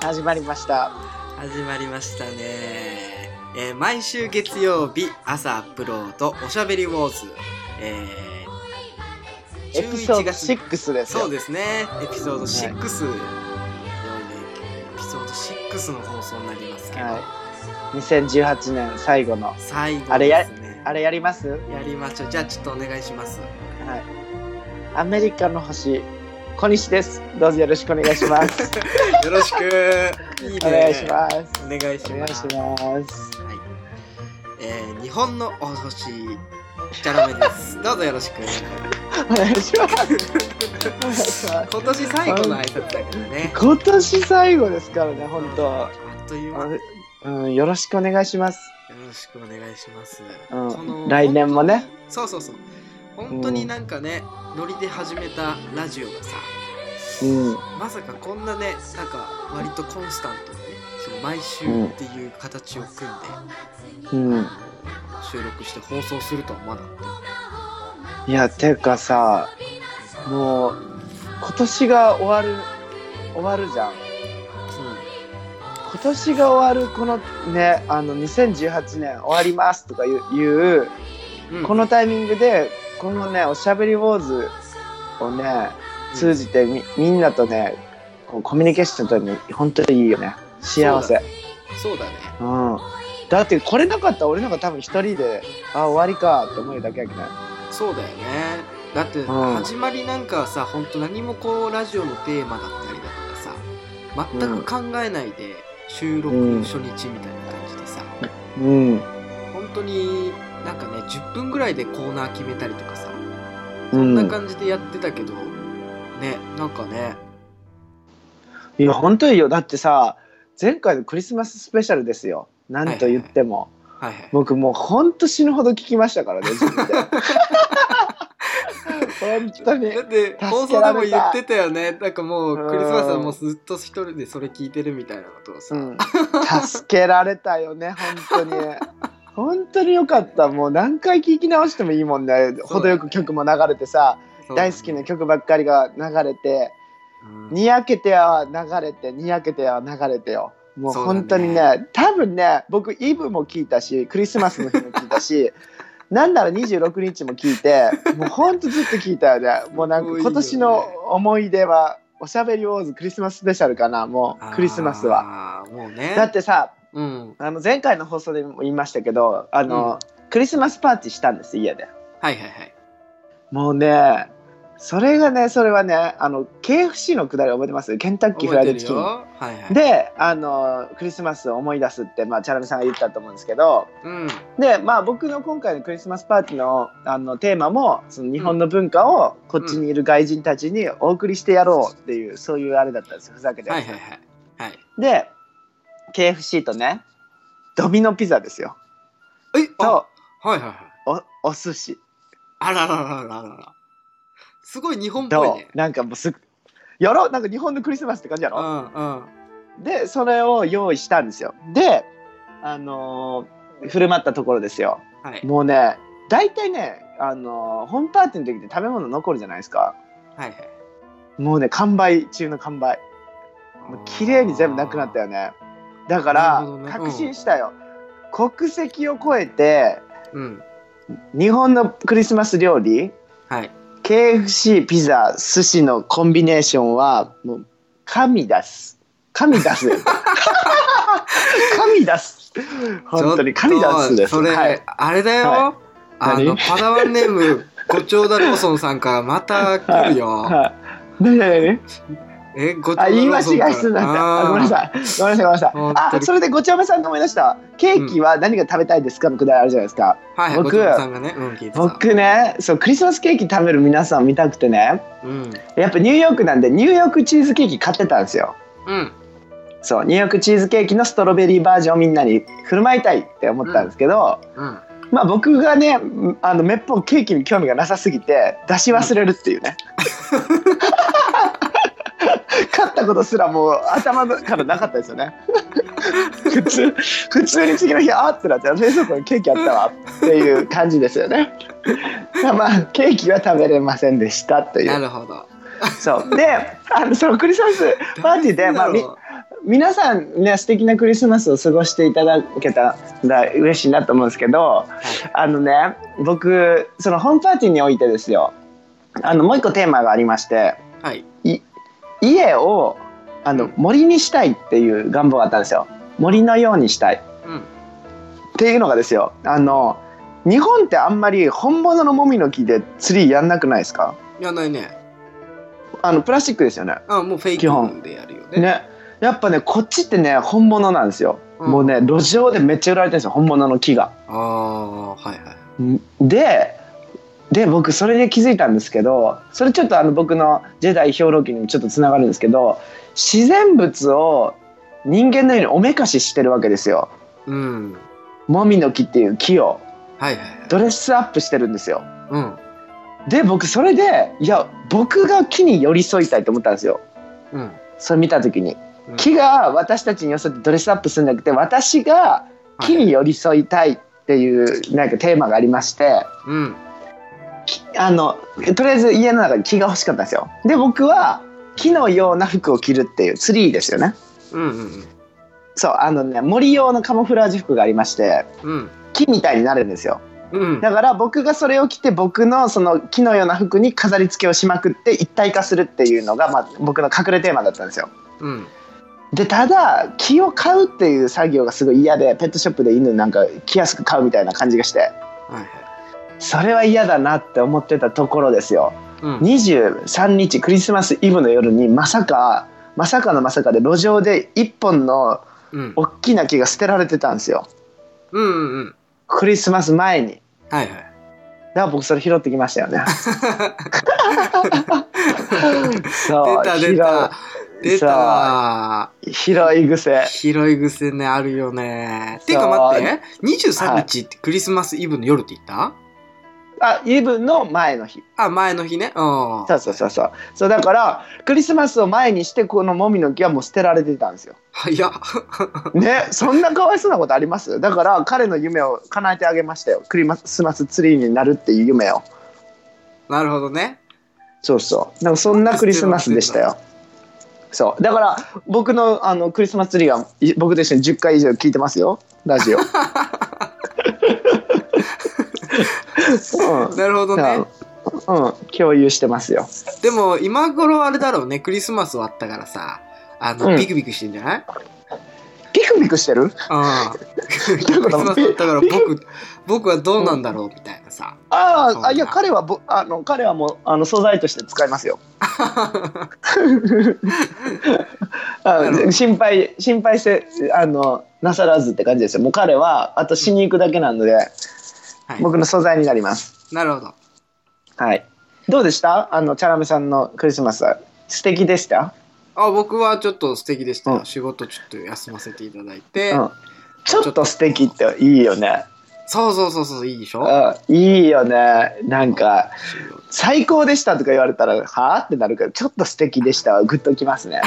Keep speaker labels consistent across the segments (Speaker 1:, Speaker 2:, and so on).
Speaker 1: 始まりました。
Speaker 2: 始まりましたね、えー毎週月曜日朝アップロード「おしゃべりウォーズ」えー
Speaker 1: エピソー
Speaker 2: 11
Speaker 1: ド
Speaker 2: 月
Speaker 1: 6ですよ。
Speaker 2: そうですねエピソード6、いろいろエピソード6の放送になりますけど、
Speaker 1: はい。2018年最後の、
Speaker 2: 最後ですね
Speaker 1: あれやあれやりますはい。
Speaker 2: やりましょうじゃあちょっとお願いし ます
Speaker 1: アメリカの星、小西です。どうぞよろしくお願いし ます。
Speaker 2: よろしくいいね
Speaker 1: お願いします。
Speaker 2: お願いし
Speaker 1: お願
Speaker 2: ま
Speaker 1: いし
Speaker 2: す
Speaker 1: ます。
Speaker 2: はいえー日本のお星キャラメですどうぞよろしく
Speaker 1: お願いします。お願いします。
Speaker 2: 今年最後の挨拶だからね。
Speaker 1: 今年最後ですからね、本当
Speaker 2: あ。っという間。
Speaker 1: あ
Speaker 2: よ
Speaker 1: れうん、よろしくお願いします。
Speaker 2: ろしくお願いします。
Speaker 1: うん
Speaker 2: この
Speaker 1: 来年もね。
Speaker 2: そうそうそう。本当になんかね、ノリで始めたラジオがさ、
Speaker 1: うん。
Speaker 2: まさかこんなね、なんか割とコンスタントにね、その毎週っていう形を組んで、
Speaker 1: うん。
Speaker 2: 収録して放送するとはまだって。
Speaker 1: いや、ていうかさ、もう、今年が終わる、終わるじゃん。今年が終わる、このね、あの、2018年終わりますとかいう、いう
Speaker 2: うん
Speaker 1: このタイミングで、このね、おしゃべりウォーズをね、通じてみみんなとね、こうコミュニケーションとるの本当にいいよね。幸せ。
Speaker 2: そうだね。
Speaker 1: うん。だってこれなかったら俺なんか多分一人で、あ、終わりかって思うだけやけどね。
Speaker 2: そうだよね。だって
Speaker 1: うん
Speaker 2: 始まりなんかはさ、本当何もこうラジオのテーマだったりだとかさ、全く考えないで収
Speaker 1: う
Speaker 2: 録
Speaker 1: ん
Speaker 2: 初日みたいな感じでさ、
Speaker 1: うん。
Speaker 2: 本当になんかね、10分ぐらいでコーナー決めたりとかさ、そ
Speaker 1: う。
Speaker 2: んなん感じでやってたけど、ね、なんかね、
Speaker 1: いや、本当にいいよ。だってさ、前回のクリスマススペシャルですよ。なんと言っても。
Speaker 2: はいはい。
Speaker 1: 僕もう本当死ぬほど聞きましたからね、自分で。本当に
Speaker 2: だ。って
Speaker 1: た
Speaker 2: 放送でも言ってたよね。なんかもう
Speaker 1: うん
Speaker 2: クリスマスはもうずっと一人でそれ聞いてるみたいなことをさ。
Speaker 1: うん。助けられたよね、本当に。本当によかった。もう何回聞き直してもいいもんね。程よく曲も流れてさ、
Speaker 2: そう
Speaker 1: 大好きな。曲ばっかりが流れて、
Speaker 2: うん
Speaker 1: にやけては流れて、にやけては流れてよ。もう
Speaker 2: そうだね
Speaker 1: 本当にね、多分ね、僕、イブも聞いたし、クリスマスの日も聞いた し、なんなら26日も聞いて、もう本当ずっと聞いたよね。もうな
Speaker 2: す
Speaker 1: ん
Speaker 2: ご
Speaker 1: か
Speaker 2: いよね
Speaker 1: 今年の思い出は、おしゃべりウォーズクリスマススペシャルかな、もうクリスマスは。
Speaker 2: は。もうね。
Speaker 1: だってさ、
Speaker 2: うん。
Speaker 1: あの前回の放送でも言いましたけど、あの、クリスマスパーティーしたんです、家で。
Speaker 2: はいはいはい。
Speaker 1: もうね、それがね、それはね、あの、KFC のくだり覚えてますケンタッキーフライドチキン。
Speaker 2: 覚えてるよはいはい。、
Speaker 1: であのクリスマスを思い出すって、まあ、チャラメさんが言ったと思うんですけど
Speaker 2: うん。
Speaker 1: で、まあ、僕の今回のクリスマスパーティーのあのテーマもその日本の文化をこっちにいる外人たちにお送りしてやろうっていう、そういうあれだったんですよふざけて。
Speaker 2: はいはいはい。はい。
Speaker 1: で KFC とねドミノピザですよ
Speaker 2: え、あ、
Speaker 1: と
Speaker 2: はいはいはい。
Speaker 1: おお寿司
Speaker 2: あらららららら。すごい日本っぽい
Speaker 1: と、
Speaker 2: ね。
Speaker 1: なんかもうすぐやろうなんか日本のクリスマスって感じや
Speaker 2: う
Speaker 1: ろ、
Speaker 2: んうん。
Speaker 1: でそれを用意したんですよであのー振る舞ったところですよ
Speaker 2: はい。
Speaker 1: もうね、大体ね、あのーホームパーティーの時って食べ物残るじゃないですか。
Speaker 2: はいはい。
Speaker 1: もうね、完売中の完売。もう綺麗に全部なくなった
Speaker 2: よ。
Speaker 1: よね。だか
Speaker 2: な
Speaker 1: ら、
Speaker 2: るほどねうん
Speaker 1: 確信したよ。国籍を超えて、
Speaker 2: うん。
Speaker 1: 日本のクリスマス料理、
Speaker 2: はい。
Speaker 1: KFC、ピザ、寿司のコンビネーションは、もう、神出す。神 出すよ。神出す。本当に神出すです。
Speaker 2: ちょっとそれ、
Speaker 1: はい、
Speaker 2: あれだよ。
Speaker 1: は
Speaker 2: あの、
Speaker 1: 何
Speaker 2: パダワンネーム、ご長田ローソンさんからまた来るよ。
Speaker 1: はい。何々何々
Speaker 2: え、ご長
Speaker 1: あ、
Speaker 2: 田ローソンから。
Speaker 1: 言い間違いするなんだ。あごめんな
Speaker 2: あ
Speaker 1: さい。ごめんなさい、ごめんなさい
Speaker 2: 本。当
Speaker 1: あ、
Speaker 2: に
Speaker 1: それでごちゃめさんの思い出した。ケーキは何が食べたいですかのくだりあるじゃないですか。
Speaker 2: ー。はいはい、ご
Speaker 1: 僕
Speaker 2: 長田さんがね、うん、聞いてた。
Speaker 1: 僕ね、そう、クリスマスケーキ食べる皆さんを見たくてね、
Speaker 2: うん。
Speaker 1: やっぱニューヨークなんで、ニューヨークチーズケーキ買ってたんですよ。
Speaker 2: うん。
Speaker 1: そう、ニューヨークチーズケーキのストロベリーバージョンをみんなに振る舞いたいって思ったんですけど、
Speaker 2: うん。
Speaker 1: まあ僕がね、あの、めっぽうケーキに興味がなさすぎて、出し忘れるってい うね。勝ったことすらもう頭からなかったですよね。普通、普通に次の日、あーってなって、冷蔵庫にケーキあったわっていう感じですよね。まあ、ケーキは食べれませんでしたとい
Speaker 2: な
Speaker 1: う。
Speaker 2: るほど。
Speaker 1: そう。で、あの、そのクリスマスパーティーで、まあ、み皆さんね素敵なクリスマスを過ごしていただけたら嬉しいなと思うんですけどあのね僕そのホームパーティーにおいてですよあのもう一個テーマがありまして
Speaker 2: はい。
Speaker 1: 家をあの森にしたいっていう願望があったんですよ森のようにしたい
Speaker 2: うん。
Speaker 1: っていうのがですよあの日本ってあんまり本物のもみの木でツリーやんなくないですか
Speaker 2: やんないね。
Speaker 1: あのプラスチックですよね
Speaker 2: あもうフェイ
Speaker 1: 基
Speaker 2: ク
Speaker 1: 本
Speaker 2: でやるよね。
Speaker 1: ねやっぱねこっちってね本物なんですよ、
Speaker 2: うん
Speaker 1: もうね路上でめっちゃ売られてるんですよ本物の木が
Speaker 2: ああ、はいはい。
Speaker 1: でで僕それで気づいたんですけどそれちょっとあの僕の「ジェダイ兵糧記」にもちょっとつながるんですけど自然物を人間のようにおめかししてるわけですよ
Speaker 2: うん。はい
Speaker 1: モミの木っていう木を
Speaker 2: はいはい。
Speaker 1: ドレスアップしてるんですよ
Speaker 2: うん。
Speaker 1: で僕それでいや僕が木に寄り添いたいと思ったんですよ
Speaker 2: うん。
Speaker 1: それ見た時に
Speaker 2: うん
Speaker 1: 木が私たちに寄せてドレスアップするんじゃなくて私が木に寄り添いたいっていうなんかテーマがありまして
Speaker 2: うん。
Speaker 1: あのとりあえず家の中に木が欲しかったんですよで僕は木のような服を着るっていうツリーですよね
Speaker 2: うんうん
Speaker 1: そうあのね森用のカモフラージュ服がありまして
Speaker 2: うん。
Speaker 1: 木みたいになるんですよ
Speaker 2: うん。
Speaker 1: だから僕がそれを着て僕のその木のような服に飾り付けをしまくって一体化するっていうのが、まあ、僕の隠れテーマだったんですよ
Speaker 2: うん。
Speaker 1: でただ木を買うっていう作業がすごい嫌でペットショップで犬なんか着やすく買うみたいな感じがして
Speaker 2: はいはい。
Speaker 1: それは嫌だなって思ってたところですよ
Speaker 2: うん。
Speaker 1: 23日クリスマスイブの夜にまさかまさかのまさかで路上で一本の
Speaker 2: うん。
Speaker 1: 大きな木が捨てられてたんですよ
Speaker 2: うんうんうん。
Speaker 1: クリスマス前に
Speaker 2: はいはい。
Speaker 1: だから僕それ拾ってきましたよね そう
Speaker 2: 出た出た。出た。
Speaker 1: 拾い拾い癖
Speaker 2: 拾い癖ね、あるよね。ていうか
Speaker 1: そう
Speaker 2: 待って、23日ってクリスマスイブの夜って言った
Speaker 1: あイブの前の日
Speaker 2: あ、前の日ね。うん。
Speaker 1: そうそうそうそうそうだからクリスマスを前にしてこのもみの木はもう捨てられてたんですよ
Speaker 2: 早っ。
Speaker 1: ねそんなかわいそうなことありますだから彼の夢を叶えてあげましたよクリスマスツリーになるっていう夢を
Speaker 2: なるほどね。
Speaker 1: そうそう。なんかそんなクリスマスでしたよ。そう。だから僕のあのクリスマスツリーがい僕と一緒に10回以上聞いてますよ。ラ ジオ。うん
Speaker 2: なるほどね。
Speaker 1: うん、共有してますよ。
Speaker 2: でも今頃あれだろうね、クリスマス終わったからさ、あ
Speaker 1: う
Speaker 2: の、
Speaker 1: ん
Speaker 2: ビクビクしてんじゃない うん。
Speaker 1: ピクピクしてる？
Speaker 2: クリスマス終わったから 僕、僕はどうなんだろうみたいなさ。
Speaker 1: あ
Speaker 2: そう
Speaker 1: あ、
Speaker 2: だ
Speaker 1: あいや彼はぼあの彼はもうあの素材として使いま すよ。あ
Speaker 2: なるほど
Speaker 1: 心配心配せあのなさらずって感じですよ。もう彼はあと死に行くだけなので、
Speaker 2: はい
Speaker 1: 僕の素材になります。
Speaker 2: なるほど。
Speaker 1: はい。どうでしたあの、チャラメさんのクリスマスは。素敵でした、
Speaker 2: あ、僕はちょっと素敵でしたよ。
Speaker 1: うん
Speaker 2: 仕事ちょっと休ませていただいて。
Speaker 1: うん。ちょっと素敵っていいよね。
Speaker 2: そうそうそうそう、いいでしょ
Speaker 1: うん。いいよね。なんか、
Speaker 2: 仕事
Speaker 1: 最高でしたとか言われたら、はぁってなるけど、ちょっと素敵でしたはグッときますね。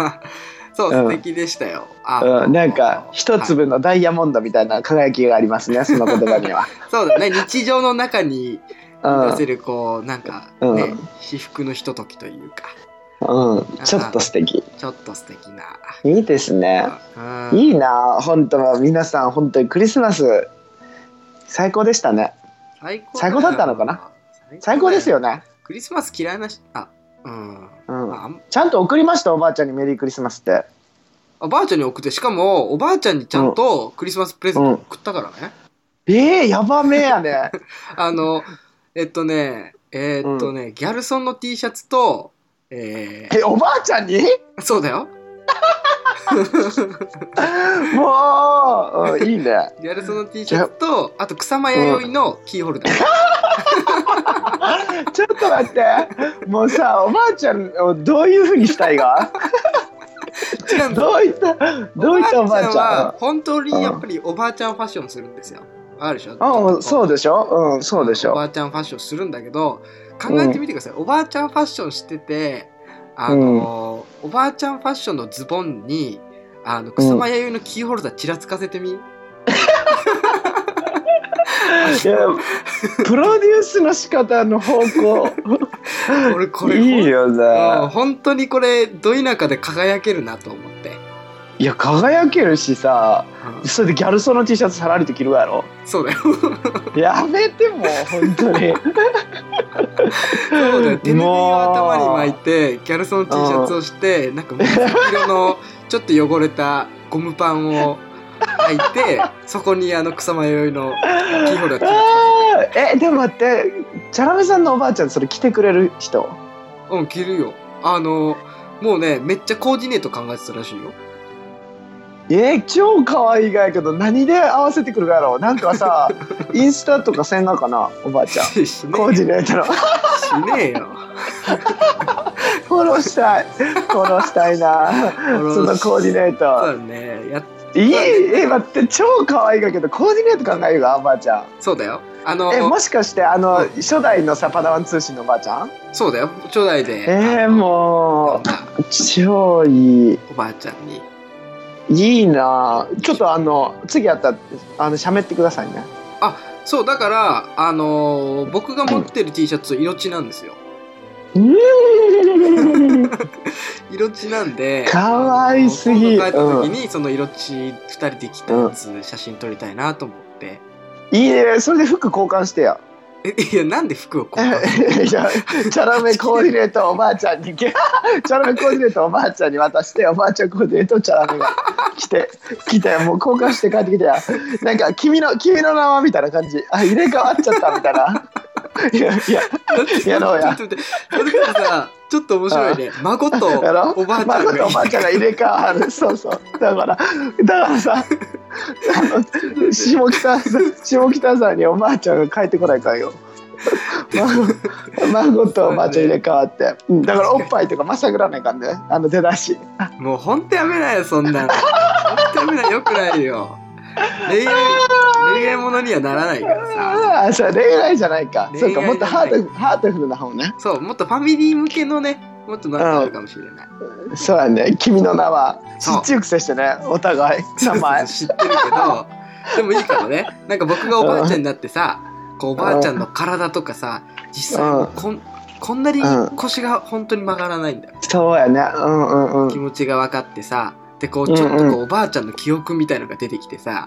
Speaker 2: そう、
Speaker 1: う
Speaker 2: 素
Speaker 1: ん
Speaker 2: 敵でしたよ。あ
Speaker 1: うん。なんか、一粒のダイヤモンドみたいな輝きがありますね、その言葉には。
Speaker 2: はいそうだね、日常の中に出せ
Speaker 1: う
Speaker 2: る、こう、なんか、
Speaker 1: うん
Speaker 2: ね、至福のひとときというか、
Speaker 1: ん。うん。ちょっと素敵。
Speaker 2: ちょっと素敵な。
Speaker 1: いいですね。
Speaker 2: うん
Speaker 1: いいな本当は皆さん、本当にクリスマス、最高でしたね。
Speaker 2: 最高
Speaker 1: 最高だったのかな最高です。
Speaker 2: だ
Speaker 1: よね。
Speaker 2: クリスマス嫌いなし、あ、うん。
Speaker 1: うん
Speaker 2: ま。ああん
Speaker 1: ちゃんと送りましたおばあちゃんにメリークリスマスって。
Speaker 2: おばあちゃんに送って、しかも、おばあちゃんにちゃんとクリスマスプレゼント送ったからね。
Speaker 1: ええやばめやね。
Speaker 2: あの、えっとね、えーっとね、ギャルソンの T シャツと、え
Speaker 1: え、おばあちゃんに
Speaker 2: ー、そうだよ。
Speaker 1: もう、うんいいね。
Speaker 2: ギャルソンの T シャツと、あと草間弥生のキーホルダー。
Speaker 1: ちょっと待って。もうさ、おばあちゃんをどういうふうにしたいが
Speaker 2: 違うんです
Speaker 1: どういった、どういったおばあちゃ
Speaker 2: は本当にやっぱりおばあちゃんファッションするんですよ。あるでしょ
Speaker 1: んうん、そう
Speaker 2: で
Speaker 1: でしょうん、そうでし
Speaker 2: お
Speaker 1: ょ
Speaker 2: ばあちゃんファッションするんだけど、考えてみてください。おばあちゃんファッションしてて、あの、おばあちゃんファッションのズボンに、あの、草間弥生のキーホルダーちらつかせてみ。
Speaker 1: いや、プロデュースの仕方の方向。
Speaker 2: 俺これ、
Speaker 1: いいよ
Speaker 2: うん
Speaker 1: ね。
Speaker 2: 本当にこれ、ど田舎で輝けるなと思って。
Speaker 1: いや輝けるしさ
Speaker 2: うん
Speaker 1: それでギャルソンの T シャツさらりと着るやろ
Speaker 2: そうだよ
Speaker 1: やめてもう本当に
Speaker 2: そうだよ手ぬぐいを頭に巻い
Speaker 1: も
Speaker 2: てギャルソン T シャツをしてなんか紫色のちょっと汚れたゴムパンを履いてそこにあの草間弥生のキーホルダーつけて
Speaker 1: あーえでも待ってチャラメさんのおばあちゃんそれ着てくれる人
Speaker 2: うん、着るよ。あの、もうね、めっちゃコーディネート考えてたらしいよ。
Speaker 1: えー、超可愛いがやけど何で合わせてくるがやろなんかさインスタとかせんがかなおばあちゃん
Speaker 2: ししね
Speaker 1: コーディネートの
Speaker 2: しねえよ。
Speaker 1: フォローしたいフォローしたいな
Speaker 2: ォローし
Speaker 1: そのコーディネー
Speaker 2: そうだ
Speaker 1: ト
Speaker 2: ね。や
Speaker 1: いいえ待って超可愛いがけどコーディネート考えるがおばあちゃん
Speaker 2: そうだよ。あの、
Speaker 1: えもしかしてあの初代のサパダワン通信のおばあちゃん
Speaker 2: そうだよ。初代で。
Speaker 1: えー、
Speaker 2: あの
Speaker 1: も
Speaker 2: なんか
Speaker 1: う超いい
Speaker 2: おばあちゃんに。
Speaker 1: いいなちょっとあの次あったらあの喋ってくださ いね
Speaker 2: そう、だから、あのー僕が持ってる T シャツ、色地なんですよ。
Speaker 1: うーん
Speaker 2: 色地なんで。
Speaker 1: 可愛すぎ
Speaker 2: あの今度帰った時に、その色地二人で着たやつ、写真撮りたいなと思って。
Speaker 1: いいねそれで服交換してよ
Speaker 2: え、いや、なんで服をこう。
Speaker 1: いやチャラメコーディネートおばあちゃんに チャラメコーディネートおばあちゃんに渡しておばあちゃんコーディネートチャラメが来て来てもう交換して帰ってきてやなんか君の君の名はみたいな感じあ入れ替わっちゃったみたいないやいややろうや
Speaker 2: ちょっと待ってそれからさ、ちょっと面白いね。孫と
Speaker 1: やろ
Speaker 2: おばあちゃん
Speaker 1: 孫とおばあちゃんが入れ替わ るそうそうだからだからさあの下北さん下北さんにおばあちゃんが帰ってこないからよ孫孫とおばあちゃん入れ替わって、うん、だからおっぱいとかまさぐらないかんねあの出だし
Speaker 2: もうほんとやめなよ、そんなの。ほんとやめなよ、よくないよ。恋愛、恋愛ものにはならないからさ。
Speaker 1: ああそう恋愛じゃないかそうか
Speaker 2: 恋
Speaker 1: も
Speaker 2: 愛
Speaker 1: っ
Speaker 2: じ
Speaker 1: と
Speaker 2: ゃ
Speaker 1: ハ
Speaker 2: ない
Speaker 1: ートハートフルな方ね
Speaker 2: そう、もっとファミリー向けのね、もっとなんかあるかもしれない。
Speaker 1: そうやね君の名は知
Speaker 2: そう
Speaker 1: っちゅうくせしてねお互い名前
Speaker 2: 知ってるけど、でもいいかもね。なんか僕がおばあちゃんになってさ、こうおばあちゃんの体とかさ、実際もうこん、こんなに腰が本当に曲がらないんだよ
Speaker 1: そうやねうんうんう
Speaker 2: 気
Speaker 1: ん
Speaker 2: 持ちが分かってさでこうちょっと
Speaker 1: うんう
Speaker 2: こうおばあちゃんの記憶みたいのが出てきてさ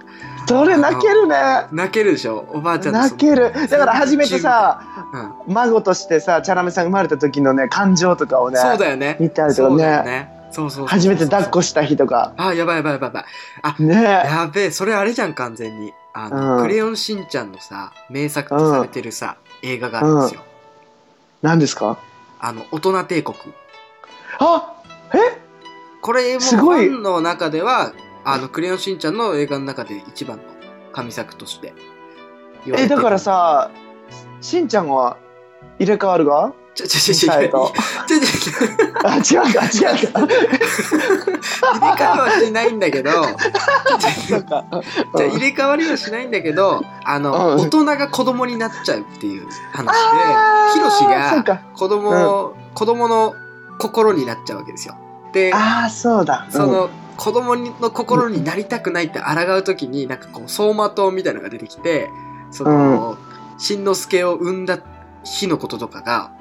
Speaker 1: それ泣けるね
Speaker 2: 泣けるでしょおばあちゃんのそ
Speaker 1: 泣
Speaker 2: の
Speaker 1: けるだから初めてさ
Speaker 2: うん
Speaker 1: 孫としてさチャラメさんが生まれた時のね感情とかをね
Speaker 2: そうだよね
Speaker 1: 見たりと
Speaker 2: そ
Speaker 1: か
Speaker 2: う
Speaker 1: ね
Speaker 2: だよねそうそうそう
Speaker 1: 初めて抱っこ
Speaker 2: し
Speaker 1: した日とか
Speaker 2: あやばいやばいやばいやばい
Speaker 1: ね
Speaker 2: やべえそれあれじゃん完全にあの、
Speaker 1: うん
Speaker 2: クレヨンしんちゃんのさ名作とされてるさ、映画があるんですよ、
Speaker 1: 何ですか
Speaker 2: あの大人帝国
Speaker 1: あえ
Speaker 2: これも
Speaker 1: す
Speaker 2: フ
Speaker 1: ごい
Speaker 2: ァンの中ではあのクレヨンしんちゃんの映画の中で一番の神作として言われ
Speaker 1: え
Speaker 2: てる
Speaker 1: だからさしんちゃんは入れ替わるが
Speaker 2: ちょちょちょ
Speaker 1: 2
Speaker 2: ちょ
Speaker 1: 歳と
Speaker 2: ちょちょちょ
Speaker 1: あ違うか違うか
Speaker 2: 入れ替わりはしないんだ けど
Speaker 1: そう か
Speaker 2: じゃあ入れ替わりはしないんだけどあの、
Speaker 1: うん
Speaker 2: 大人が子供になっちゃうっていう
Speaker 1: あ
Speaker 2: 話
Speaker 1: ー
Speaker 2: でヒロシ
Speaker 1: そ
Speaker 2: が
Speaker 1: うか
Speaker 2: 子供を、子供の心になっちゃうわけですよ。で
Speaker 1: ああそうだ
Speaker 2: その、子供の心になりたくないって抗う時になんかこう走馬灯みたいなのが出てきてその、しんのすけを産んだ日のこととかが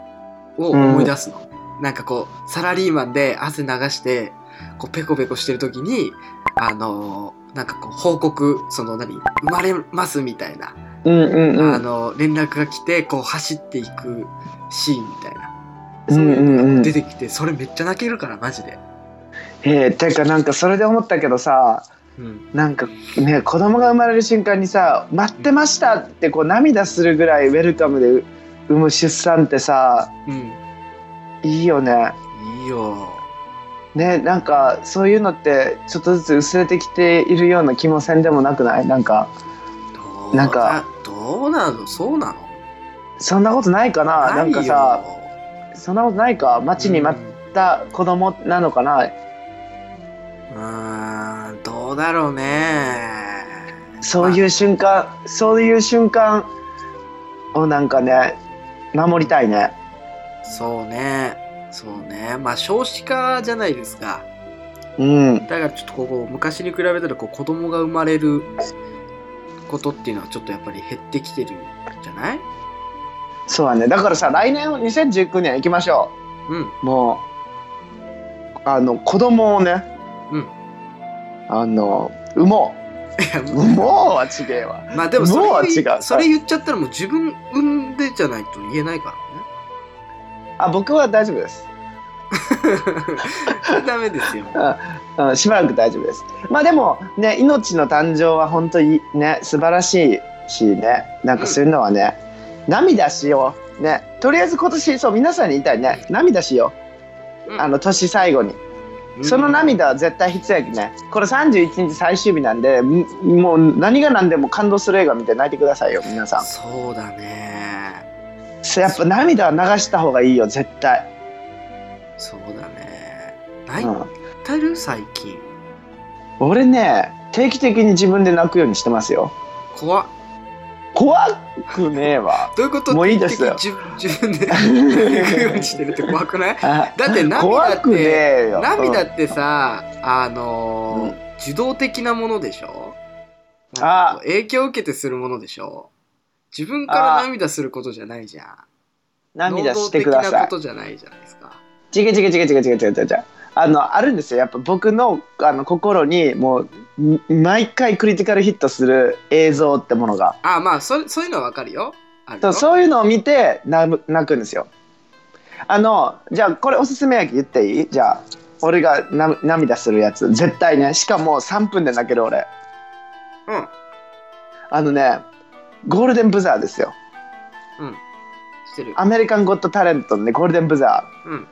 Speaker 2: を思い出すの、なんかこうサラリーマンで汗流してこうペコペコしてる時にあのーなんかこう報告その何生まれますみたいな、
Speaker 1: うんうんう
Speaker 2: あ
Speaker 1: ん
Speaker 2: の連絡が来てこう走っていくシーンみたいな。
Speaker 1: う
Speaker 2: そ
Speaker 1: ん
Speaker 2: う
Speaker 1: う
Speaker 2: いうの
Speaker 1: んうん
Speaker 2: 出てきてそれめっちゃ泣けるからマジで、
Speaker 1: えーてかなんかそれで思ったけどさ
Speaker 2: うん、
Speaker 1: なんかね子供が生まれる瞬間にさ「待ってました!」ってこう涙するぐらいウェルカムで産む出産ってさ
Speaker 2: う
Speaker 1: いいよね。
Speaker 2: ん、いいよ
Speaker 1: ねなんかそういうのってちょっとずつ薄れてきているような気もせんでもなくないなんか
Speaker 2: どう
Speaker 1: なんか
Speaker 2: あどうなのそうなの
Speaker 1: そんなことないかななんかさそんなことないか
Speaker 2: あ
Speaker 1: 待ちに待った子供なのかな、
Speaker 2: うんうーんどうだろうね
Speaker 1: そういう瞬間そういう瞬間をなんかね守りたいね
Speaker 2: そうねそうねまあ少子化じゃないですか
Speaker 1: うん
Speaker 2: だからちょっとここ昔に比べたらこう子供が生まれることっていうのはちょっとやっぱり減ってきてるじゃない
Speaker 1: そうだねだからさ来年2019年行きましょ
Speaker 2: うん
Speaker 1: うもうあの子供をね、
Speaker 2: うん
Speaker 1: あの、うも
Speaker 2: いや
Speaker 1: う。うもうはちげえわ。
Speaker 2: まあでもそれ
Speaker 1: もうは
Speaker 2: 言い
Speaker 1: 違う
Speaker 2: それ言っちゃったらもう自分産んでじゃないと言えないか
Speaker 1: あ、僕は大丈夫です。
Speaker 2: らね ダメですよ
Speaker 1: うん、しばらく大丈夫です。まあでもね、命の誕生は本当にね、素晴らしいしね、なんかそういうのはね、涙しよう。ね、とりあえず今年、そう、皆さんに言いたいね、涙しよう。
Speaker 2: うん
Speaker 1: あの、年最後に。その涙は絶対必要やきね。これ31日最終日なんで、みもう何が何でも感動する映画見て泣いてくださいよ、皆さん。
Speaker 2: そうだね
Speaker 1: そうやっぱ涙は流した方がいいよ、絶対。
Speaker 2: そうだね
Speaker 1: う
Speaker 2: 泣い
Speaker 1: ん、
Speaker 2: てる最近
Speaker 1: 俺ね、定期的に自分で泣くようにしてますよ。
Speaker 2: 怖っ
Speaker 1: 怖くねえわ。
Speaker 2: どういうこと
Speaker 1: もういいですよ
Speaker 2: 自分自分で 泣くようにしてるって怖くない
Speaker 1: あ
Speaker 2: だって涙
Speaker 1: 怖
Speaker 2: っ
Speaker 1: くね
Speaker 2: て
Speaker 1: えよ。
Speaker 2: 涙
Speaker 1: うん
Speaker 2: ってさあのー受動的なものでしょ
Speaker 1: あ
Speaker 2: 影響を受けてするものでしょ自分から涙することじゃないじゃん
Speaker 1: 涙してくだ
Speaker 2: 能動的な
Speaker 1: さい
Speaker 2: こ。とじゃないじゃないですか。
Speaker 1: 違う違う違う違う違う違う違う。あのあるんですよやっぱ僕のあの心にもうん毎回クリティカルヒットする映像ってものが
Speaker 2: あまあそそういうのはわかるよ。ある
Speaker 1: そ
Speaker 2: よ
Speaker 1: うそういうのを見てな泣くんですよあのじゃあこれおすすめやき言っていいじゃあ俺がな涙するやつ絶対ねしかも3分で泣ける俺
Speaker 2: うん
Speaker 1: あのねゴールデンブザーですよ
Speaker 2: してる。
Speaker 1: アメリカンゴットタレントのねゴールデンブザー
Speaker 2: うん。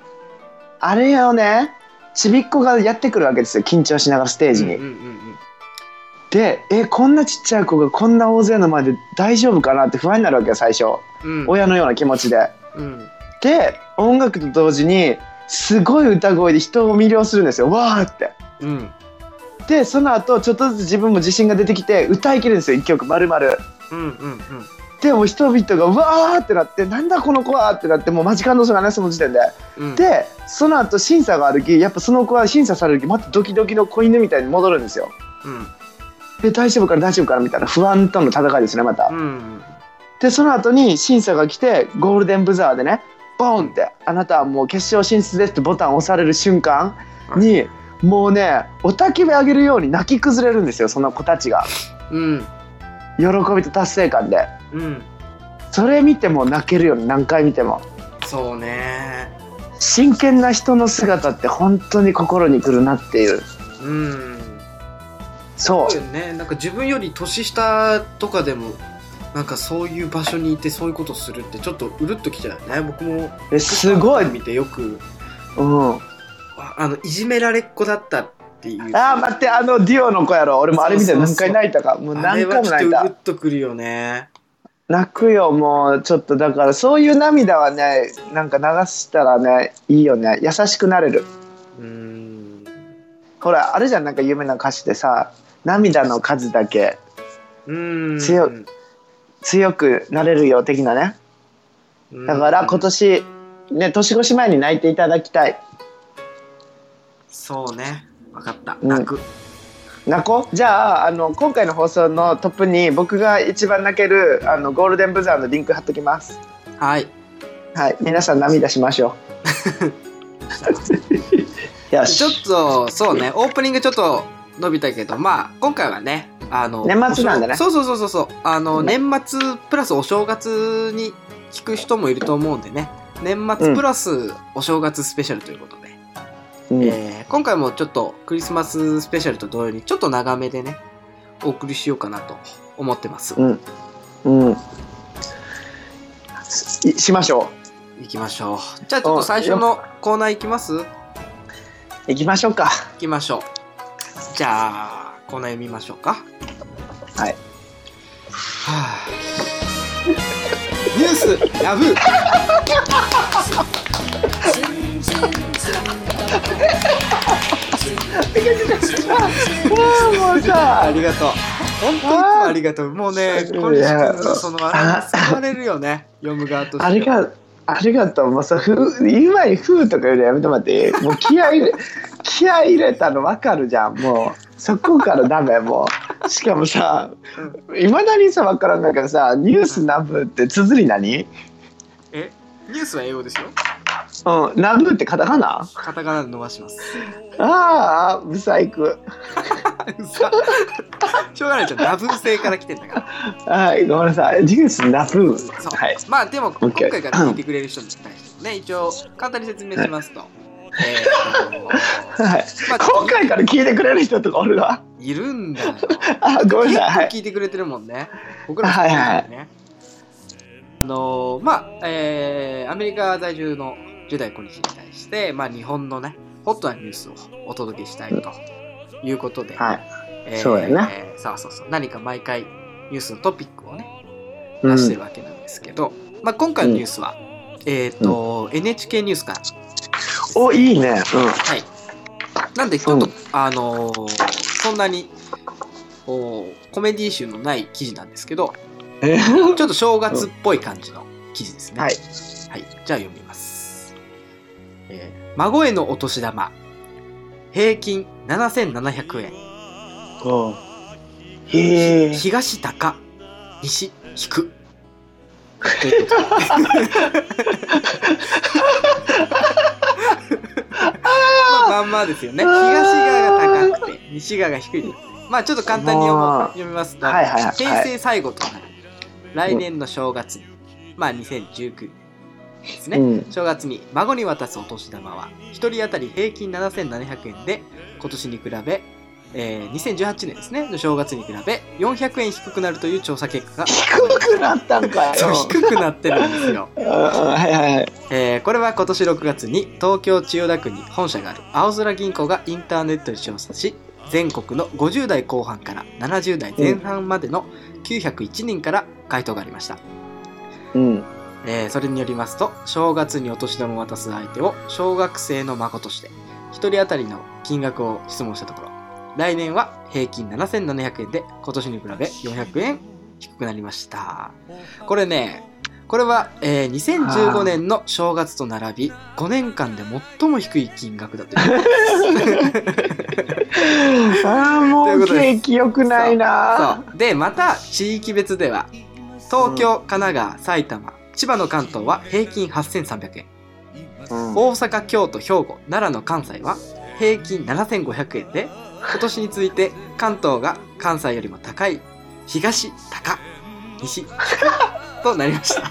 Speaker 1: あれをねちびっこがやってくるわけですよ緊張しながらステージに、
Speaker 2: うんうんうん
Speaker 1: でえこんなちっちゃい子がこんな大勢の前で大丈夫かなって不安になるわけよ最初、
Speaker 2: うん。うん
Speaker 1: 親のような気持ちで
Speaker 2: うん。
Speaker 1: で音楽と同時にすごい歌声で人を魅了するんですよわーって
Speaker 2: うん。
Speaker 1: でその後ちょっとずつ自分も自信が出てきて歌いきるんですよ1曲丸々
Speaker 2: うんうんうん。
Speaker 1: でもう人々がわーってなってなんだこの子はってなってもうマジ感動するがねその時点で
Speaker 2: うん。
Speaker 1: でその後審査があるきやっぱその子は審査されるきまたドキドキの子犬みたいに戻るんですよ
Speaker 2: うん。
Speaker 1: で大丈夫かな大丈夫かなみたいな不安との戦いですねまた、
Speaker 2: うん。
Speaker 1: でその後に審査が来てゴールデンブザーでねボンって「あなたはもう決勝進出です」ってボタンを押される瞬間に、もうねおたきび上げるように泣き崩れるんですよその子たちが
Speaker 2: うん。
Speaker 1: 喜びと達成感で
Speaker 2: うん。
Speaker 1: それ見ても泣けるように何回見ても
Speaker 2: そうね。
Speaker 1: 真剣な人の姿って本当に心にくるなっていう
Speaker 2: うん。
Speaker 1: そ
Speaker 2: そう
Speaker 1: う
Speaker 2: よね。なんか自分より年下とかでも。なんかそういう場所にいてそういうことするってちょっとうるっときちゃうよね僕も
Speaker 1: えすごい、うん、
Speaker 2: 見てよく
Speaker 1: あ
Speaker 2: ああのいじめられっ子だったっていう
Speaker 1: ー待ってあのデュオの子やろ俺もあれ見て
Speaker 2: そうそう
Speaker 1: 何
Speaker 2: そう
Speaker 1: 回泣いたかもう
Speaker 2: あれ
Speaker 1: 何
Speaker 2: は
Speaker 1: 回も
Speaker 2: ちょっと
Speaker 1: 泣いうた
Speaker 2: るっとくるよね。
Speaker 1: 泣くよもうちょっとだからそういう涙はねなんか流したらねいいよね優しくなれる
Speaker 2: うーん。
Speaker 1: ほらあれじゃんなんか有名な歌詞でさ涙の数だけ
Speaker 2: うーん。
Speaker 1: 強い強くなれるよ的なね
Speaker 2: うん。
Speaker 1: だから今年ね年越し前に泣いていただきたい
Speaker 2: そうね。わかった。
Speaker 1: うん
Speaker 2: 泣く。
Speaker 1: 泣こうじゃああの今回の放送のトップに僕が一番泣けるあのゴールデンブザーのリンク貼っときます
Speaker 2: はい。
Speaker 1: はい皆さん涙しましょ うよ
Speaker 2: ちょ
Speaker 1: し
Speaker 2: っと、そうね。オープニングちょっと伸びたけど、まあ、今回はね、あの、
Speaker 1: 年末なんだね
Speaker 2: お正そうそうそうそう。あの、
Speaker 1: ね
Speaker 2: 年末プラスお正月に聞く人もいると思うんでね。年
Speaker 1: う
Speaker 2: 末
Speaker 1: ん
Speaker 2: プラスお正月スペシャルということで、
Speaker 1: うん
Speaker 2: えー今回もちょっとクリスマススペシャルと同様にちょっと長めでねお送りしようかなと思ってます、
Speaker 1: うん。うん。ししましょ
Speaker 2: 行きましょうじゃあちょっと最初のコーナー行きます行
Speaker 1: う。行きましょうか。
Speaker 2: きましょうじゃあコーナー読みましょうか
Speaker 1: はい
Speaker 2: はあニュースラブ
Speaker 1: もう
Speaker 2: あ
Speaker 1: さ、
Speaker 2: りがとう本当いつもありがとうもうねこれ
Speaker 1: いや
Speaker 2: そのあれ救われるよね読む側として
Speaker 1: ありが、ありがとう。もうさ、ふう、今にふうとか言うのやめてもらっていい。もう気合い入れ、 気合い入れたのわかるじゃん。もう、そこからダメ、もう。しかもさ、いまだにさ、わからんだけどさ、ニュースナブって綴り何
Speaker 2: えニュースは英語ですよ
Speaker 1: うん、ナブってカタカナ
Speaker 2: カタカナで伸ばします
Speaker 1: ああ、ブサイク。
Speaker 2: 嘘しょうがないじゃん。ラブー星から来てんだから。
Speaker 1: はい、ごめんなさい。ジュース、ラブ
Speaker 2: そう。
Speaker 1: はい。
Speaker 2: まあでも、今
Speaker 1: OK
Speaker 2: 回から聞いてくれる人に対してもね、一応、簡単に説明しますと。え ーっと
Speaker 1: はい。
Speaker 2: まあ
Speaker 1: 今回から聞いてくれる人とかおるわ。
Speaker 2: いるんだよ。
Speaker 1: あ、 ご
Speaker 2: 結構
Speaker 1: めんなさい。はい。
Speaker 2: 聞いてくれてるもんね。僕らも聞いてるからね。あのーまあ、えー、アメリカ在住の10代小西に対して、まあ、日本のね、ホットなニュースをお届けしたいということで、
Speaker 1: はい。
Speaker 2: えー
Speaker 1: そうやな
Speaker 2: えーそうそうそう。何か毎回ニュースのトピックをね、
Speaker 1: う
Speaker 2: 出して
Speaker 1: ん
Speaker 2: るわけなんですけど、まあ、今回のニュースは、えっ、と、NHK ニュースから。
Speaker 1: お、いいね。
Speaker 2: はい。なんで、ちょっと、
Speaker 1: うん
Speaker 2: あのーそんなに、おーコメディ集のない記事なんですけど、
Speaker 1: うん。え
Speaker 2: ちょっと正月っぽい感じの記事ですね。
Speaker 1: はい。
Speaker 2: はい。じゃあ読みます。えー孫へのお年玉。平均7700円。
Speaker 1: おへえ。
Speaker 2: 東高、西引く。ということでまあまんまですよね。東側が高くて、西側が低いです。まあちょっと簡単に読
Speaker 1: ま
Speaker 2: む
Speaker 1: あ
Speaker 2: 読みますと、
Speaker 1: はいはいはい。
Speaker 2: 平成最後となる、来年の正月に、まあ2019年ですね。
Speaker 1: うん。
Speaker 2: 正月に孫に渡すお年玉は1人当たり平均7700円で今年に比べ、えー2018年ですねの正月に比べ400円低くなるという調査結果が
Speaker 1: 低くなったんかよ。
Speaker 2: そう低くなってるんですよ、
Speaker 1: うんうんはいはいはい。
Speaker 2: えーこれは今年6月に東京千代田区に本社がある青空銀行がインターネットで調査し全国の50代後半から70代前半までの901人から回答がありました
Speaker 1: うん。
Speaker 2: えーそれによりますと正月にお年玉を渡す相手を小学生の孫として1人当たりの金額を質問したところ来年は平均7700円で今年に比べ400円低くなりましたこれねこれは、えー2015年の正月と並び5年間で最も低い金額だという
Speaker 1: ああ、
Speaker 2: とい
Speaker 1: も
Speaker 2: うこ
Speaker 1: う
Speaker 2: とです
Speaker 1: 景気良くないな。
Speaker 2: そうでまた地域別では東京、神奈川埼玉千葉の関東は平均8300円
Speaker 1: うん
Speaker 2: 大阪京都兵庫奈良の関西は平均7500円で今年について関東が関西よりも高い東高西となりました
Speaker 1: あ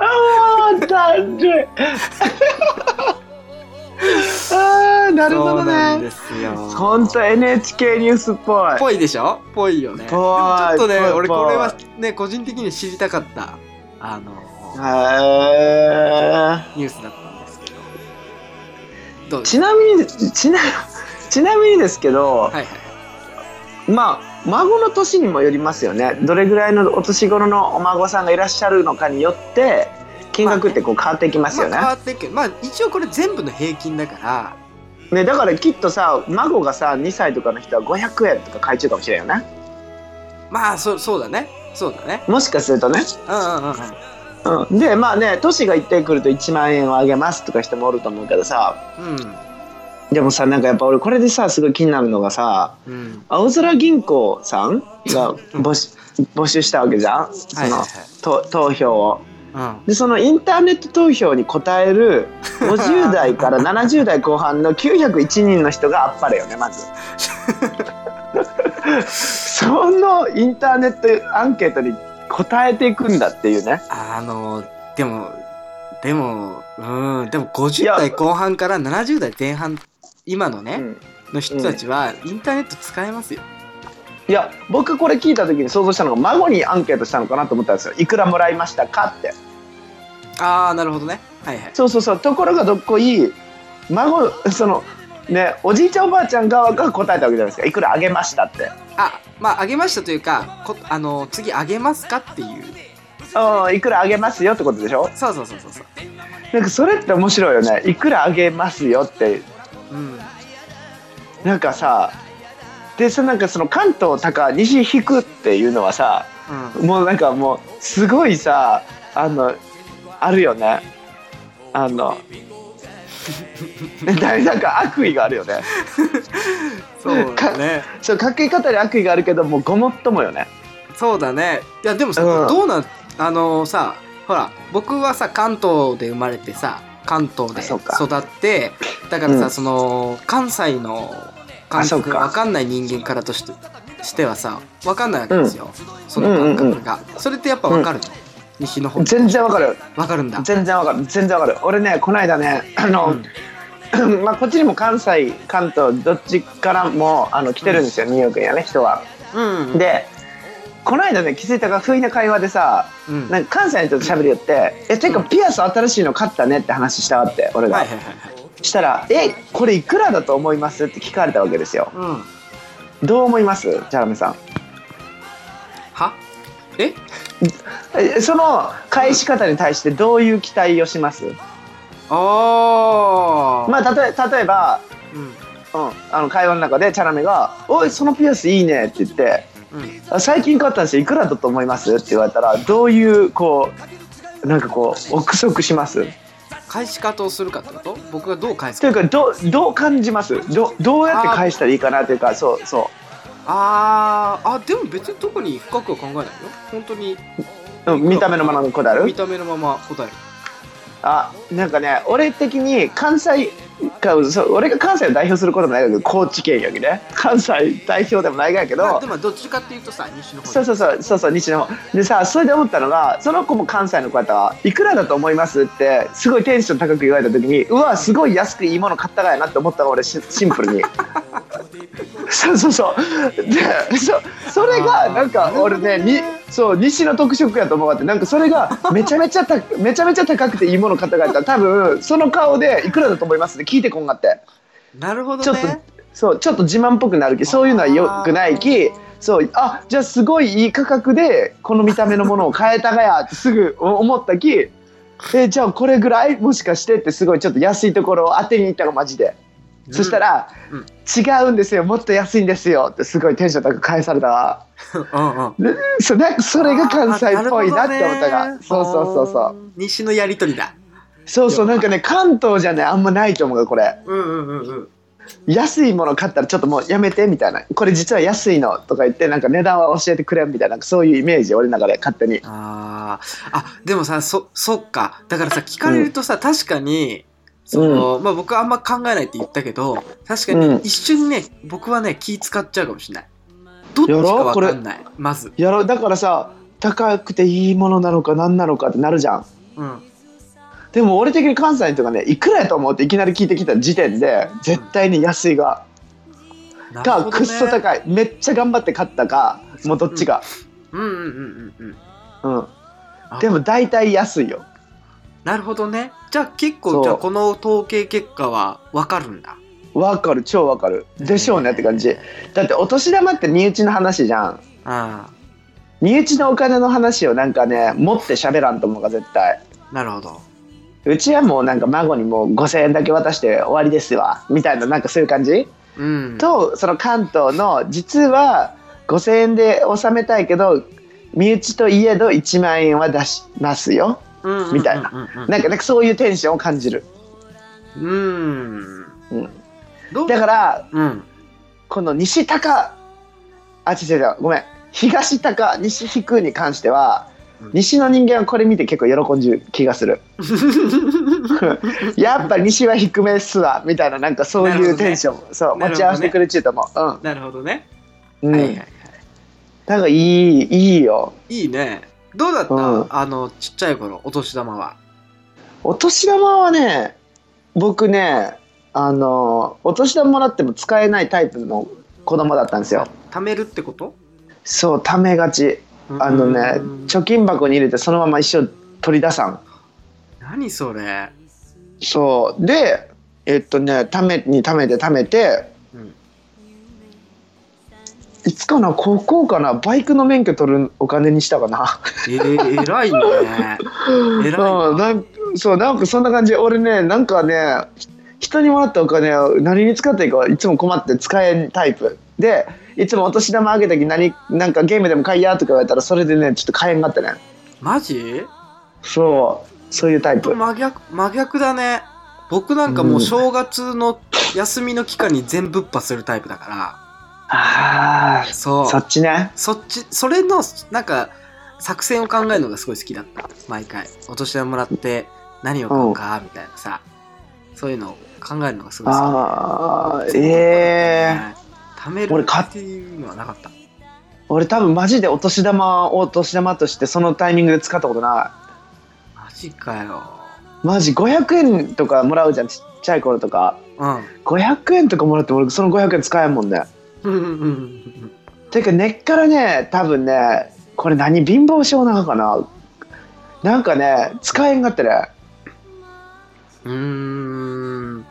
Speaker 1: あ、だ るい。ああ、 なるほ
Speaker 2: そう
Speaker 1: ど
Speaker 2: なん
Speaker 1: ね
Speaker 2: で。すよ
Speaker 1: 本当 NHK ニュースっぽい。
Speaker 2: ぽいでしょぽいよね
Speaker 1: ぽ
Speaker 2: ち
Speaker 1: い
Speaker 2: ょっとね
Speaker 1: ぽいぽい
Speaker 2: 俺これはね個人的に知りたかったあの
Speaker 1: へ
Speaker 2: ニュースだったんですけどどう
Speaker 1: ー
Speaker 2: です
Speaker 1: ちなみにちなちなみにですけど、
Speaker 2: はいはい
Speaker 1: まあ孫の年にもよりますよねどれぐらいのお年頃のお孫さんがいらっしゃるのかによって金額ってこう変わってきますよね,、
Speaker 2: まあ、変わってっけどまあ一応これ全部の平均だから
Speaker 1: ねだからきっとさ孫がさ2歳とかの人は500円とか買い中かもしれんよね
Speaker 2: まあそそうだねそうだね
Speaker 1: もしかするとね、
Speaker 2: うんうんうんうん
Speaker 1: うん、でまあね年が一定来ると1万円をあげますとか人もおると思うけどさ
Speaker 2: う
Speaker 1: でもさなんかやっぱ俺これでさすごい気になるのがさ
Speaker 2: ん。うん。
Speaker 1: 青空銀行さんが募集募集したわけじゃんそ
Speaker 2: はいはい
Speaker 1: の、
Speaker 2: はい。
Speaker 1: と投票を
Speaker 2: うん。
Speaker 1: でそのインターネット投票に答 える50代から70代後半の901人の人があっぱれよねまず そのインターネットアンケートに答えていくんだっていうね
Speaker 2: あの、でも、でも、うん、でも
Speaker 1: い
Speaker 2: 50
Speaker 1: や
Speaker 2: 代後半から70代前半、今のね、
Speaker 1: うん
Speaker 2: の人たちは、インターネット使えますよ。
Speaker 1: いや僕これ聞いた時に想像したのが孫にアンケートしたのかなと思ったんですよいくらもらいましたかって
Speaker 2: ああ、なるほどね。はいはい。
Speaker 1: そうそうそうところがどっこい孫そのねおじいちゃんおばあちゃん側が答えたわけじゃないですかいくらあげましたって
Speaker 2: あ、まあ、あげましたというか、こあの、次あげますかっていう。
Speaker 1: うんいくらあげますよってことでしょ
Speaker 2: そうそうそうそうそう。
Speaker 1: なんかそれって面白いよねいくらあげますよって
Speaker 2: うん。
Speaker 1: なんかさでさなんかその関東高西引くっていうのはさ
Speaker 2: うん。
Speaker 1: もうなんかもうすごいさあのあるよねあの ななんか悪意があるよね
Speaker 2: そうだね。
Speaker 1: そうかけ方に悪意があるけどもうごもっともよね
Speaker 2: そうだね。いや、でもさ、
Speaker 1: うん
Speaker 2: どうなん、あのさ、ほら、僕はさ、関東で生まれてさ、関東で
Speaker 1: あそうか
Speaker 2: 育って、だからさ、
Speaker 1: うん
Speaker 2: その、関西の感
Speaker 1: あそう
Speaker 2: 覚
Speaker 1: か
Speaker 2: わかんない人間からとしてしてはさわかんないわけですよ、その感覚が、それってやっぱわかるの、西の方
Speaker 1: 全然わかる
Speaker 2: わかるんだ
Speaker 1: 全然わかる全然わかる俺ねこの間ねあ
Speaker 2: う
Speaker 1: の
Speaker 2: ん、
Speaker 1: まあこっちにも関西関東どっちからもあの来てるんですよ、ニューヨークにはね人は
Speaker 2: うん、
Speaker 1: でこの間ね気づいたが不意な会話でさ
Speaker 2: うん、
Speaker 1: なんか関西の人と喋りよって「えてかピアス新しいの買ったね」って話したわって俺が、
Speaker 2: はいはいはいはい
Speaker 1: したら「えこれいくらだと思います?」って聞かれたわけですよ
Speaker 2: うん
Speaker 1: どう思いますチャラメさん
Speaker 2: はえ
Speaker 1: えその返し方に対してどういう期待をします、
Speaker 2: ああ、
Speaker 1: まあ、例え例えば、
Speaker 2: うん
Speaker 1: うん、あの会話の中でチャラメが「おいそのピアスいいね」って言って
Speaker 2: うん、
Speaker 1: 「あ最近買ったんですよいくらだと思います?」って言われたらどういうこうなんかこう憶測します
Speaker 2: 返し方をするかってこと僕がどう返す
Speaker 1: と
Speaker 2: か
Speaker 1: いうかどうどう感じますどどうやって返したらいいかなというかそうそ
Speaker 2: あーあでも別に特に深くは考えないよ本当に
Speaker 1: ううん見た目のままのこだわ
Speaker 2: 見
Speaker 1: る
Speaker 2: た目のまま答える
Speaker 1: あなんかね俺的に関西かそう俺が関西を代表することもないけど高知県やけどね関西代表でもないやけ
Speaker 2: まあ
Speaker 1: ど
Speaker 2: でもどっちかっていうとさ西の方
Speaker 1: そうそうそうそうそう西の方でさそれで思ったのがその子も関西の方はいくらだと思いますってすごいテンション高く言われた時にうわすごい安くいいもの買ったがやなって思ったの俺シシンプルにそうそうそうでそそれがなんか俺ねにそう西の特色やと思うわってなんかそれがめちゃめちゃためちゃめちゃ高くていいもの買ったがやったら多分その顔でいくらだと思いますって聞いてこんがって
Speaker 2: なるほど
Speaker 1: ちょっと
Speaker 2: ね
Speaker 1: そうちょっと自慢っぽくなるきそういうのはよくないきそうあじゃあすごいいい価格でこの見た目のものを買えたがやってすぐ思ったきえじゃあこれぐらいもしかしてってすごいちょっと安いところを当てに行ったのマジで、そしたら、
Speaker 2: うん
Speaker 1: 違うんですよもっと安いんですよ」ってすごいテンション高く返されたわ
Speaker 2: うんうんうん
Speaker 1: そうなんかそれが関西っぽいなって思った
Speaker 2: あな
Speaker 1: が
Speaker 2: る
Speaker 1: そ
Speaker 2: ほ
Speaker 1: う
Speaker 2: どね
Speaker 1: そうそうそ
Speaker 2: あ
Speaker 1: う
Speaker 2: ー西のやりとりだ
Speaker 1: そうそうなんかね関東じゃねあんまないと思うがこれ。
Speaker 2: うんうんうんうん
Speaker 1: 安いもの買ったらちょっともうやめてみたいなこれ実は安いのとか言ってなんか値段は教えてくれんみたいなそういうイメージ俺の中で勝手に
Speaker 2: あーあでもさそそっかだからさ聞かれるとさ、確かにその、まあ、僕はあんま考えないって言ったけど確か
Speaker 1: うん
Speaker 2: に一瞬ね、僕はね気使っちゃうかもしれないどっちかわかんないまず、
Speaker 1: やろうだからさ高くていいものなのか何なのかってなるじゃん
Speaker 2: うん、
Speaker 1: でも俺的に関西の人がねいくらやと思うっていきなり聞いてきた時点で絶対に安いが、
Speaker 2: なる
Speaker 1: か
Speaker 2: ほど
Speaker 1: くっそ
Speaker 2: ね
Speaker 1: 高いめっちゃ頑張って買ったかもうどっちか
Speaker 2: うんうんうんうんうん
Speaker 1: うん、でも大体安いよ
Speaker 2: なるほどねじゃあ結
Speaker 1: そ
Speaker 2: 構
Speaker 1: う
Speaker 2: じゃあこの統計結果はわかるんだ
Speaker 1: わかる超わかるでしょうねって感じだってお年玉って身内の話じゃん
Speaker 2: あ
Speaker 1: 身内のお金の話をなんかね持って喋らんと思うが絶対
Speaker 2: あなるほど
Speaker 1: うちはもうなんか孫にもう5,000円だけ渡して終わりですわみたいななんかそういう感じ、
Speaker 2: うん
Speaker 1: とその関東の実は5,000円で納めたいけど身内といえど1万円は出しますよ
Speaker 2: うんうんうんうん
Speaker 1: みたいななんかなんかそういうテンションを感じる
Speaker 2: うん
Speaker 1: うん
Speaker 2: どう
Speaker 1: だから
Speaker 2: うん
Speaker 1: この西高あ違う違うごめん東高西低に関しては
Speaker 2: うん
Speaker 1: 西の人間はこれ見て結構喜んじる気 がするやっぱ西は低めっすわみたいななんかそういうテンション、そう
Speaker 2: なるほどね
Speaker 1: 持ち合わせてくれちゅうと思う、
Speaker 2: なるほどね、
Speaker 1: うん、
Speaker 2: は
Speaker 1: う
Speaker 2: い
Speaker 1: ん
Speaker 2: はいはい
Speaker 1: なんかいいいいよ
Speaker 2: いいねどうだった、
Speaker 1: うん
Speaker 2: あのちっちゃい頃お年玉は
Speaker 1: お年玉はね僕ねあのお年玉もらっても使えないタイプの子供だったんですよ
Speaker 2: 貯めるってこと
Speaker 1: そうためがちあのね
Speaker 2: うん
Speaker 1: 貯金箱に入れてそのまま一生取り出さん
Speaker 2: 何それ
Speaker 1: そうでえっとねためにためてためて
Speaker 2: うん
Speaker 1: いつかな高校かなバイクの免許取るお金にしたかな
Speaker 2: えー、偉いね偉いな
Speaker 1: うんなん そうなんかそんな感じ俺ねなんかね人にもらったお金を何に使っていいかいつも困って使えんタイプでいつもお年玉あげた時何なんかゲームでも買いやとか言われたらそれでねちょっと買えんかったね
Speaker 2: マジ
Speaker 1: そうそういうタイプ
Speaker 2: 真逆真逆だね僕なんかもう正月の休みの期間に全ぶっ破するタイプだか
Speaker 1: あ
Speaker 2: らそ
Speaker 1: あ
Speaker 2: う
Speaker 1: そっちね
Speaker 2: そっちそれのなんか作戦を考えるのがすごい好きだった毎回お年玉もらって何を買おうかみたいなさそういうのを考えるのがすごい好
Speaker 1: ああ
Speaker 2: き。
Speaker 1: ええ
Speaker 2: 貯め
Speaker 1: 俺
Speaker 2: る
Speaker 1: 買っ
Speaker 2: っていうのはなかった。
Speaker 1: 俺多分マジでお年玉をお年玉としてそのタイミングで使ったことな
Speaker 2: マジかよ。
Speaker 1: いマジ500円とかもらうじゃんちっちゃい頃とか
Speaker 2: うん。
Speaker 1: 500円とかもらっても俺その500円使えんもんね
Speaker 2: うんうんうん
Speaker 1: てか根っからね多分ねこれ何貧乏症なのかななんかね使えんかったね
Speaker 2: うん。うーん。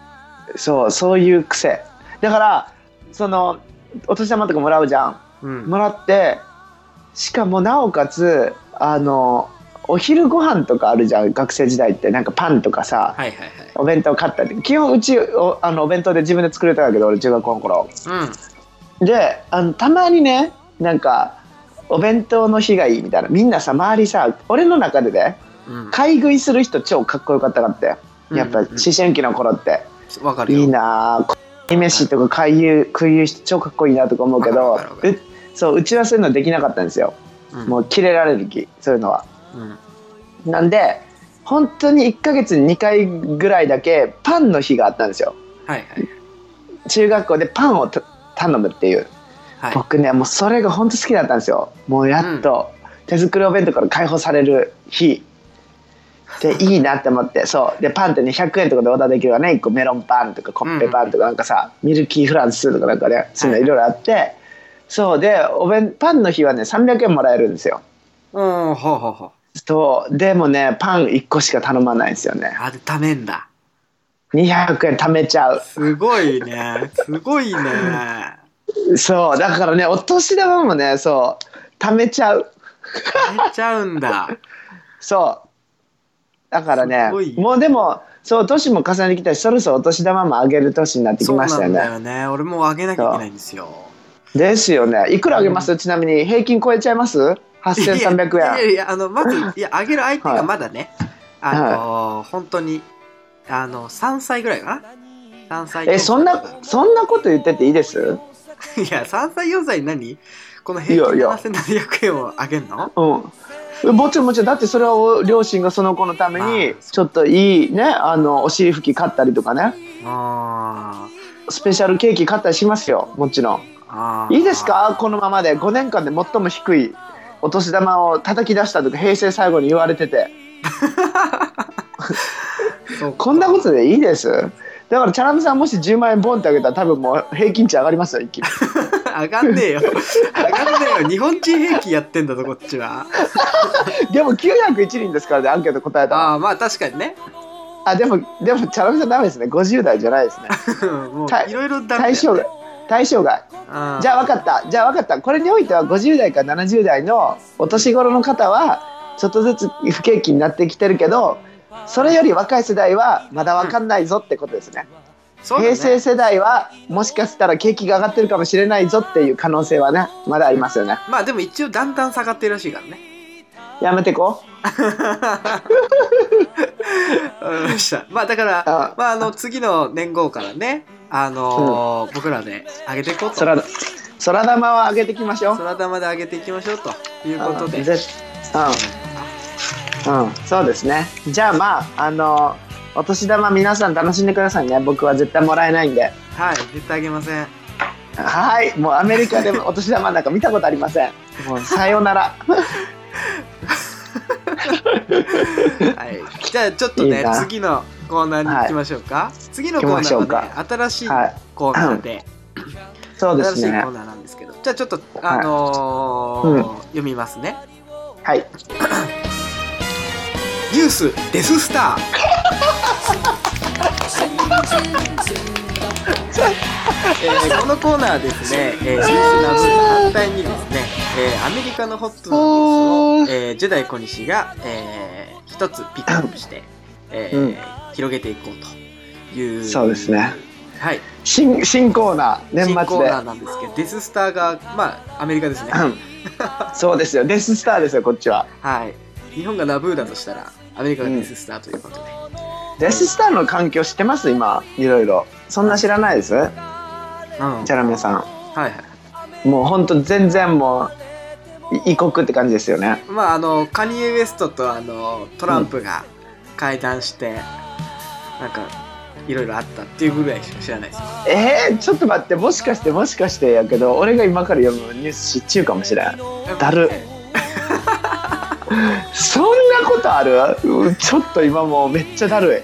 Speaker 1: そうそういう癖だからそのお年玉とかもらうじゃん
Speaker 2: うん。
Speaker 1: もらってしかもなおかつあのお昼ご飯とかあるじゃん学生時代ってなんかパンとかさ
Speaker 2: はいはいはい。
Speaker 1: お弁当買ったり基本うちおあのお弁当で自分で作れたんだけど俺中学校の頃
Speaker 2: うん。
Speaker 1: であのたまにねなんかお弁当の日がいいみたいなみんなさ周りさ俺の中でね
Speaker 2: うん
Speaker 1: 買い食いする人超かっこよかったかってやっぱ
Speaker 2: うん
Speaker 1: 思春期の頃って、
Speaker 2: わかるよ。
Speaker 1: いいなあこい飯とか買いゆ食いゆう人超かっこいいなとか思うけど
Speaker 2: わかるわかる
Speaker 1: うそううちはそういうのできなかったんですよ
Speaker 2: うん。
Speaker 1: もうキレられる気そういうのは
Speaker 2: うん。
Speaker 1: なんで本当に1ヶ月に2回ぐらいだけパンの日があったんですよ
Speaker 2: はいはい。
Speaker 1: 中学校でパンをた頼むっていう
Speaker 2: はい。
Speaker 1: 僕ねもうそれが本当好きだったんですよもうやっと手作りお弁当から解放される日でいいなって思ってそうでパンってね100円とかでオーダーできるわね1個メロンパンとかコッペパンとかなんかさ、ミルキーフランスとかなんかねそういうのいろいろあって、そうでお弁パンの日はね300円もらえるんですよ
Speaker 2: うん、ほうほうほう。
Speaker 1: そうでもねパン1個しか頼まないんですよね
Speaker 2: あ、で、貯めんだ。
Speaker 1: 200円貯めちゃう
Speaker 2: すごいね。すごいね。
Speaker 1: そうだからねお年玉もねそう貯めちゃう
Speaker 2: 貯めちゃうんだ。
Speaker 1: そう。だからね
Speaker 2: すごい、
Speaker 1: もうでも、そう、年も重ねてきたし、そろそろお年玉も上げる年になってき
Speaker 2: そうな
Speaker 1: ましたよ
Speaker 2: んだ
Speaker 1: ね。
Speaker 2: よね。俺もあげなきゃいけないんですよ。
Speaker 1: ですよね。いくら上げます、ちなみに、平均超えちゃいます ?8300
Speaker 2: いやいや
Speaker 1: 円。
Speaker 2: いや、あの、まず、いや、あげる相手がまだね、
Speaker 1: はい
Speaker 2: あの、本当に、あの、3歳ぐらいかな ?3 歳。
Speaker 1: え、そんな、そんなこと言ってていいです
Speaker 2: いや、3歳、4歳に何この平均
Speaker 1: いやいや
Speaker 2: 7700円をあげんの
Speaker 1: うん。えもちろんもちろんだってそれを両親がその子のために
Speaker 2: あ
Speaker 1: ちょっといいねあのお尻拭き買ったりとかね
Speaker 2: あ
Speaker 1: スペシャルケーキ買ったりしますよもちろん
Speaker 2: ーあー。
Speaker 1: いいですかこのままで5年間で最も低いお年玉を叩き出したとか平成最後に言われてて
Speaker 2: そうか
Speaker 1: こんなことでいいですだからチャラムさんもし10万円ボンってあげたら多分もう平均値上がりますよ一気に
Speaker 2: 上がんねえよ。上がんねえよ。日本人平均やってんだぞ、こっちは。
Speaker 1: でも901人ですからねアンケート答えたら
Speaker 2: ああ、まあ確かにね。
Speaker 1: あでもでもチャラムさんダメですね50代じゃないですね
Speaker 2: も
Speaker 1: た
Speaker 2: ういろいろダメだよね。
Speaker 1: 対象外対象外
Speaker 2: うん
Speaker 1: じゃあ分かったじゃあ分かったこれにおいては50代から70代のお年頃の方はちょっとずつ不景気になってきてるけどそれより若い世代はまだ分かんないぞってことですね
Speaker 2: そうだね
Speaker 1: 平成世代はもしかしたら景気が上がってるかもしれないぞっていう可能性はねまだありますよね
Speaker 2: まあでも一応だんだん下がってるらしいからね。
Speaker 1: やめてこ
Speaker 2: わかりました。まあだから、
Speaker 1: あ
Speaker 2: まああの次の年号からね、あのー僕らで上げていこう
Speaker 1: う
Speaker 2: と。
Speaker 1: 空空玉は上げてきましょう
Speaker 2: 空玉で上げていきましょうということで。
Speaker 1: うんぜうん、うん、そうですねじゃあまああのお年玉皆さん楽しんでくださいね僕は絶対もらえないんで
Speaker 2: はい、絶対あげません。
Speaker 1: はいもうアメリカ でもお年玉なんか見たことありませんもうさよな
Speaker 2: は
Speaker 1: ら
Speaker 2: い、じゃあちょっとね
Speaker 1: いいな
Speaker 2: 次のコーナーに行きましょうか、次のコーナー
Speaker 1: 行きま
Speaker 2: はね
Speaker 1: しょ
Speaker 2: 新しい
Speaker 1: はい
Speaker 2: コーナーで
Speaker 1: そうで
Speaker 2: 新し
Speaker 1: す
Speaker 2: いコ
Speaker 1: ね
Speaker 2: ーナーなんですけどじゃあちょっとあのー
Speaker 1: うん
Speaker 2: 読みますね
Speaker 1: はい
Speaker 2: 「ニュースデススター」 えーこのコーナーですね、えー、リスナーの反対にですね、えーアメリカのホットなニュースを、えージェダイ小西が、えー一つピックアップして、えー
Speaker 1: うん
Speaker 2: 広げていこうという
Speaker 1: そうですね
Speaker 2: はい
Speaker 1: 新新コーナー年末
Speaker 2: 新
Speaker 1: で
Speaker 2: コーナーなんですけどデススターがまあアメリカですね
Speaker 1: うん そうですよデススターですよこっちは
Speaker 2: はい日本がナブーだとしたらアメリカがデススターということで、
Speaker 1: デススターの環境知ってます今いろいろそんな知らないですチ
Speaker 2: うん
Speaker 1: ャラメさ
Speaker 2: はいはい
Speaker 1: んもうほんと全然もうい異国って感じですよね
Speaker 2: まああのカニエ・ウエストとあのトランプが会談して、なんかいろいろあったっていうぐらいしか知らないです
Speaker 1: えー、ちょっと待ってもしかしてもしかしてやけど俺が今から読むニュース知っちゅうかもしれんだるそんなことあるうんちょっと今もうめっちゃだる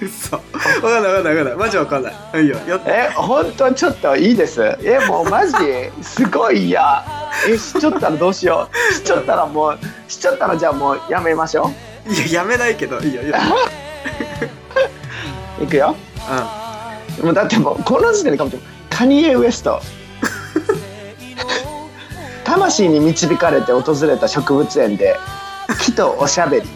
Speaker 1: い
Speaker 2: 嘘わかんないわかんないわかんないマジわかんないはいいよやっ
Speaker 1: え本当ちょっといいですえもうマジすごい嫌えしちょったらどうしようしちょったらもうしちょったらじゃあもうやめましょ
Speaker 2: いややめないけどいいよいいよ、
Speaker 1: ういくよ
Speaker 2: う
Speaker 1: もうだってもうこの時点でかもしれないカニエ・ウエスト魂に導かれて訪れた植物園で木とおしゃべり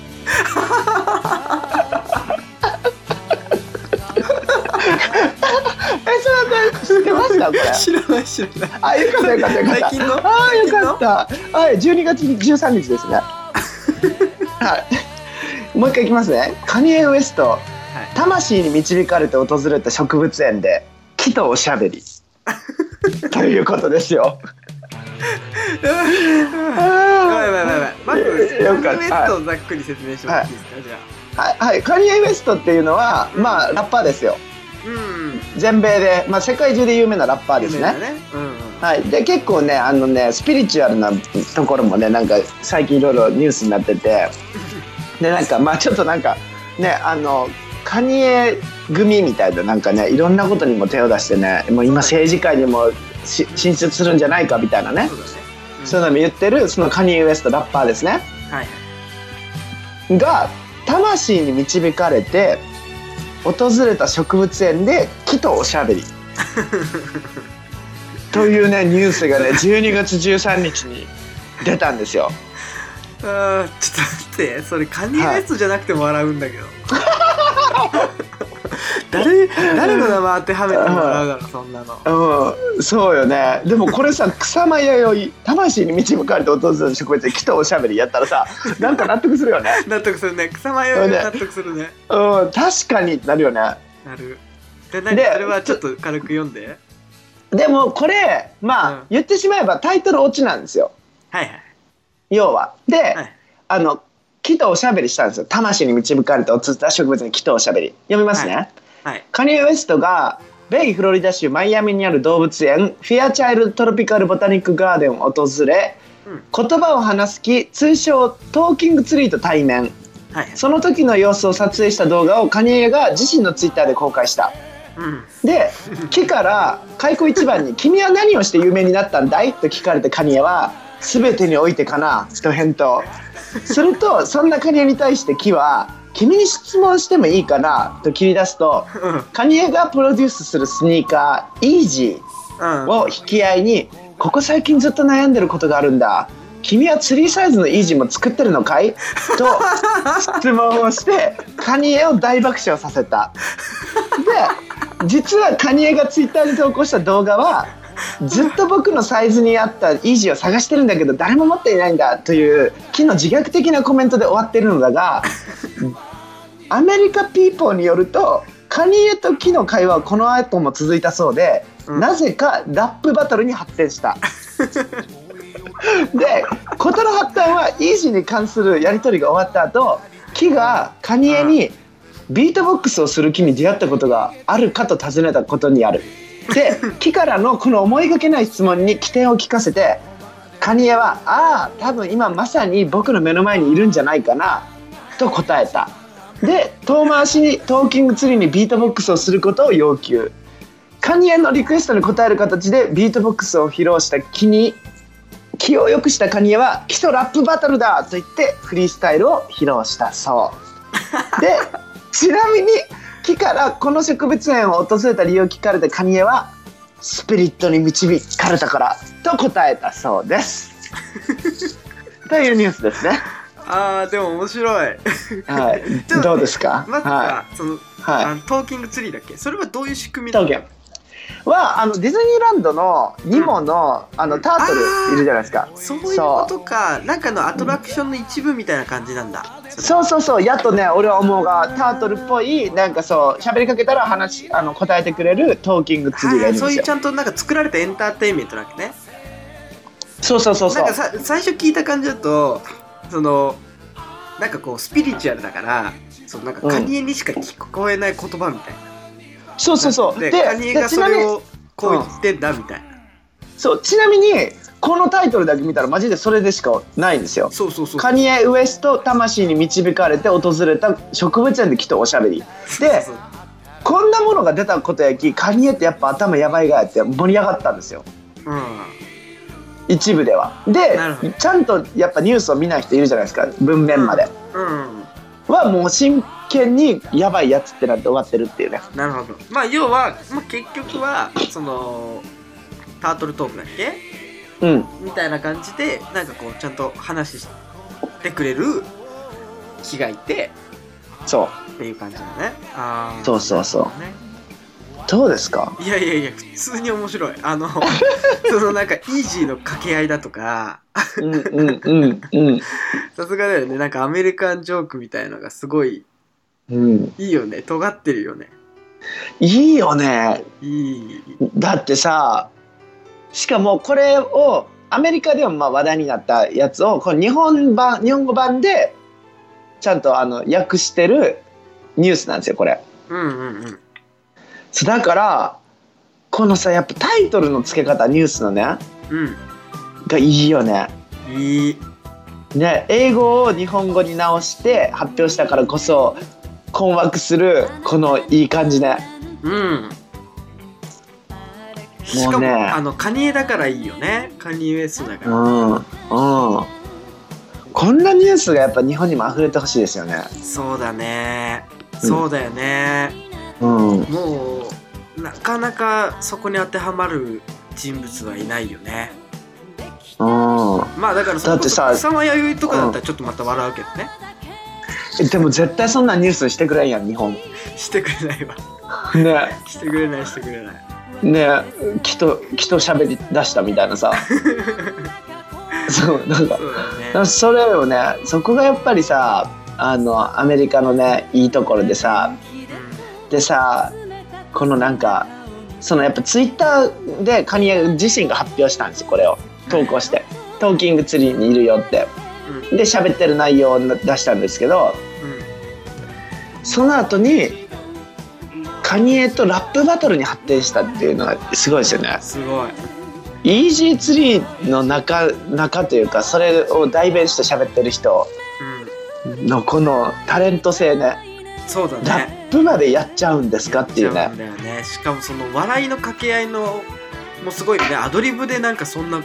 Speaker 1: えそれ知ってましたこれ
Speaker 2: ん、知らない知らない
Speaker 1: あよかったよかったよかった
Speaker 2: 最近の
Speaker 1: ああ
Speaker 2: 最
Speaker 1: よ
Speaker 2: 近の
Speaker 1: かったはい12月13日 ですねはいもう一回いきますねカニエ・ウエスト
Speaker 2: はい
Speaker 1: 魂に導かれて訪れた植物園で木とおしゃ べりということですよ。
Speaker 2: やばいやばいやばいまず
Speaker 1: よ
Speaker 2: カ
Speaker 1: か
Speaker 2: ニ
Speaker 1: っ
Speaker 2: エウエス
Speaker 1: た
Speaker 2: トをざっくり説明してもらっていいですか、じゃあ
Speaker 1: はい、はい、カニエ・ウエストっていうのは、まあ、ラッパーですよ。
Speaker 2: うん
Speaker 1: 全米で、まあ、世界中で有名なラッパーです
Speaker 2: 有名だ
Speaker 1: ね。
Speaker 2: うんうん
Speaker 1: はい、で結構ねあのねスピリチュアルなところもねなんか最近いろいろニュースになっててでなんかまあちょっとなんかねあのカニエ組みたいななんかねいろんなことにも手を出してねもう今政治界にもし進出するんじゃないかみたいな
Speaker 2: そ
Speaker 1: ね
Speaker 2: うだね、うん
Speaker 1: そういうのも言ってるそのカニエ・ウエストラッパーですね
Speaker 2: はい
Speaker 1: が魂に導かれて訪れた植物園で木とおしゃべ りというねニュースがね12月13日に出たんですよ
Speaker 2: あーちょっと待ってそれカニエウエストじゃなくても笑うんだけど、 誰誰の名前当てはめても笑うだろそんなの
Speaker 1: うんそうよねでもこれさ草間弥生魂に導かれて訪れた植物園木とおしゃべりやったらさなんか納得するよね
Speaker 2: 納得するね草間弥生が納得するね
Speaker 1: うん確かにってなるよね
Speaker 2: なるで何
Speaker 1: で
Speaker 2: それはちょっと軽く読んで
Speaker 1: でもこれまあ、
Speaker 2: うん
Speaker 1: 言ってしまえばタイトル落ちなんですよ
Speaker 2: はいはい
Speaker 1: 要はで、
Speaker 2: はい
Speaker 1: あの木とおしゃべりしたんですよ魂に導かれて移った植物に木とおしゃべり読みますね、
Speaker 2: はい
Speaker 1: カニエ・ウエストがベイ・フロリダ州マイアミにある動物園フィアチャイルド・トロピカル・ボタニック・ガーデンを訪れ
Speaker 2: うん
Speaker 1: 言葉を話す木通称トーキングツリーと対面
Speaker 2: はい
Speaker 1: その時の様子を撮影した動画をカニエが自身のツイッターで公開した
Speaker 2: うん
Speaker 1: で木から開口一番に「君は何をして有名になったんだい?」と聞かれたカニエは「全てにおいてかな」と返答するとそんなカニエに対して木は「君に質問してもいいかな?」と切り出すと
Speaker 2: うん
Speaker 1: カニエがプロデュースするスニーカー「イージ
Speaker 2: うん
Speaker 1: ーを引き合いに「ここ最近ずっと悩んでることがあるんだ君はツリーサイズのイージーも作ってるのかい?」と質問をしてカニエを大爆笑させた。で実はカニエがツイッターに投稿した動画はずっと僕のサイズに合ったイージーを探してるんだけど誰も持っていないんだという木の自虐的なコメントで終わってるのだがアメリカピーポーによるとカニエと木の会話はこの後も続いたそうで、
Speaker 2: うん
Speaker 1: なぜかラップバトルに発展した。で事の発端はイージーに関するやり取りが終わった後木がカニエにビートボックスをする木に出会ったことがあるかと尋ねたことにある で木からのこの思いがけない質問に起点を聞かせてカニエは「ああ多分今まさに僕の目の前にいるんじゃないかな」と答えたで遠回しにトーキングツリーにビートボックスをすることを要求カニエのリクエストに応える形でビートボックスを披露した木に気を良くしたカニエは「基礎ラップバトルだ!」と言ってフリースタイルを披露し たそうでちなみに木からこの植物園を訪れた理由を聞かれたカニエは「スピリットに導かれたから」と答えたそうです というニュースですね、
Speaker 2: あーでも面白い
Speaker 1: はい
Speaker 2: ちょっと待って、
Speaker 1: どうですか
Speaker 2: まず
Speaker 1: は
Speaker 2: はその
Speaker 1: い、はい
Speaker 2: あのトーキングツリーだっけそれはどういう仕組みな
Speaker 1: ト
Speaker 2: の
Speaker 1: ーキンはあのディズニーランドのニモの,、あのタートルいるじゃないですか
Speaker 2: そういうことかなんかのアトラクションの一部みたいな感じなんだう
Speaker 1: そうそうそうやっとね俺は思うがタートルっぽいなんかそう喋りかけたら話あの答えてくれるトーキングツリーがいるん
Speaker 2: そう
Speaker 1: です
Speaker 2: いう
Speaker 1: よ
Speaker 2: ちゃんとなんか作られたエンターテインメントなわけね
Speaker 1: そうそうそうそう
Speaker 2: なんかさ最初聞いた感じだとそのなんかこうスピリチュアルだからそうなんかカニエにしか聞こえない言葉みたいな、
Speaker 1: そうそうそう。
Speaker 2: で
Speaker 1: で、
Speaker 2: カニエが
Speaker 1: でち
Speaker 2: そ
Speaker 1: なみ
Speaker 2: れ
Speaker 1: に、
Speaker 2: をこう言ってんだみたいな、
Speaker 1: そう、ちなみに、このタイトルだけ見たらマジでそれでしかないんですよ。
Speaker 2: そうそうそう
Speaker 1: カニエ・ウエスト魂に導かれて訪れた植物園で来たおしゃべりで
Speaker 2: そう
Speaker 1: こんなものが出たことやきカニエってやっぱ頭やばいがやって盛り上がったんですよ
Speaker 2: そううん
Speaker 1: 一部では
Speaker 2: なるほど
Speaker 1: でちゃんとやっぱニュースを見ない人いるじゃないですか文面まで、
Speaker 2: うん
Speaker 1: はもう真剣にやばいやつってなって終わってるっていうね
Speaker 2: なるほどまあ要は、まあ、結局はそのタートルトークだっけ
Speaker 1: うん
Speaker 2: みたいな感じでなんかこうちゃんと話してくれる気がいて
Speaker 1: そう
Speaker 2: っていう感じだねああ
Speaker 1: そうそうそう
Speaker 2: ね
Speaker 1: どうですか
Speaker 2: いやいやいや普通に面白いあ のそのなんかイージーの掛け合いだとか
Speaker 1: うんうんうんうん
Speaker 2: さすがだよねなんかアメリカンジョークみたいのがすごい
Speaker 1: うん
Speaker 2: いいよね尖ってるよね
Speaker 1: いいよね
Speaker 2: いい
Speaker 1: だってさしかもこれをアメリカでもまあ話題になったやつをこの日本版日本語版でちゃんとあの訳してるニュースなんですよこれ
Speaker 2: うんうんうん
Speaker 1: そうだからこのさやっぱタイトルの付け方ニュースのねがいいよね
Speaker 2: うんいい
Speaker 1: ね英語を日本語に直して発表したからこそ困惑するこのいい感じね
Speaker 2: うんしか
Speaker 1: も
Speaker 2: も、
Speaker 1: うね
Speaker 2: あのカニエだからいいよねカニエウエストだか
Speaker 1: う
Speaker 2: ら、
Speaker 1: んうんこんなニュースがやっぱ日本にも溢れてほしいですよね
Speaker 2: そうだね
Speaker 1: うん
Speaker 2: そうだよね、
Speaker 1: うん
Speaker 2: もうなかなかそこに当てはまる人物はいないよね
Speaker 1: うん
Speaker 2: まあだから
Speaker 1: だってさ
Speaker 2: 草間弥生とかだったらちょっとまた笑うけどね、
Speaker 1: えでも絶対そんなニュースしてくれんやん日 本ね
Speaker 2: してくれないわ してくれないしてくれない
Speaker 1: ねきっときっと喋り出したみた いなさそうな
Speaker 2: そ
Speaker 1: んか
Speaker 2: うだね
Speaker 1: なんかそれをねそこがやっぱりさあのアメリカのねいいところでさでさこのなんかそのやっぱツイッターでカニエ自身が発表したんですよこれを投稿して「トーキングツリーにいるよ」ってで喋ってる内容を出したんですけど
Speaker 2: うん、うん
Speaker 1: その後にカニエとラップバトルに発展したっていうのがすごいですよね
Speaker 2: すごい
Speaker 1: イージーツリーの中中というかそれを代弁して喋ってる人
Speaker 2: う
Speaker 1: のこのタレント性ね
Speaker 2: んそうだ
Speaker 1: ラ
Speaker 2: ね
Speaker 1: ップまでやっちゃうんですかっていう
Speaker 2: やっ
Speaker 1: ね
Speaker 2: ちゃうんだよねしかもその笑いの掛け合いのもうすごいよねアドリブでなんかそんな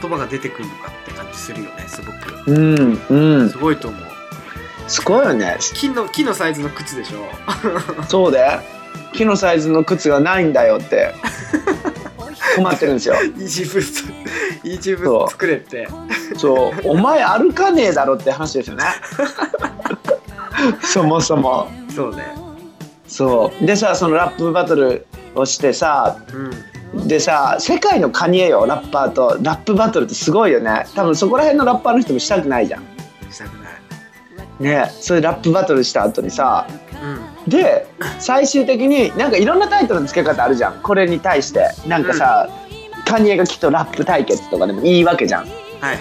Speaker 2: 言葉が出てくるのかって感じするよねすごく
Speaker 1: うんうん
Speaker 2: すごいと思う
Speaker 1: すごいよね
Speaker 2: 木の木のサイズの靴でしょ
Speaker 1: そうで木のサイズの靴がないんだよって困ってるんですよ
Speaker 2: イージーブーツイージーブーツ作れって
Speaker 1: そうお前歩かねえだろって話ですよね そもそも
Speaker 2: そうね
Speaker 1: そうでさそのラップバトルをしてさ
Speaker 2: うん
Speaker 1: でさ世界のカニエよラッパーとラップバトルってすごいよね多分そこら辺のラッパーの人もしたくないじゃん
Speaker 2: したくない
Speaker 1: ねそれでラップバトルした後にさ
Speaker 2: うん
Speaker 1: で最終的になんかいろんなタイトルの付け方あるじゃんこれに対してなんかさ、カニエがきっとラップ対決とかでもいいわけじゃん
Speaker 2: はいはい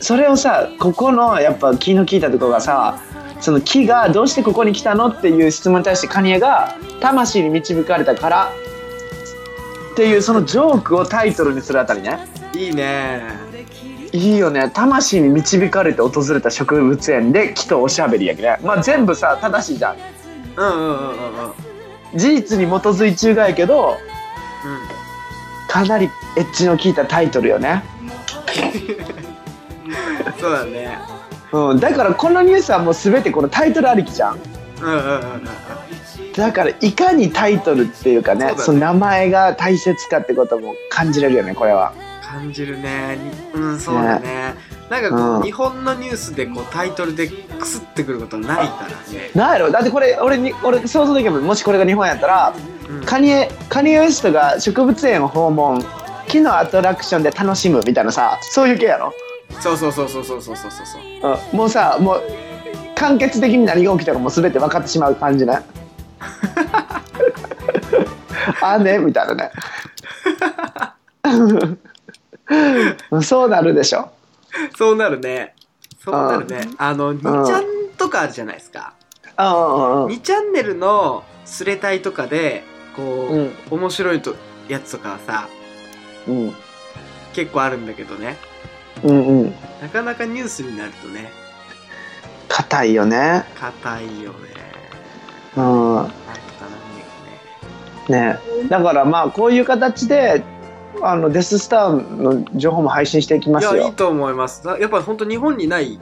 Speaker 1: それをさここのやっぱ気の利いたところがさその木がどうしてここに来たのっていう質問に対してカニエが「魂に導かれたから」っていうそのジョークをタイトルにするあたりね
Speaker 2: いいね
Speaker 1: いいよね魂に導かれて訪れた植物園で木とおしゃべりやけどねまあ全部さ正しいじゃん
Speaker 2: うんうんうんうんうんうん
Speaker 1: 事実に基づいちゅうがやけどかなりエッジの効いたタイトルよね、
Speaker 2: そうだね
Speaker 1: うん、だからこのニュースはもう全てこのタイトルありきじゃん
Speaker 2: うんうんうんうんうん
Speaker 1: だからいかにタイトルっていうかね
Speaker 2: そう
Speaker 1: そ
Speaker 2: だね
Speaker 1: の名前が大切かってことも感じれるよねこれは
Speaker 2: 感じるねにうんそうだねなんかこう、
Speaker 1: うん
Speaker 2: 日本のニュースでこうタイトルでくすってくることないからね
Speaker 1: なんやろだってこれ俺に俺想像できるもんもしこれが日本やったら
Speaker 2: うん
Speaker 1: カニエカニエ・ウエストが植物園を訪問木のアトラクションで楽しむみたいなさそういう系やろ、
Speaker 2: そうそうそうそうそうそうそうそうそう
Speaker 1: うん、もうさもう完結的に何が起きたかもう全て分かってしまう感じねあねみたいなねそうなるでしょ
Speaker 2: そうなるねそうなるねあの2ちゃんとかあるじゃないですか
Speaker 1: ああ、うん
Speaker 2: 2チャンネルのスレタイとかでこう、
Speaker 1: うん。
Speaker 2: 面白いとやつとかさ
Speaker 1: うん。
Speaker 2: 結構あるんだけどね
Speaker 1: うんうん。
Speaker 2: なかなかニュースになるとね
Speaker 1: 硬いよね。
Speaker 2: 硬いよね
Speaker 1: うん。
Speaker 2: なんとかなんだよね
Speaker 1: ねだからまあこういう形であのデススターの情報も配信していきます
Speaker 2: いやいい
Speaker 1: よ。
Speaker 2: と思いますだやっぱ本当日本にない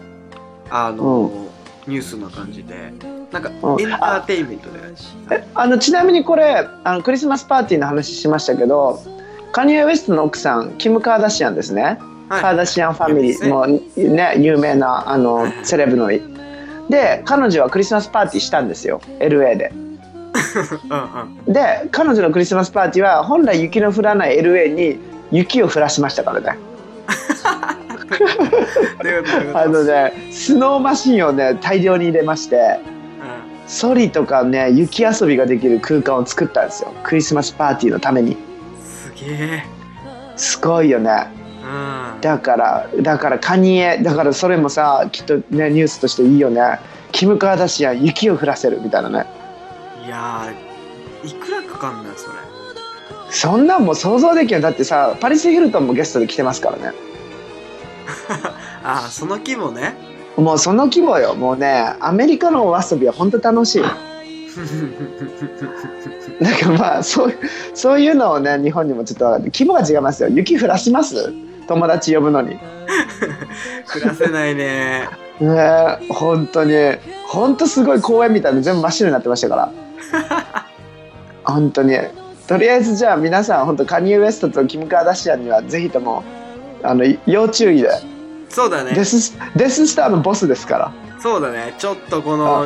Speaker 2: あの、ニュースな感じでなんかエンタ
Speaker 1: うん
Speaker 2: ーテインメントで、
Speaker 1: えあのちなみにこれあのクリスマスパーティーの話しましたけどカニエ・ウェストの奥さんキム・カーダシアンですね、
Speaker 2: はい
Speaker 1: カーダシアンファミリーもうね有名なあのセレブので彼女はクリスマスパーティーしたんですよ LA で
Speaker 2: うんうん
Speaker 1: で彼女のクリスマスパーティーは本来雪の降らない LA に雪を降らしましたからね
Speaker 2: ということで
Speaker 1: あのねスノーマシンをね大量に入れまして
Speaker 2: うん
Speaker 1: ソリとかね雪遊びができる空間を作ったんですよクリスマスパーティーのために
Speaker 2: すげえ
Speaker 1: すごいよね
Speaker 2: うん
Speaker 1: だからだからカニエだからそれもさきっとねニュースとしていいよねキム・カーダシアン雪を降らせるみたいなね
Speaker 2: いやーいくらかかんないそれ
Speaker 1: そんなんもう想像できないだってさパリス・ヒルトンもゲストで来てますからね
Speaker 2: ああその規模ね
Speaker 1: もうその規模よもうねアメリカのお遊びは本当楽しいなんかまあそうそういうのをね日本にもちょっと規模が違いますよ雪降らします友達呼ぶのに
Speaker 2: 暮らせないね
Speaker 1: ねえ本当に本当すごい公園みたいな全部真っ白になってましたから本当にとりあえずじゃあ皆さん本当カニエ・ウエストとキム・カーダシアンにはぜひともあの要注意で
Speaker 2: そうだね
Speaker 1: デスデススターのボスですから
Speaker 2: そうだねちょっとこの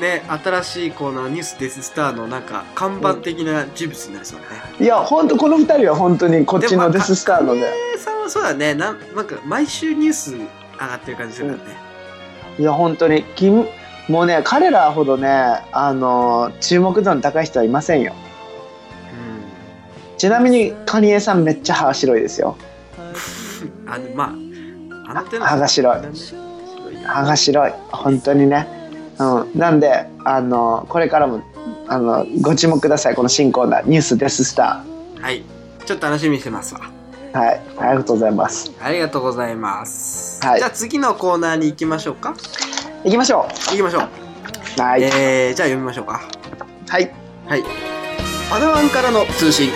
Speaker 2: ね新しいこのニュースデススターのなんか看板的な人物になりそうだね、
Speaker 1: いや本当この二人は本当にこっち
Speaker 2: でもま
Speaker 1: の
Speaker 2: あ
Speaker 1: デススターのね
Speaker 2: えーさんはそうだねなんなんか毎週ニュース上がってる感じするからね、
Speaker 1: いや本当にキムもうね彼らほどねあの注目度の高い人はいませんよちなみにカニエさんめっちゃ歯白いですよ
Speaker 2: うん あのまああの手の
Speaker 1: 歯が白い
Speaker 2: ね白いよ
Speaker 1: 歯が白い本当にね、うん、なんであのこれからもあのご注目くださいこの新コーナー「ニュースデススタ
Speaker 2: はいちょっと楽しみにしてますわ
Speaker 1: ー」はいありがとうございます
Speaker 2: ありがとうございます、
Speaker 1: はい
Speaker 2: じゃあ次のコーナーに行きましょうか
Speaker 1: 行きましょ
Speaker 2: 行きましょう、
Speaker 1: うはい、
Speaker 2: えー、じゃあ読みましょうか
Speaker 1: はい
Speaker 2: はいパダワンからの通信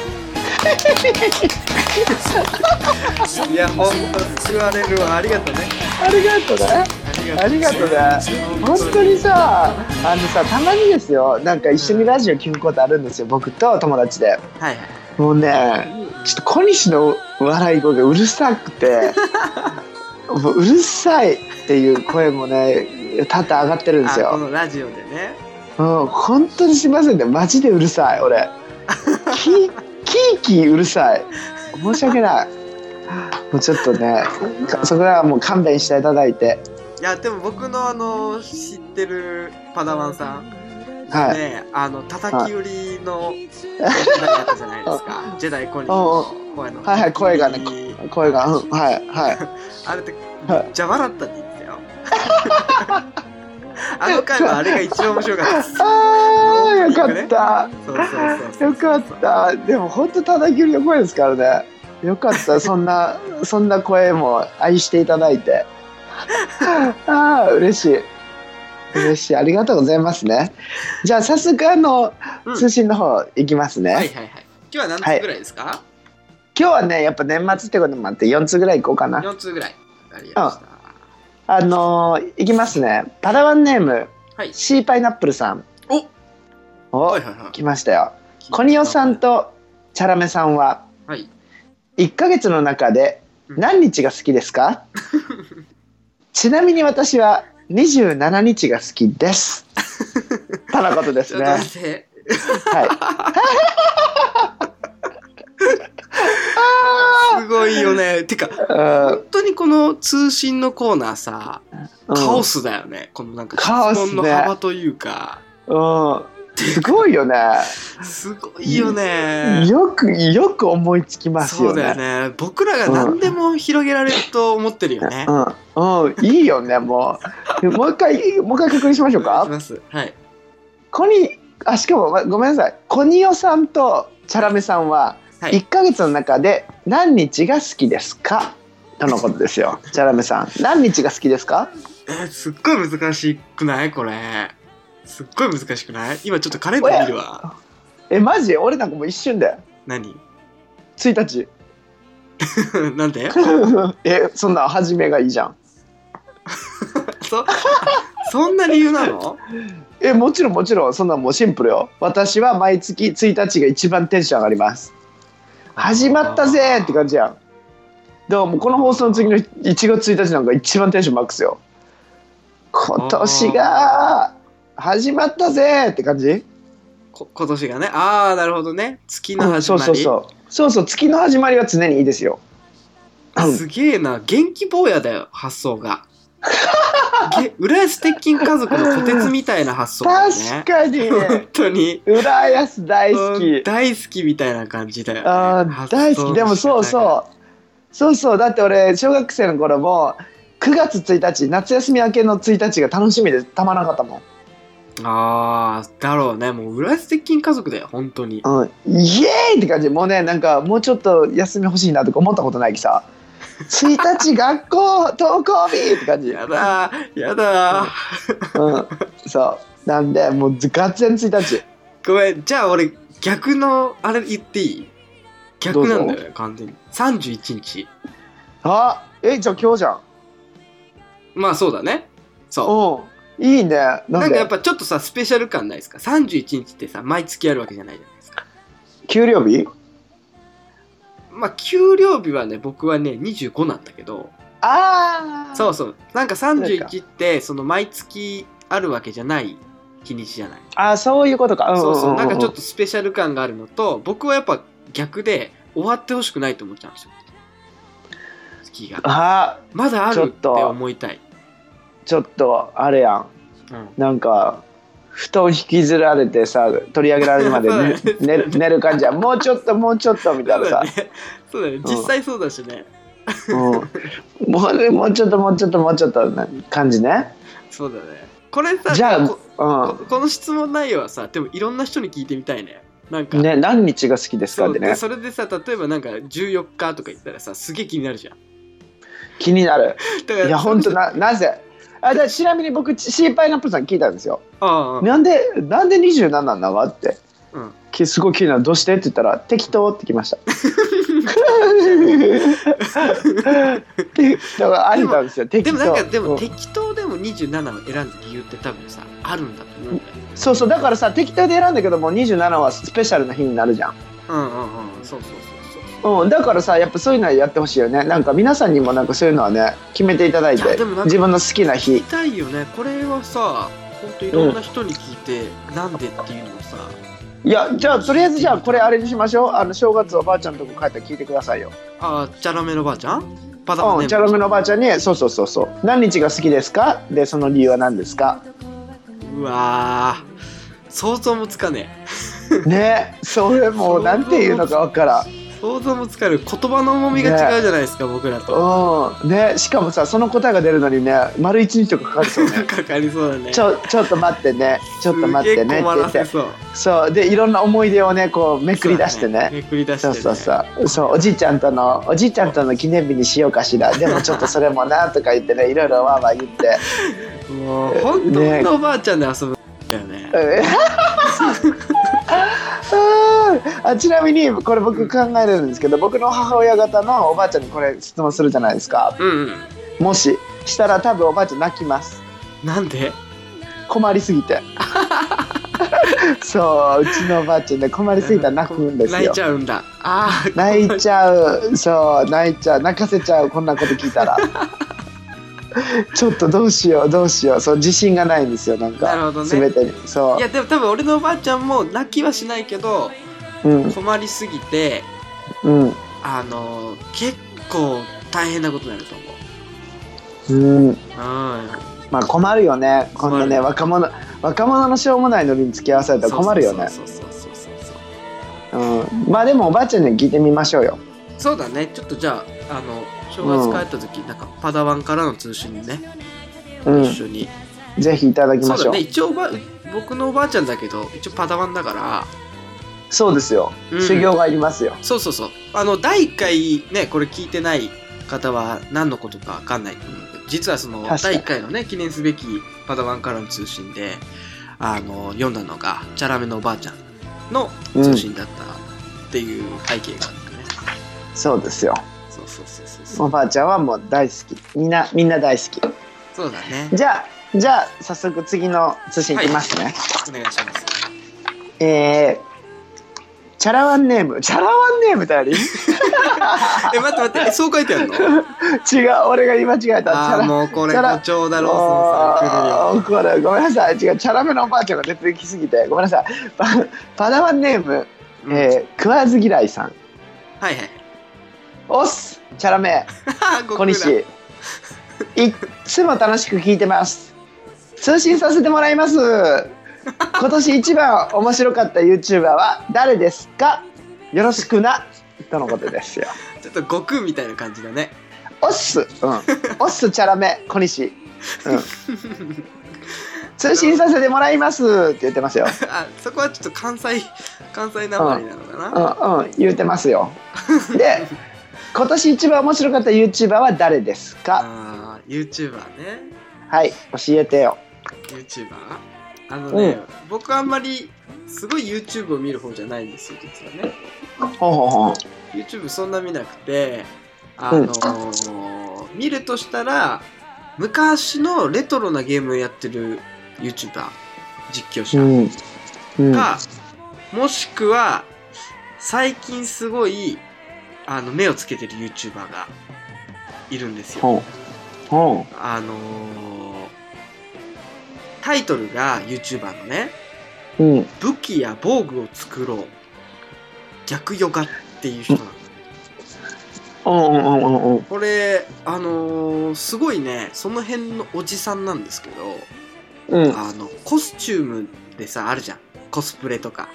Speaker 2: いやほんと救われるわありがとうね
Speaker 1: ありがとうねありがとうね本当にさあのさたまにですよなんか一緒にラジオ聞くことあるんですよ僕と友達で
Speaker 2: はいはい
Speaker 1: もうねちょっと小西の笑い声がうるさくてもううるさいっていう声もね多々上がってるんですよ
Speaker 2: あこのラジオでね
Speaker 1: うん、本当にすみませんね。マジでうるさい、俺。キー、キーキーうるさい。申し訳ない。もうちょっとね、かそこはもう勘弁していただいて。
Speaker 2: いやでも僕のあの知ってるパダワンさん
Speaker 1: はい。
Speaker 2: ねあの叩き売りの方だったじゃないです かジェダイコニーの声の
Speaker 1: はいはい声がね
Speaker 2: 叩き売り
Speaker 1: 声が、うん、はい、はい。
Speaker 2: あれって
Speaker 1: はい
Speaker 2: めっちゃ笑ったって言ってたよあの回はあれが一番面白か ったです
Speaker 1: ああ、よかった。
Speaker 2: そうそうそうそう
Speaker 1: よかった。でも本当叩き売りの声ですからね。よかった。そんな、そんな声も愛していただいて。ああ、嬉しい。嬉しい。ありがとうございますね。じゃあ早速あの、
Speaker 2: うん
Speaker 1: 通信の方行きますね。
Speaker 2: はいはいはい今日は何通ぐらいですか、
Speaker 1: 今日はね、やっぱ年末ってこともあって4つぐらい行こうかな。
Speaker 2: 四通ぐらいありました
Speaker 1: あのー、行きますね。パラワンネーム、
Speaker 2: はい
Speaker 1: シーパイナップルさん。
Speaker 2: お
Speaker 1: お
Speaker 2: はい、はいはい
Speaker 1: 来ましたよ。コニオさんとチャラメさんは
Speaker 2: はい
Speaker 1: 1ヶ月の中で何日が好きで すか、ちなみに私は27日が好き です。とのことで
Speaker 2: ち
Speaker 1: す
Speaker 2: ょっと
Speaker 1: ね。
Speaker 2: 待って
Speaker 1: はい。
Speaker 2: すごいよねてか
Speaker 1: うん
Speaker 2: 本当にこの通信のコーナーさ、
Speaker 1: うん
Speaker 2: カオスだよね。このなんか
Speaker 1: カオスね
Speaker 2: 質問の幅というか、
Speaker 1: うん。すごいよね。
Speaker 2: すごいよね。
Speaker 1: よく、よく思いつきます
Speaker 2: そ
Speaker 1: よ
Speaker 2: うだ
Speaker 1: ね。
Speaker 2: よね。僕らが何でも広げられると思ってるよね。
Speaker 1: うん、うん、いいよね、もう。もう一回、もう一回確認しましょう
Speaker 2: お願いし
Speaker 1: か。
Speaker 2: ます。はい。
Speaker 1: コニあしかもまごめんなさいコニオさんとチャラメさんは
Speaker 2: はい
Speaker 1: 1ヶ月の中で何日が好きですかとのことですよチャラメさん何日が好きですか
Speaker 2: えーすっごい難しくないこれすっごい難しくない今ちょっとカレンダー見るわ
Speaker 1: えマジ俺なんかもう一瞬で
Speaker 2: 何
Speaker 1: 1日
Speaker 2: なんで
Speaker 1: えそんなん初めがいいじゃん
Speaker 2: そ そんな理由なの
Speaker 1: えもちろんもちろんそんなんもうシンプルよ私は毎月1日が一番テンション上がります始まったぜーって感じやんでももうこの放送の次の1月1日なんか一番テンションマックスよ今年が始まったぜーって感じ
Speaker 2: こ今年がねああなるほどね月の始
Speaker 1: そ
Speaker 2: まり
Speaker 1: うそうそうそうそう月の始まりは常にいいですよ
Speaker 2: すげえな元気坊やだよ発想 がげ浦安鉄筋家族の虎鉄みたいな発想だよね
Speaker 1: 確かに
Speaker 2: 本当に
Speaker 1: 浦安大好
Speaker 2: うん
Speaker 1: き
Speaker 2: 大好きみたいな感じだよ、ね、
Speaker 1: あー大好きでもそうそうそうそうだって俺小学生の頃も9月1日夏休み明けの1日が楽しみでたまらなかったも
Speaker 2: うああだろうねもう浦安鉄筋家族だよ本当に
Speaker 1: ん、うん、イエーイって感じもうねなんかもうちょっと休み欲しいなとか思ったことないきさ1日学校登校日って感じ、
Speaker 2: やだーやだー、
Speaker 1: うん、そうなんでもうガッツン1日
Speaker 2: ごめんじゃあ俺逆のあれ言っていい逆なんだよね完全に31日
Speaker 1: あえじゃあ今日じゃん
Speaker 2: まあそうだねそう
Speaker 1: うんいいねなんで
Speaker 2: なんかやっぱちょっとさスペシャル感ないですか31日ってさ毎月やるわけじゃないじゃないですか
Speaker 1: 給料日
Speaker 2: まあ給料日はね僕はね25なんだけど
Speaker 1: ああ
Speaker 2: そううそうなんか31ってその毎月あるわけじゃない日にちじゃない
Speaker 1: あーそういうことかんんん
Speaker 2: そうそうなんかちょっ
Speaker 1: と
Speaker 2: とスペシャル感があるのと僕はやっぱ逆で終わってほしくないと思っちゃうんですよ月が
Speaker 1: あー
Speaker 2: まだあ
Speaker 1: ちょ
Speaker 2: る
Speaker 1: っ
Speaker 2: って
Speaker 1: と
Speaker 2: 思いたい、
Speaker 1: ちょっとあれやん
Speaker 2: うん
Speaker 1: なんか布団引きずられてさ取り上げられるまで寝 寝る寝る感じやんもうちょっともうちょっとみたい
Speaker 2: そう
Speaker 1: な
Speaker 2: だ
Speaker 1: さ
Speaker 2: ね、そうだね
Speaker 1: ん
Speaker 2: 実際そうだしね、
Speaker 1: うん、もうもうちょっともうちょっともうちょっとな感じね
Speaker 2: そうだねこれさ
Speaker 1: じゃ
Speaker 2: こ
Speaker 1: あ、
Speaker 2: ここの質問内容はさでもいろんな人に聞いてみたいねなん
Speaker 1: う
Speaker 2: か
Speaker 1: ん、ね何日が好きですか
Speaker 2: そ
Speaker 1: っ
Speaker 2: う
Speaker 1: てね
Speaker 2: でそれでさ例えばなんか14日とか言ったらさすげえ気になるじゃん
Speaker 1: 気になる
Speaker 2: だから
Speaker 1: いや本当ななぜあだちなみに僕ちシーパイナップルさん聞いたんですよ
Speaker 2: ああ
Speaker 1: なんでなんで27なんだわって
Speaker 2: うん
Speaker 1: きすごい気になるどうしてって言ったら適当ってきまし た でだからありなんですよ適
Speaker 2: で
Speaker 1: 当
Speaker 2: もなんかで
Speaker 1: う
Speaker 2: も適当でも27を選んだ理由って多分さあるんだと思うんだよ
Speaker 1: そうそうだからさ適当で選んだけども27はスペシャルな日になるじゃん、
Speaker 2: うんうんうんそうそうそうそう
Speaker 1: うん、だからさやっぱそういうのはやってほしいよねなんか皆さんにもなんかそういうのはね決めていただいて
Speaker 2: いやでもなんか
Speaker 1: 自分の好きな
Speaker 2: 聞き
Speaker 1: 日
Speaker 2: たいよねこれはさ本当いろんな人に聞いて、なんでっていうのをさ
Speaker 1: いやじゃあとりあえずじゃあこれあれにしましょうあの正月おばあちゃんのとこ帰ったら聞いてくださいよ
Speaker 2: ああチャラめのばあちゃんパタマ
Speaker 1: うん、
Speaker 2: ね
Speaker 1: チャラメのおばあちゃんに「そうそうそうそう何日が好きですか?」でその理由は何です か
Speaker 2: うわー想像もつかねえ
Speaker 1: ねそれもうなんていうのかわからん
Speaker 2: 想像もつかる言葉の重みが違うじゃないですか、僕らと
Speaker 1: うんねしかもさその答えが出るのにね丸一日とかかかりそ うね
Speaker 2: かかりそうだね
Speaker 1: ちょちょっと待ってねちょっと待ってね
Speaker 2: すげ
Speaker 1: っ
Speaker 2: え
Speaker 1: て
Speaker 2: 困
Speaker 1: 言
Speaker 2: ら
Speaker 1: って
Speaker 2: せそう
Speaker 1: そうでいろんな思い出をねこうめ
Speaker 2: め
Speaker 1: くり出してね
Speaker 2: めくり出して
Speaker 1: そう
Speaker 2: ね
Speaker 1: そうそうそうおじいちゃんとのおじいちゃんとの記念日にしようかしらでもちょっとそれもなとか言ってねいろいろわーわー言って
Speaker 2: もう本当のおばあちゃんで遊ぶんだよね
Speaker 1: うん あちなみにこれ僕考えれるんですけど僕の母親方のおばあちゃんにこれ質問するじゃないですか
Speaker 2: うんうん
Speaker 1: もししたら多分おばあちゃん泣きます
Speaker 2: なんで
Speaker 1: 困りすぎてそううちのおばあちゃんね困りすぎたら泣くんです
Speaker 2: 泣い
Speaker 1: よ
Speaker 2: ちゃうんだああ
Speaker 1: 泣いちゃうそう泣いちゃう泣かせちゃうこんなこと聞い たらちょっとどうしようどうしようそう自信がないんですよなん
Speaker 2: なる
Speaker 1: か
Speaker 2: ほどね
Speaker 1: 全てにそ
Speaker 2: いやでも多分俺のおばあちゃんも泣きはしないけど
Speaker 1: ううん
Speaker 2: 困りすぎて
Speaker 1: うん
Speaker 2: あのー結構大変なことになると思う
Speaker 1: うん
Speaker 2: うん
Speaker 1: まあ困るよねこんなね
Speaker 2: 困る
Speaker 1: 若者若者のしょうもないノリに付き合わされたら困るよね
Speaker 2: そうそうそうそうそうそう
Speaker 1: うんまあでもおばあちゃんには聞いてみましょうよ
Speaker 2: そうだねちょっとじゃああの正月帰った時、なんかパダワンからの通信にね
Speaker 1: う
Speaker 2: 一緒
Speaker 1: ん
Speaker 2: に、
Speaker 1: ぜひいただきま
Speaker 2: そう
Speaker 1: しょ
Speaker 2: だ
Speaker 1: う
Speaker 2: ね一応おばう僕のおばあちゃんだけど一応パダワンだから、
Speaker 1: そうですよ、
Speaker 2: うん
Speaker 1: 修行がいりますよ
Speaker 2: そうそうそうあの第1回ねこれ聞いてない方は何のことかわかんないと思うけど実はその第
Speaker 1: 確かに
Speaker 2: 1回のね記念すべきパダワンからの通信であの読んだのがチャラメのおばあちゃんの通信だったっていう背景があってね、
Speaker 1: そうですよ
Speaker 2: そうそうそうそうそ
Speaker 1: お
Speaker 2: う
Speaker 1: ばあちゃんはもう大好きみんなみんな大好き
Speaker 2: そうだ ね
Speaker 1: じゃあじゃあ早速次の通信いきますね、
Speaker 2: お願いします
Speaker 1: えー、チャラワンネームチャラワンネームってあり 違
Speaker 2: え待って待 ってえそう書いてあるの
Speaker 1: う俺が今違えたチ
Speaker 2: あ
Speaker 1: ャ
Speaker 2: あ
Speaker 1: ラ
Speaker 2: もうこれ
Speaker 1: チャラ
Speaker 2: 誇張だローソンさん来るよ
Speaker 1: もうこれごめんなさい違うチャラめのおばあちゃんが出てきすぎてごめんなさいパパダワンネーム、
Speaker 2: うん
Speaker 1: えー、食わず嫌いさん
Speaker 2: はい はい
Speaker 1: おっすチャラめ小西
Speaker 2: はい
Speaker 1: っつも楽しく聞いてます通信させてもらいます今年一番面白かった YouTuber は誰ですかよろしくなとのことですよ
Speaker 2: ちょっと悟空みたいな感じだね
Speaker 1: おっす、うん、おっすチャラめ小西、うん、通信させてもらいますって言ってますよ
Speaker 2: あそこはちょっと関西関西なまりなのかな、
Speaker 1: うんうん言うてますよで今年一番面白かった YouTuber は誰ですか
Speaker 2: あー YouTuber ね
Speaker 1: はい教えてよ
Speaker 2: YouTuber あのね、
Speaker 1: う
Speaker 2: 僕あんまりすごい YouTube を見る方じゃないんですよ実はね
Speaker 1: ほうほうほう
Speaker 2: YouTube そんな見なくてあのー見るとしたら昔のレトロなゲームをやってる YouTuber 実況者、
Speaker 1: うんうん
Speaker 2: か、もしくは、最近すごい、あの、目をつけてる YouTuber がいるんですよ。
Speaker 1: ほうほ
Speaker 2: あのータイトルが YouTuber のね、
Speaker 1: ううん
Speaker 2: 武器や防具を作ろう。逆ヨガっていう人なの。
Speaker 1: うんうんうんうんうん
Speaker 2: これ、あのーすごいね、その辺のおじさんなんですけど、
Speaker 1: うん
Speaker 2: あの、コスチュームでさ、あるじゃん。コスプレとか。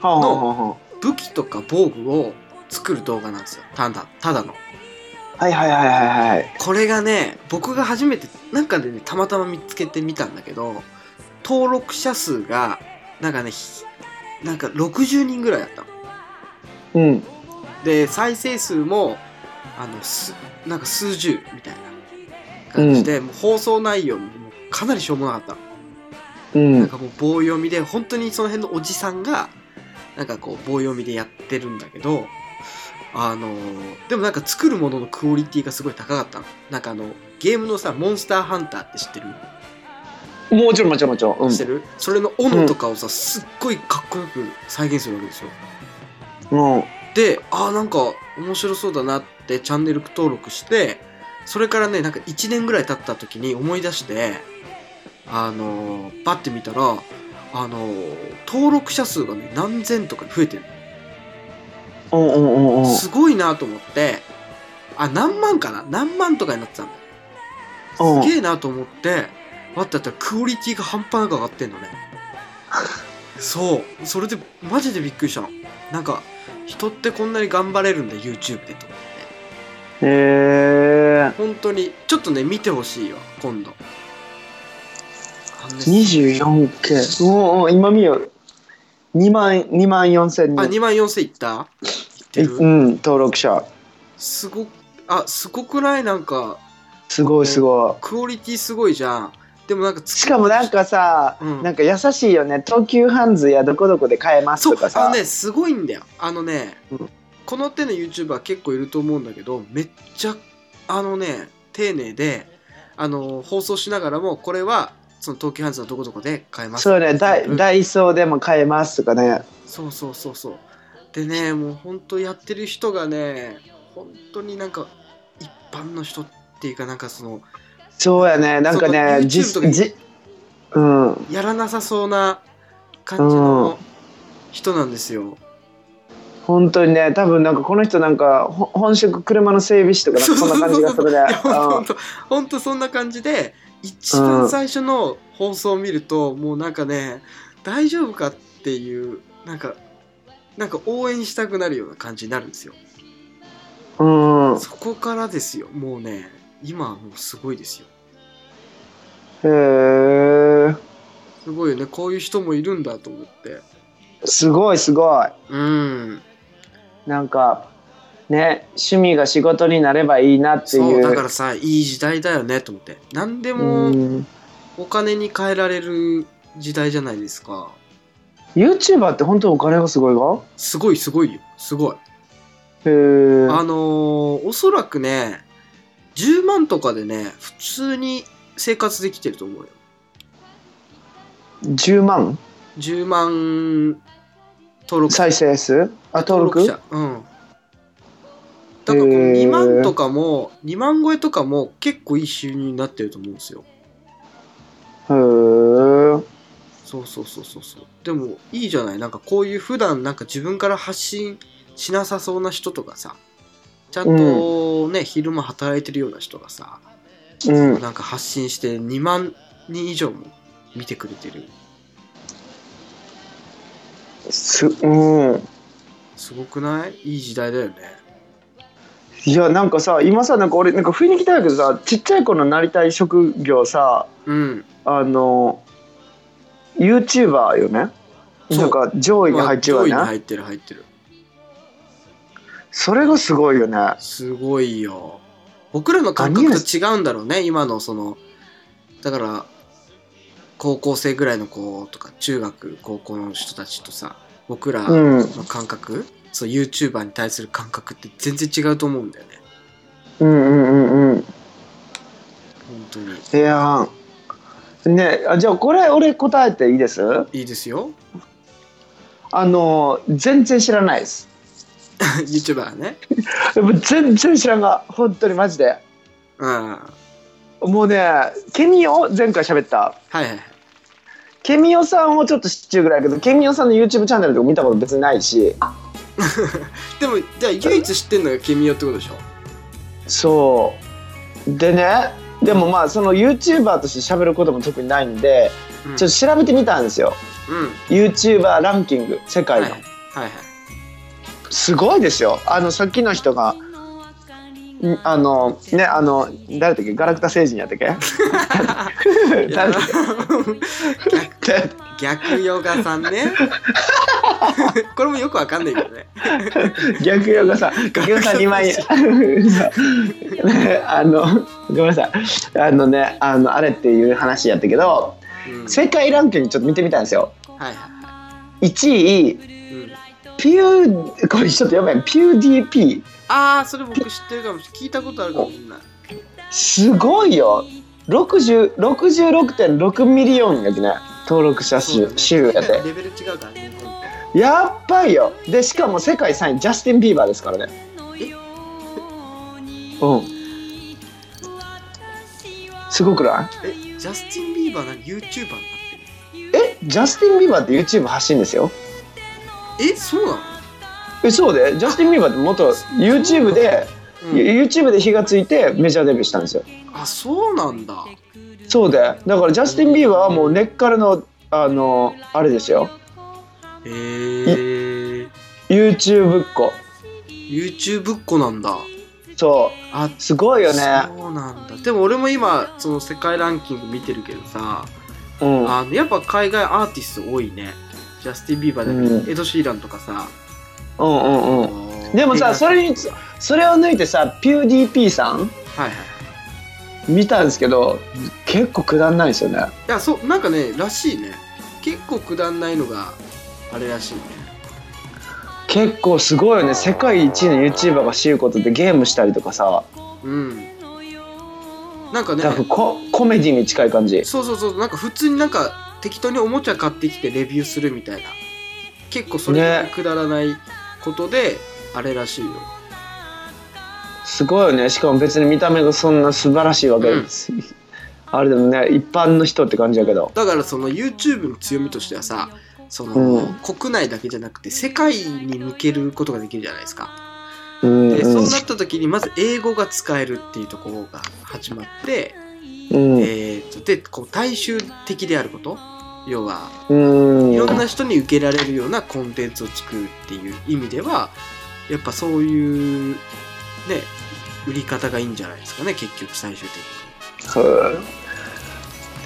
Speaker 1: ほうほうほうほう
Speaker 2: 武器とか防具を作る動画なんですよ。ただ、ただの。
Speaker 1: はいはいはいはいはい
Speaker 2: これがね、僕が初めて、なんかでね、たまたま見つけてみたんだけど、登録者数が、なんかね、ひなんか60人ぐらいだったの。
Speaker 1: うん
Speaker 2: で、再生数も、あの、す、なんか数十みたいな感じで、もう放送内容ももうかなりしょうもなかったの。
Speaker 1: うん
Speaker 2: なんかもう棒読みで、本当にその辺のおじさんが、なんかこう棒読みでやってるんだけど、あのーでもなんか作るもののクオリティがすごい高かったの。なんかあの、ゲームのさ、モンスターハンターって知ってる
Speaker 1: もちろんもちろんもちろんうん
Speaker 2: 知ってるそれの斧とかをさ、すっごいかっこよく再現するわけですよ。
Speaker 1: うん
Speaker 2: で、ああ、なんか面白そうだなってチャンネル登録して、それからね、なんか1年ぐらい経った時に思い出して、あのー、バッて見たら、あのー、登録者数がね、何千とか増えてる。
Speaker 1: うんうんうんうん
Speaker 2: すごいなと思って、あ、何万かな何万とかになってたんだ
Speaker 1: う
Speaker 2: よ。
Speaker 1: ん
Speaker 2: すげえなと思って、待ってたらクオリティが半端なく上がってんのね。そう。それで、マジでびっくりしたの。なんか、人ってこんなに頑張れるんだ、YouTube でと思って。
Speaker 1: へえ
Speaker 2: 本当にちょっとね見てほしいよ今度あのね
Speaker 1: 24K おうおう今見よ2万2万4千
Speaker 2: あ
Speaker 1: 人
Speaker 2: 2万4000いったいって
Speaker 1: えう
Speaker 2: る
Speaker 1: ん登録者
Speaker 2: すごくあすごくないなんか
Speaker 1: すごいすご
Speaker 2: クオリティすごいじゃんでもなんか
Speaker 1: いしかもなんかさ、
Speaker 2: うん
Speaker 1: なんか優しいよね東急ハンズやどこどこで買えます
Speaker 2: そう
Speaker 1: とか
Speaker 2: あ
Speaker 1: さ
Speaker 2: のねすごいんだよあのね、
Speaker 1: うん
Speaker 2: この手の YouTuber 結構いると思うんだけどめっちゃあのね丁寧であの放送しながらもこれはその東急ハンズのどこどこで買えます
Speaker 1: そうねダイ,、
Speaker 2: うん
Speaker 1: ダイソーでも買えますとかね
Speaker 2: そうそうそうそうでねもう本当やってる人がね本当になんか一般の人っていうかなんかその
Speaker 1: そうやねなんかねじ
Speaker 2: そう YouTube とかに
Speaker 1: じうん
Speaker 2: やらなさそうな感じの人なんですよ、
Speaker 1: 本当にね多分なんかこの人なんかほ本職車の整備士とかなんかそんな感じがするね
Speaker 2: いや本当本当そんな感じで一番最初の放送を見ると、もうなんかね大丈夫かっていうなんかなんか応援したくなるような感じになるんですよ
Speaker 1: うん、うん
Speaker 2: そこからですよもうね今はもうすごいですよ
Speaker 1: へえ
Speaker 2: すごいよねこういう人もいるんだと思って
Speaker 1: すごいすごい。
Speaker 2: うん
Speaker 1: なんか、ね、趣味が仕事になればいいなって
Speaker 2: そ
Speaker 1: いうう。
Speaker 2: だからさいい時代だよねと思って何で
Speaker 1: う
Speaker 2: も
Speaker 1: ん。
Speaker 2: お金に換えられる時代じゃないですか
Speaker 1: YouTuber って本当にお金がすごいが
Speaker 2: すごいすごいよすごい
Speaker 1: へ
Speaker 2: あ
Speaker 1: え。
Speaker 2: のーおそらくね10万とかでね普通に生活できてると思うよ
Speaker 1: 10万
Speaker 2: 10万登録者
Speaker 1: 再生数あ、登録
Speaker 2: 者うんだからこう
Speaker 1: へー
Speaker 2: 2万とかも2万超えとかも結構いい収入になってると思うんですよ
Speaker 1: へ
Speaker 2: そうそうそうそうそうでもいいじゃないなんかこういう普段なんか自分から発信しなさそうな人とかさちゃんとね、昼間働いてるような人がさ
Speaker 1: え。うん。
Speaker 2: なんか発信して2万人以上も見てくれてる
Speaker 1: す、うん。
Speaker 2: すごくないいい時代だよね
Speaker 1: いや、なんかさ、今さ、なんか俺、なんか不意に来たんだけどさ、ちっちゃい頃のなりたい職業さ、
Speaker 2: うん
Speaker 1: あの、YouTuber よね。
Speaker 2: そう
Speaker 1: なんか上位に
Speaker 2: まあ
Speaker 1: 入っちゃう
Speaker 2: 上位に
Speaker 1: よね。
Speaker 2: 入ってる入ってる
Speaker 1: それがすごいよね。
Speaker 2: すごいよ僕らの感覚と違うんだろうね今のそのだから高校生ぐらいの子とか中学高校の人たちとさ僕らの
Speaker 1: うん。
Speaker 2: 感覚、そう YouTuber に対する感覚って全然違うと思うんだよね
Speaker 1: うんうんうんうん。
Speaker 2: 本当に
Speaker 1: いやーねあじゃあこれ俺答えていいです
Speaker 2: いいですよ
Speaker 1: あのー全然知らないです
Speaker 2: YouTuber ね
Speaker 1: もう全然知らんが本当にマジで
Speaker 2: うんは
Speaker 1: もうねケミオ前回喋った
Speaker 2: いはいはい
Speaker 1: ケミオさんをちょっと知ってるぐらいだけどケミオさんの YouTube チャンネルとか見たこと別にないし
Speaker 2: でもじゃあ唯一知ってんのが君よってことでしょ
Speaker 1: そうでねでもまあその YouTuber として喋ることも特にないんで
Speaker 2: うん
Speaker 1: ちょっと調べてみたんですよ
Speaker 2: うん
Speaker 1: YouTuber ランキング世界
Speaker 2: はい
Speaker 1: の、
Speaker 2: はいはい
Speaker 1: すごいですよあのさっきの人がんあのねあの誰だっけガラクタ星人やった っけ誰
Speaker 2: いや
Speaker 1: だっけ
Speaker 2: 逆ヨガさんね これもよくわかんないけどね
Speaker 1: 逆ヨガさん逆ヨガさん2万円 あのごめんなさいあのねあのあれっていう話やったけど
Speaker 2: うん
Speaker 1: 世界ランキングちょっと見てみたんですよ
Speaker 2: はいは
Speaker 1: 1位
Speaker 2: い、うん、
Speaker 1: ピューこれちょっとやばいピューディーピー
Speaker 2: ああそれ僕知ってるかもしれない聞いたことあるかもしれない
Speaker 1: すごいよ60 66.6ミリオンやきね登録者
Speaker 2: そうだ
Speaker 1: 数
Speaker 2: ね
Speaker 1: 週やで
Speaker 2: レベル違うからね日本と
Speaker 1: やっばいよでしかも世界3位ジャスティン・ビーバーですからねうんすごくな
Speaker 2: えジャスティン・ビーバーな YouTuber になっ
Speaker 1: いえジャスティン・ビーバーって YouTube 発信ですよ
Speaker 2: てるえそうなの
Speaker 1: えそうでジャスティン・ビーバーって元 YouTube で、
Speaker 2: うん
Speaker 1: YouTube で火がついてメジャーデビューしたんですよ
Speaker 2: あそうなんだ
Speaker 1: そうでだからジャスティン・ビーバーはもう根っからのあのあれですよ
Speaker 2: へえ
Speaker 1: YouTube っ子
Speaker 2: YouTube っ子なんだ
Speaker 1: そう
Speaker 2: あ
Speaker 1: すごいよね
Speaker 2: そうなんだでも俺も今その世界ランキング見てるけどさ
Speaker 1: うん
Speaker 2: あのやっぱ海外アーティスト多いねジャスティン・ビーバーだけ
Speaker 1: う
Speaker 2: どエド・シーランとかさ
Speaker 1: うんうんうんでもさそれにつ
Speaker 2: はい
Speaker 1: それを抜いてさピューディーピーさ
Speaker 2: は
Speaker 1: ん
Speaker 2: いはい
Speaker 1: 見たんですけど結構くだんないですよね
Speaker 2: いやそうなんかねらしいね結構くだんないのがあれらしいね
Speaker 1: 結構すごいよね世界一の YouTuber が知ることでゲームしたりとかさ
Speaker 2: うんなんかね
Speaker 1: なんかココメディに近い感じ
Speaker 2: そうそうそうなんか普通になんか適当におもちゃ買ってきてレビューするみたいな結構それ
Speaker 1: ね
Speaker 2: くだらないことであれらしいよ、
Speaker 1: すごいよねしかも別に見た目がそんな素晴らしいわけです、 あれでもね一般の人って感じやけど
Speaker 2: だからその YouTube の強みとしてはさその、
Speaker 1: うん
Speaker 2: 国内だけじゃなくて世界に向けることができるじゃないですか、
Speaker 1: うんう
Speaker 2: でそうんなった時にまず英語が使えるっていうところが始まって、
Speaker 1: うん
Speaker 2: えー、とでこう大衆的であること要は
Speaker 1: うん
Speaker 2: いろんな人に受けられるようなコンテンツを作るっていう意味ではやっぱそういうね売り方がいいんじゃないですかね結局最終的に
Speaker 1: そう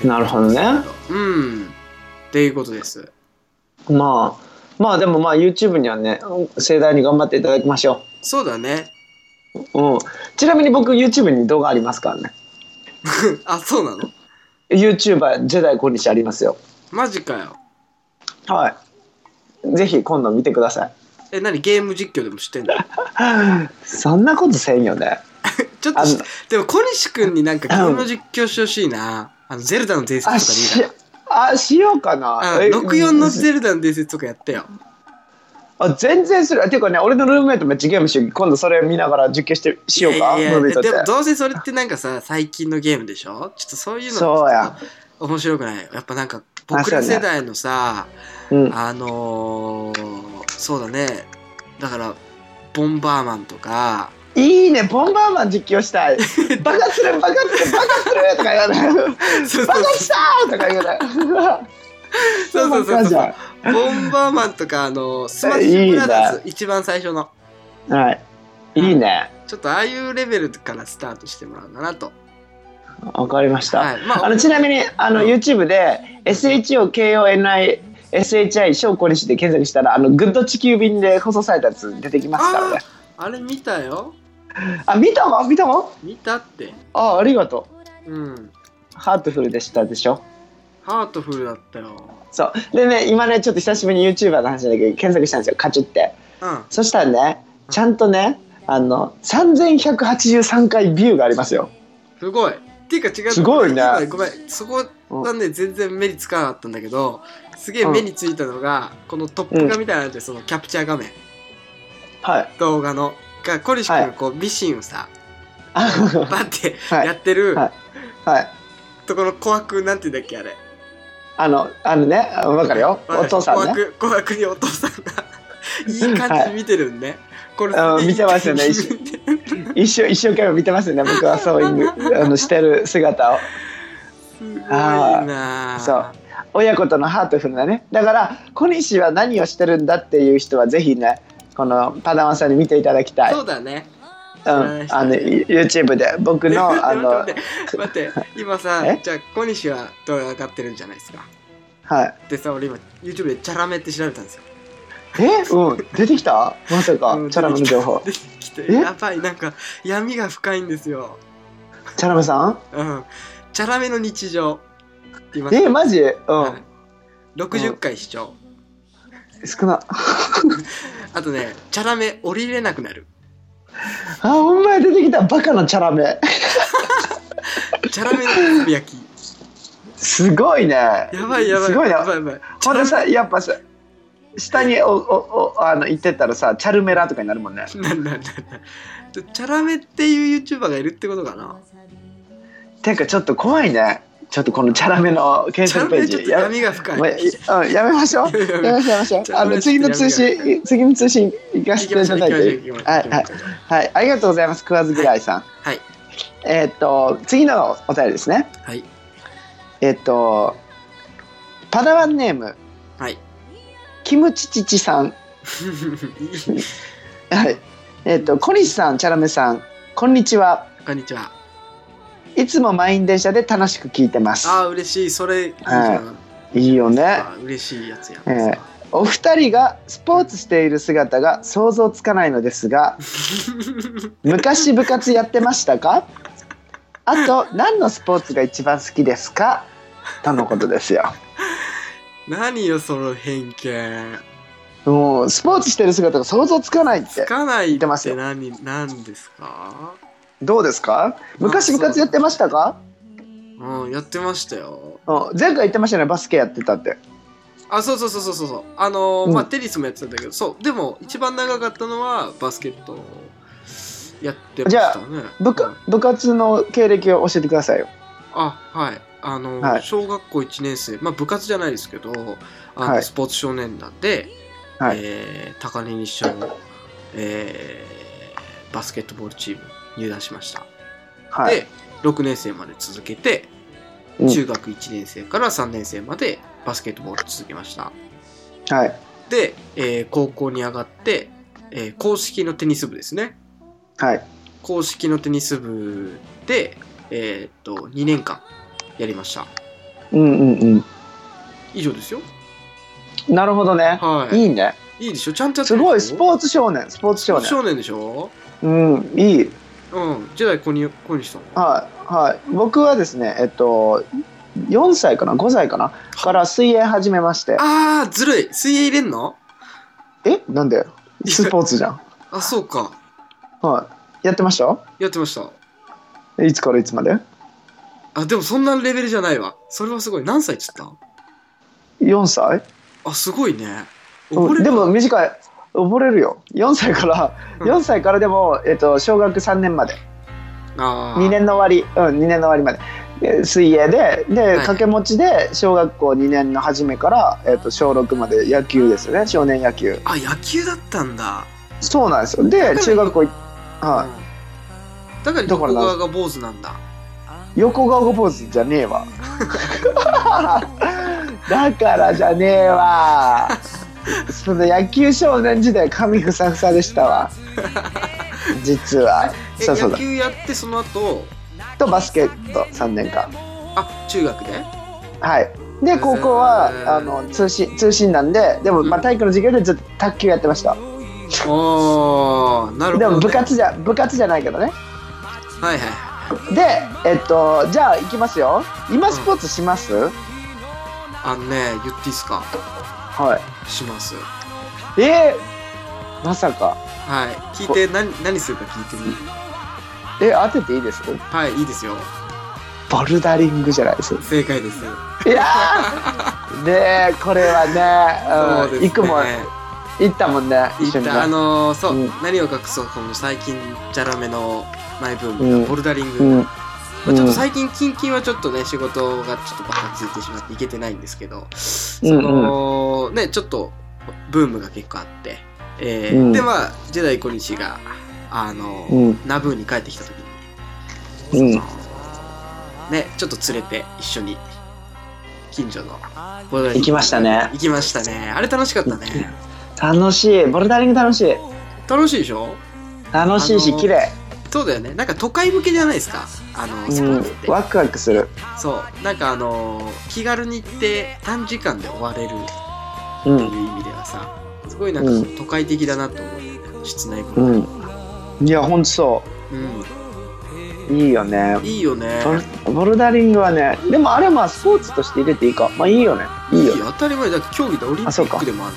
Speaker 1: なるほどね
Speaker 2: うんっっていうことです。
Speaker 1: まあ、まあでもまあ YouTube にはね、盛大に頑張っていただきましょ
Speaker 2: そうだね。
Speaker 1: う。うん。ちなみに僕 YouTube に動画ありますからね。
Speaker 2: あ、そうなの
Speaker 1: YouTuber ジェダイ小西ありますよ。
Speaker 2: マジかよ。
Speaker 1: はい。ぜひ今度見てください。
Speaker 2: え、何ゲーム実況でもしてんの
Speaker 1: そんなことせんよね。
Speaker 2: ちょっ
Speaker 1: あ
Speaker 2: とし
Speaker 1: の、
Speaker 2: でも小西くんになんかゲームの実況してほしいな。あの、ゼルダの伝
Speaker 1: あ、
Speaker 2: 説とか
Speaker 1: し
Speaker 2: でいいか、
Speaker 1: あ、しようかな。
Speaker 2: な。
Speaker 1: え
Speaker 2: うん、64のゼルダの伝説とかやってよ。
Speaker 1: あ全然する。あていうかね、俺のルームメイトめっちゃゲームしてる。今度それ見ながら実況してしようか、
Speaker 2: いや
Speaker 1: ム
Speaker 2: い
Speaker 1: ー
Speaker 2: や
Speaker 1: ブメイトっ
Speaker 2: で
Speaker 1: て
Speaker 2: も。どうせそれってなんかさ最近のゲームでしょちょっとそういうの
Speaker 1: そうや
Speaker 2: 面白くないよやっぱなんか僕ら世代のさ
Speaker 1: うん。
Speaker 2: あのー、そうだねだからボンバーマンとか
Speaker 1: いいね、ボンバーマン実況したい。バカする、バカする、バカするとか言わない。
Speaker 2: そう
Speaker 1: バ
Speaker 2: そ
Speaker 1: カ
Speaker 2: う
Speaker 1: したーとか言わない。
Speaker 2: そうそうそう
Speaker 1: バカじゃ
Speaker 2: ボンバーマンとかあのスマッシュブラザーズ一番最初の
Speaker 1: んはい。いいね。
Speaker 2: ちょっとああいうレベルからスタートしてもらうかなと
Speaker 1: わかりました。
Speaker 2: はいまあ
Speaker 1: あのちなみにあの
Speaker 2: うん
Speaker 1: YouTube で SHOKONI SHI 小小西で検索したらあのグッド地球便で放送されたやつ出てきますからね
Speaker 2: あれ見たよ
Speaker 1: あ見たの見たの
Speaker 2: 見たって
Speaker 1: あありがとう
Speaker 2: うん
Speaker 1: ハートフルでしたでしょ
Speaker 2: ハートフルだったよ
Speaker 1: そうでね今ねちょっと久しぶりに YouTuber の話だけど検索したんですよカチュって
Speaker 2: うん
Speaker 1: そしたらねちゃんとねあの3183回ビューがありますよ
Speaker 2: すごい。っていうか違う。
Speaker 1: すごいね
Speaker 2: 今ごめん。そこはね、全然目につかなかったんだけど、すげえ目についたのが、このトップ画みたいなので、そのキャプチャー画面、
Speaker 1: はい
Speaker 2: 動画の。が、コリシ君
Speaker 1: は
Speaker 2: が
Speaker 1: い
Speaker 2: こう、ミシンをさ、
Speaker 1: あ
Speaker 2: バッて
Speaker 1: は
Speaker 2: や
Speaker 1: い
Speaker 2: ってる、
Speaker 1: はいはい
Speaker 2: とこの琥珀、なんて言うんだっけ、あれ。
Speaker 1: あのあのねわかるよお父さんね
Speaker 2: ね。琥珀、琥珀にお父さん が、いい感じに見てるんね。これ
Speaker 1: あ見てますよね
Speaker 2: いい感じに見てる
Speaker 1: 一生一生懸命見てますね僕はそう いうあのしてる姿を
Speaker 2: すごい
Speaker 1: あー
Speaker 2: なぁ
Speaker 1: そう親子とのハートフルなねだから小西は何をしてるんだっていう人はぜひねこのパダワンさんに見ていただきたい、う
Speaker 2: そ
Speaker 1: ん、
Speaker 2: うだね。う
Speaker 1: あの YouTube で僕 のあのは
Speaker 2: 待って待って待って今さ
Speaker 1: え
Speaker 2: じゃあ小西は動画上がってるんじゃないですか
Speaker 1: い
Speaker 2: でさ俺今 YouTube でチャラメって調べたんですよ
Speaker 1: えうん出てきたまさか
Speaker 2: うん
Speaker 1: チャラムの情報
Speaker 2: 出てきて
Speaker 1: え
Speaker 2: やばいなんか闇が深いんですよ
Speaker 1: チャラムさん
Speaker 2: うんチャラメの日常って言います
Speaker 1: えマジうん
Speaker 2: はい60回視聴
Speaker 1: 少な
Speaker 2: あとねチャラメ降りれなくなる
Speaker 1: あほんまや出てきたバカのチャラメ
Speaker 2: チャラメのつぶやき
Speaker 1: すごいねや
Speaker 2: やばいやばい
Speaker 1: すごい
Speaker 2: やばい
Speaker 1: な
Speaker 2: やばい
Speaker 1: ほんでさやっぱさ下におおおあの行ってったらさチャルメラとかになるもんね
Speaker 2: なんなんなんなんチャラメっていう YouTuber がいるってことかな
Speaker 1: てかちょっと怖いねちょっとこのチャラめの検
Speaker 2: チャラ
Speaker 1: 索ペー
Speaker 2: メちょっ
Speaker 1: ジ
Speaker 2: と
Speaker 1: やめ
Speaker 2: 闇が深い
Speaker 1: まうんやめましょう
Speaker 2: やめ
Speaker 1: やめましょうやめましょう
Speaker 2: チャラ
Speaker 1: あ
Speaker 2: め
Speaker 1: の次の通
Speaker 2: ちょっとやめ
Speaker 1: 信次の通信行かせ
Speaker 2: 行き
Speaker 1: てい
Speaker 2: ま
Speaker 1: た
Speaker 2: しょう
Speaker 1: だ
Speaker 2: 行
Speaker 1: い
Speaker 2: きましょう行き
Speaker 1: ていい
Speaker 2: ましょう
Speaker 1: はいはいはいありがとうございます食わず嫌いさん
Speaker 2: はい
Speaker 1: えーっと次のお便りですね
Speaker 2: はい
Speaker 1: えーっとパダワンネーム
Speaker 2: はい
Speaker 1: キムチチチさんはいえーっと小西さんチャラめさんこんにちは
Speaker 2: こんにちは。
Speaker 1: いつも満員電車で楽しく聞いてます
Speaker 2: ああ、嬉しい。それ、いいじゃん
Speaker 1: いいよね
Speaker 2: あー嬉しいやつや。
Speaker 1: えーお二人がスポーツしている姿が想像つかないので すが昔部活やってましたかあと何のスポーツが一番好きですかとのことですよ
Speaker 2: 何よ、その偏見。
Speaker 1: もうスポーツしてる姿が想像つかないっ
Speaker 2: つ
Speaker 1: て
Speaker 2: かない
Speaker 1: 言っ
Speaker 2: って
Speaker 1: ます
Speaker 2: て
Speaker 1: よ
Speaker 2: 何、何ですか
Speaker 1: どうですか昔部活やってましたか
Speaker 2: うん、やってましたよ。
Speaker 1: うん前回言ってましたねバスケやってたって
Speaker 2: あ、そうそうそうそうそうそう。あのー
Speaker 1: うん
Speaker 2: まあ、テニスもやってたんだけど、そう。でも、一番長かったのはバスケットやってましたね。
Speaker 1: 部
Speaker 2: う
Speaker 1: 下
Speaker 2: ん
Speaker 1: 部活の経歴を教えてくださいよ
Speaker 2: あ、はい。あのー
Speaker 1: はい
Speaker 2: 小学校1年生、まあ、部活じゃないですけど、あの
Speaker 1: はい
Speaker 2: スポーツ少年団で、
Speaker 1: はい
Speaker 2: えー高根に一緒の、えーバスケットボールチームに入団しました、
Speaker 1: はい
Speaker 2: で6年生まで続けて
Speaker 1: うん
Speaker 2: 中学1年生から3年生までバスケットボール続けました
Speaker 1: はい
Speaker 2: で、えー高校に上がって、えー公式のテニス部ですね
Speaker 1: はい
Speaker 2: 公式のテニス部で、えーっと2年間やりました
Speaker 1: うんうんうん
Speaker 2: 以上ですよ。
Speaker 1: なるほどね。
Speaker 2: はい。
Speaker 1: い
Speaker 2: い
Speaker 1: いね。
Speaker 2: いでしょちゃんとやって
Speaker 1: す
Speaker 2: るでしょ
Speaker 1: ごい、スポーツ少年、スポーツ少年。
Speaker 2: 少年でしょ
Speaker 1: うん、いい。
Speaker 2: うん。ジェダイ小に小西さんは。
Speaker 1: はい、はい。僕はですね、えっと、4歳かな ?5 歳かなから水泳始めまして。
Speaker 2: あー、ずるい。水泳入れんの
Speaker 1: えなんでスポーツじゃん。
Speaker 2: あ、そうか。
Speaker 1: はい。やってました
Speaker 2: やってました。
Speaker 1: いつからいつまで
Speaker 2: あ、でもそんなレベルじゃないわ。それはすごい。何歳っつった
Speaker 1: ?4 歳
Speaker 2: あ、すごいね。溺れ
Speaker 1: うん
Speaker 2: る
Speaker 1: でも、短い。溺れるよ。4歳から、
Speaker 2: うん
Speaker 1: 4歳からでも、えっと、小学3年まで。
Speaker 2: あー
Speaker 1: 2年の終わり、うん、2年の終わりまでで水泳でで、
Speaker 2: い
Speaker 1: 掛け持ちで小学校2年の初めから、えっと小6まで野球ですよね少年野球
Speaker 2: あ、野球だったんだ。
Speaker 1: そうなんですよ
Speaker 2: だか
Speaker 1: で
Speaker 2: ら
Speaker 1: 中学校いは
Speaker 2: うんだから
Speaker 1: だか
Speaker 2: 横
Speaker 1: らな
Speaker 2: 側が坊主なんだ。
Speaker 1: い横顔ポーズじゃね えわだからじゃねえわその野球少年時代髪ふさふさでしたわ実は
Speaker 2: え、
Speaker 1: そうそう
Speaker 2: 野
Speaker 1: だ
Speaker 2: 球やってその後、
Speaker 1: とバスケット3年間
Speaker 2: あ、中学で
Speaker 1: はい。で高校は、
Speaker 2: へー
Speaker 1: あの通信通信なんででも、ま
Speaker 2: う
Speaker 1: あ、
Speaker 2: ん
Speaker 1: 体育の授業でずっと卓球やってました、
Speaker 2: あー、なるほど、ね。
Speaker 1: でも部活じゃ部活じゃないけどね
Speaker 2: はいはい。
Speaker 1: でえっとじゃあ行きますよ今スポーツします、
Speaker 2: あのね、言っていいですか
Speaker 1: は
Speaker 2: します。はい
Speaker 1: えー、まさか
Speaker 2: い。聞いて、何、何するか聞いてみ。
Speaker 1: え当てていいです
Speaker 2: はい、いいですよ。
Speaker 1: ボルダリングじゃないです
Speaker 2: 正解です。
Speaker 1: いや ーねえこれはね,、うん、行くもん行ったもんね
Speaker 2: い
Speaker 1: 一緒にね
Speaker 2: たあのーそう、
Speaker 1: うん
Speaker 2: 何を隠そうこの最近じゃらめのマイブー
Speaker 1: う
Speaker 2: ム
Speaker 1: ん
Speaker 2: ボルダリング、
Speaker 1: うん、
Speaker 2: まあ、ちょっ
Speaker 1: う
Speaker 2: と
Speaker 1: ん
Speaker 2: 最近近々はちょっとね仕事がちょっとバタついてしまっていけてないんですけどその、ねちょっとブームが結構あって、えー
Speaker 1: うん
Speaker 2: でまあジェダイ小西があのー、
Speaker 1: うん
Speaker 2: ナブーに帰ってきた時に、
Speaker 1: う
Speaker 2: そ
Speaker 1: ん
Speaker 2: のねちょっと連れて一緒に近所のボルダリング
Speaker 1: 行きましたね
Speaker 2: 行きましたねあれ楽しかったね
Speaker 1: 楽しいボルダリング楽しい
Speaker 2: 楽しいでしょ
Speaker 1: 楽しい
Speaker 2: あ
Speaker 1: し
Speaker 2: のー
Speaker 1: 綺麗
Speaker 2: そうだよねなんか都会向けじゃないですかあのスポーツって、
Speaker 1: うん、ワクワクする
Speaker 2: そうなんかあのー気軽に行って短時間で終われるっ
Speaker 1: う
Speaker 2: てい
Speaker 1: ん
Speaker 2: う意味ではさすごいなんか
Speaker 1: うん
Speaker 2: 都会的だなと思うよね室内ゴルフ
Speaker 1: うんいやほんとそ
Speaker 2: うん、
Speaker 1: ういいよね
Speaker 2: いいよね
Speaker 1: ボルボルダリングはねでもあれはまあスポーツとして入れていいかまあいいよねいいよね
Speaker 2: 当たり前だって競技だオリンピ
Speaker 1: あそう
Speaker 2: ッ
Speaker 1: か
Speaker 2: クでもある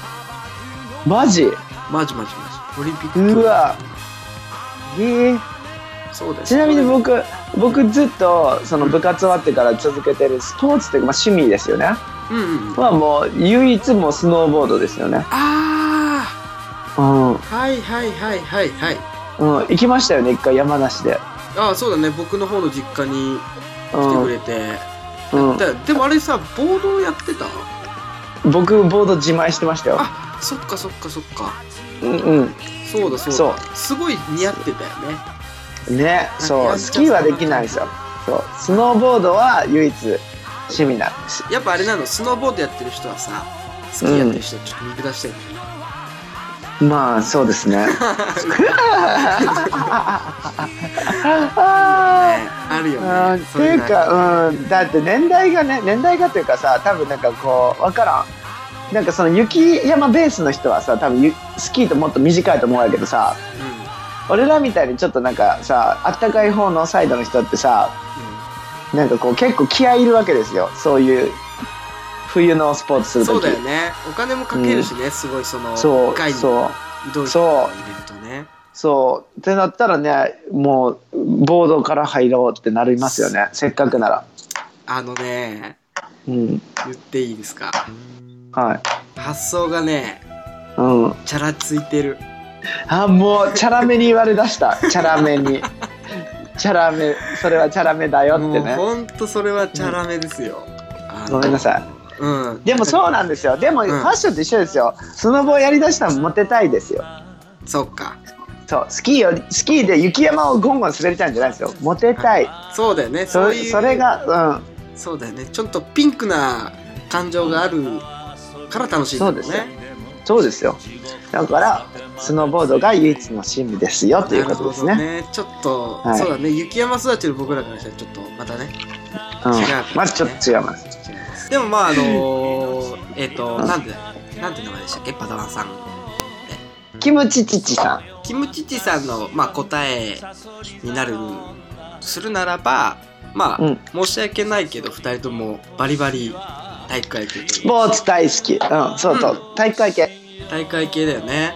Speaker 1: マジ
Speaker 2: マジマジマジオリンピック
Speaker 1: うわえー
Speaker 2: そうだよ
Speaker 1: ちなみに僕僕ずっとその部活終わってから続けてるスポーツというか、まあ、趣味ですよね
Speaker 2: うんうん
Speaker 1: まあもう唯一もうスノーボードですよね
Speaker 2: あ
Speaker 1: うん、うん、
Speaker 2: ーはいはいはいはいはい
Speaker 1: 行きましたよね一回山梨で
Speaker 2: ああそうだね僕の方の実家に
Speaker 1: う
Speaker 2: 来てく
Speaker 1: ん
Speaker 2: れて、
Speaker 1: うん
Speaker 2: だでもあれさボードやってた
Speaker 1: 僕ボード自前してましたよ
Speaker 2: あそっかそっかそっか
Speaker 1: うんうん
Speaker 2: そうだそうだ
Speaker 1: そ
Speaker 2: すごい似合ってたよね
Speaker 1: ね
Speaker 2: なん
Speaker 1: そ
Speaker 2: か
Speaker 1: うスキーはできないんですよそうスノーボードは唯一趣味なんです
Speaker 2: やっぱあれなのスノーボードやってる人はさスキーやってる人はちょっと見下してる、
Speaker 1: まあそうです ね あ
Speaker 2: ねあるよね
Speaker 1: ーうんって
Speaker 2: そうい
Speaker 1: いうう
Speaker 2: の
Speaker 1: か、うん、だって年代がね年代がというかさ多分なんかこう分からんなんかその雪山ベースの人はさ多分ゆスキーともっと短いと思うんやけどさ俺らみたいにちょっとなんかさあったかい方のサイドの人ってさなんかこう結構気合いいるわけですよそういう冬のスポーツす
Speaker 2: うん
Speaker 1: る
Speaker 2: そう
Speaker 1: 時
Speaker 2: だよねお金もかけるしね、すごいその
Speaker 1: そう
Speaker 2: 外に
Speaker 1: そう
Speaker 2: 移動費
Speaker 1: そう
Speaker 2: を入れるとね
Speaker 1: そうってなったらねもうボードから入ろうってなりますよねせっかくなら
Speaker 2: あのね
Speaker 1: うん
Speaker 2: 言っていいですか
Speaker 1: はい
Speaker 2: 発想がね
Speaker 1: うん
Speaker 2: チャラついてる
Speaker 1: あもうチャラめに言われ だしたチャラめにチャラめそれはチャラめだよっ
Speaker 2: も
Speaker 1: て
Speaker 2: う
Speaker 1: ね
Speaker 2: ほんとそれはチャラめですよ、あの
Speaker 1: ごめんなさい
Speaker 2: うん
Speaker 1: でもそうなんですよでも
Speaker 2: ん
Speaker 1: ファッションと一緒ですよスノボやりだしたらモテたいですよ
Speaker 2: そっか
Speaker 1: そうスキーよりスキーで雪山をゴンゴン滑りたいんじゃないですよモテたい
Speaker 2: そうだよね
Speaker 1: そ
Speaker 2: そう
Speaker 1: れ
Speaker 2: いう
Speaker 1: それがう
Speaker 2: そうだよねちょっとピンクな感情があるから楽しいんだもんね
Speaker 1: そうですよんそうですよだからスノーボードが唯一の趣味ですよということですね
Speaker 2: なるほどねちょっと、
Speaker 1: はい
Speaker 2: そうだね雪山育ちの僕らからしたらちょっとまたね
Speaker 1: うん
Speaker 2: 違うからね
Speaker 1: まずちょっと違います
Speaker 2: 違いますでもまああのーえっ、と、なんで、なんて名前でしたっけパダワンさん。
Speaker 1: キムチチチさん。
Speaker 2: キムチチさんの、まあ、答えになる、するならば、まあ、
Speaker 1: うん
Speaker 2: 申し訳ないけど、二人ともバリバリ体育会系と
Speaker 1: ス
Speaker 2: いう
Speaker 1: ポーツ大好き。うん、そうそう。体育会系。
Speaker 2: 体育会系だよね。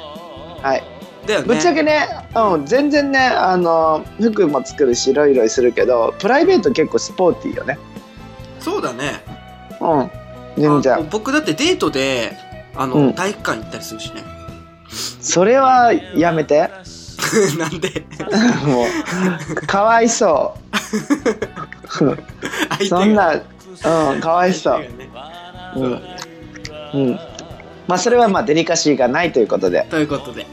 Speaker 1: はい。
Speaker 2: だよね。
Speaker 1: ぶっちゃけね、うん、全然ね、あの、服も作るし、いろいろするけど、プライベート結構スポーティーよね。
Speaker 2: そうだね。
Speaker 1: うん。全
Speaker 2: あ
Speaker 1: 然。
Speaker 2: 僕だってデートで、あの、
Speaker 1: うん
Speaker 2: 体育館行ったりするしね。
Speaker 1: それはやめて。
Speaker 2: なんで、
Speaker 1: もう、かわいそ
Speaker 2: 相
Speaker 1: う。
Speaker 2: 手が
Speaker 1: そんな、うん、かわいそう。うん。うん。まあ、それはまあ、デリカシーがないということで。
Speaker 2: ということで。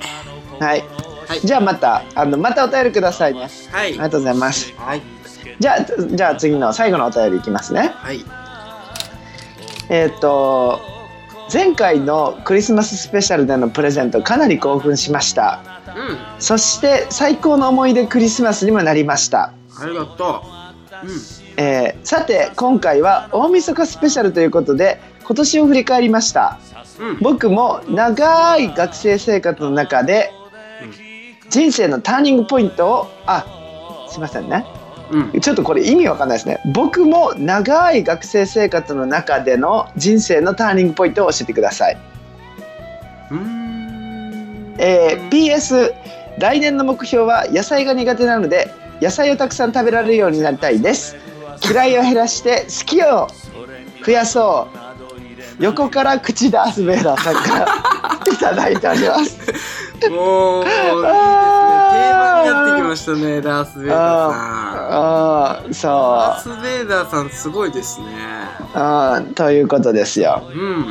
Speaker 1: はい。
Speaker 2: はい
Speaker 1: じゃあまた、あの、またお便りくださいね。
Speaker 2: はい。
Speaker 1: ありがとうございます。
Speaker 2: はい。
Speaker 1: じゃあ、じゃあ次の最後のお便りいきますね。
Speaker 2: はい。
Speaker 1: えーっ、と、前回のクリスマススペシャルでのプレゼントかなり興奮しました。
Speaker 2: うん。
Speaker 1: そして最高の思い出クリスマスにもなりました。
Speaker 2: ありがとう。うん。
Speaker 1: えーさて今回は大晦日スペシャルということで今年を振り返りました
Speaker 2: うん
Speaker 1: 僕も長い学生生活の中で
Speaker 2: うん
Speaker 1: 人生のターニングポイントをあすいませんね
Speaker 2: うん。
Speaker 1: ちょっとこれ意味わかんないですね僕も長い学生生活の中での人生のターニングポイントを教えてください、
Speaker 2: うーん。
Speaker 1: えー PS 来年の目標は野菜が苦手なので野菜をたくさん食べられるようになりたいです嫌いを減らして好きを増やそう横から口ダース・ベイダーさんからいただいております。
Speaker 2: もう、いいですね。定番になってきましたね、ダース・ベイダーさん。
Speaker 1: ああ、
Speaker 2: ダ
Speaker 1: そ
Speaker 2: ース・ベイダーさん、すごいですね。
Speaker 1: う、あーということですよ。
Speaker 2: うん。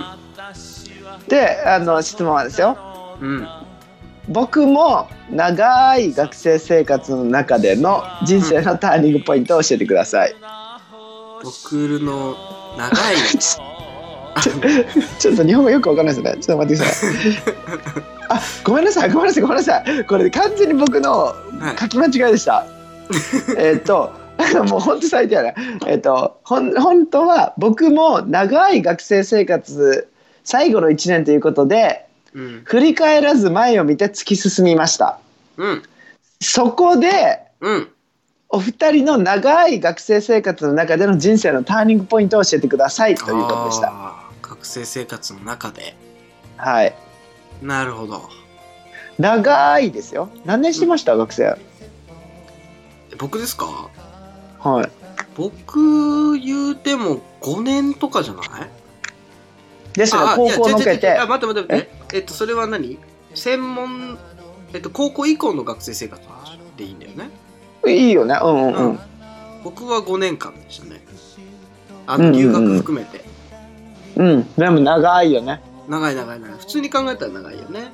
Speaker 1: で、あの質問はですよ。
Speaker 2: うん。
Speaker 1: 僕も長い学生生活の中での人生のターニングポイントを教えてください。
Speaker 2: 僕の長い。
Speaker 1: ちょっと日本語よくわかんないですね。ちょっと待ってください。あ、ごめんなさい、ごめんなさい、ごめんなさい。これ完全に僕の
Speaker 2: はい
Speaker 1: 書き間違いでした。えっと、もう本当最低やな。えっ、と、ほん、本当は僕も長い学生生活。最後の1年ということで、
Speaker 2: うん。
Speaker 1: 振り返らず前を見て突き進みました。
Speaker 2: うん。
Speaker 1: そこで、
Speaker 2: うん。
Speaker 1: お二人の長い学生生活の中での人生のターニングポイントを教えてくださいということでした。
Speaker 2: あー学生生活の中で。
Speaker 1: はい。
Speaker 2: なるほど。
Speaker 1: 長いですよ。何年してました、学生。
Speaker 2: え僕ですか
Speaker 1: はい。
Speaker 2: 僕、言うても5年とかじゃない
Speaker 1: ですね
Speaker 2: あ、
Speaker 1: 高校抜け
Speaker 2: いや違う違う違
Speaker 1: て
Speaker 2: うあ、。待って待って待って。えっと、それは何専門、えっと、高校以降の学生生活の話でいいんだよね。
Speaker 1: いいよね。うんうんうん。
Speaker 2: 僕は5年間でしたね。あ
Speaker 1: うんう
Speaker 2: の、
Speaker 1: んうん
Speaker 2: 留学含めて。
Speaker 1: うん。でも長いよね。
Speaker 2: 長い長い長い。普通に考えたら長いよね。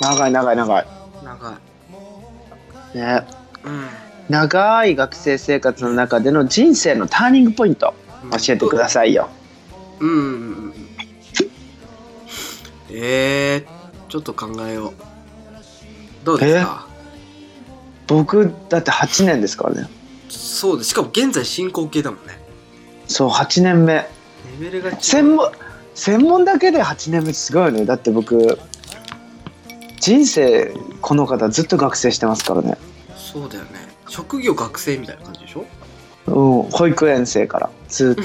Speaker 1: 長い長い長い。
Speaker 2: 長い。
Speaker 1: ね。
Speaker 2: うん。
Speaker 1: 長い学生生活の中での人生のターニングポイント教えてくださいよ。
Speaker 2: うんうんうんうん。えー、ちょっと考えよう。どうですか
Speaker 1: 僕だって8年ですからね。
Speaker 2: そうです。しかも現在進行形だもんね。
Speaker 1: そう8年目。
Speaker 2: レベルが違う。
Speaker 1: 専門専門だけで8年目すごいよね。だって僕人生この方ずっと学生してますからね。
Speaker 2: そうだよね。職業学生みたいな感じでしょ
Speaker 1: うん。保育園生からずっと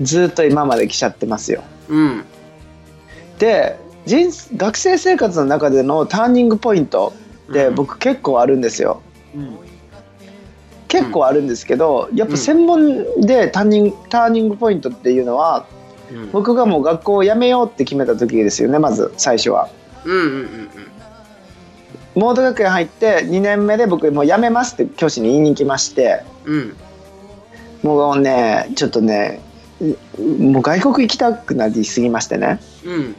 Speaker 1: ずっと今まで来ちゃってますよ。
Speaker 2: うん。
Speaker 1: で人学生生活の中でのターニングポイントで
Speaker 2: うん
Speaker 1: 僕結構あるんですよ。
Speaker 2: うん。
Speaker 1: 結構あるんですけど、やっぱ専門でターニングターニングポイントっていうのは
Speaker 2: うん。
Speaker 1: 僕がもう学校を辞めようって決めた時ですよねまず最初は。
Speaker 2: うんうんうん
Speaker 1: モード学園入って2年目で僕もう辞めますって教師に言いに来まして
Speaker 2: うん。うん。
Speaker 1: もうねちょっとねうもう外国行きたくなりすぎましてね
Speaker 2: うん。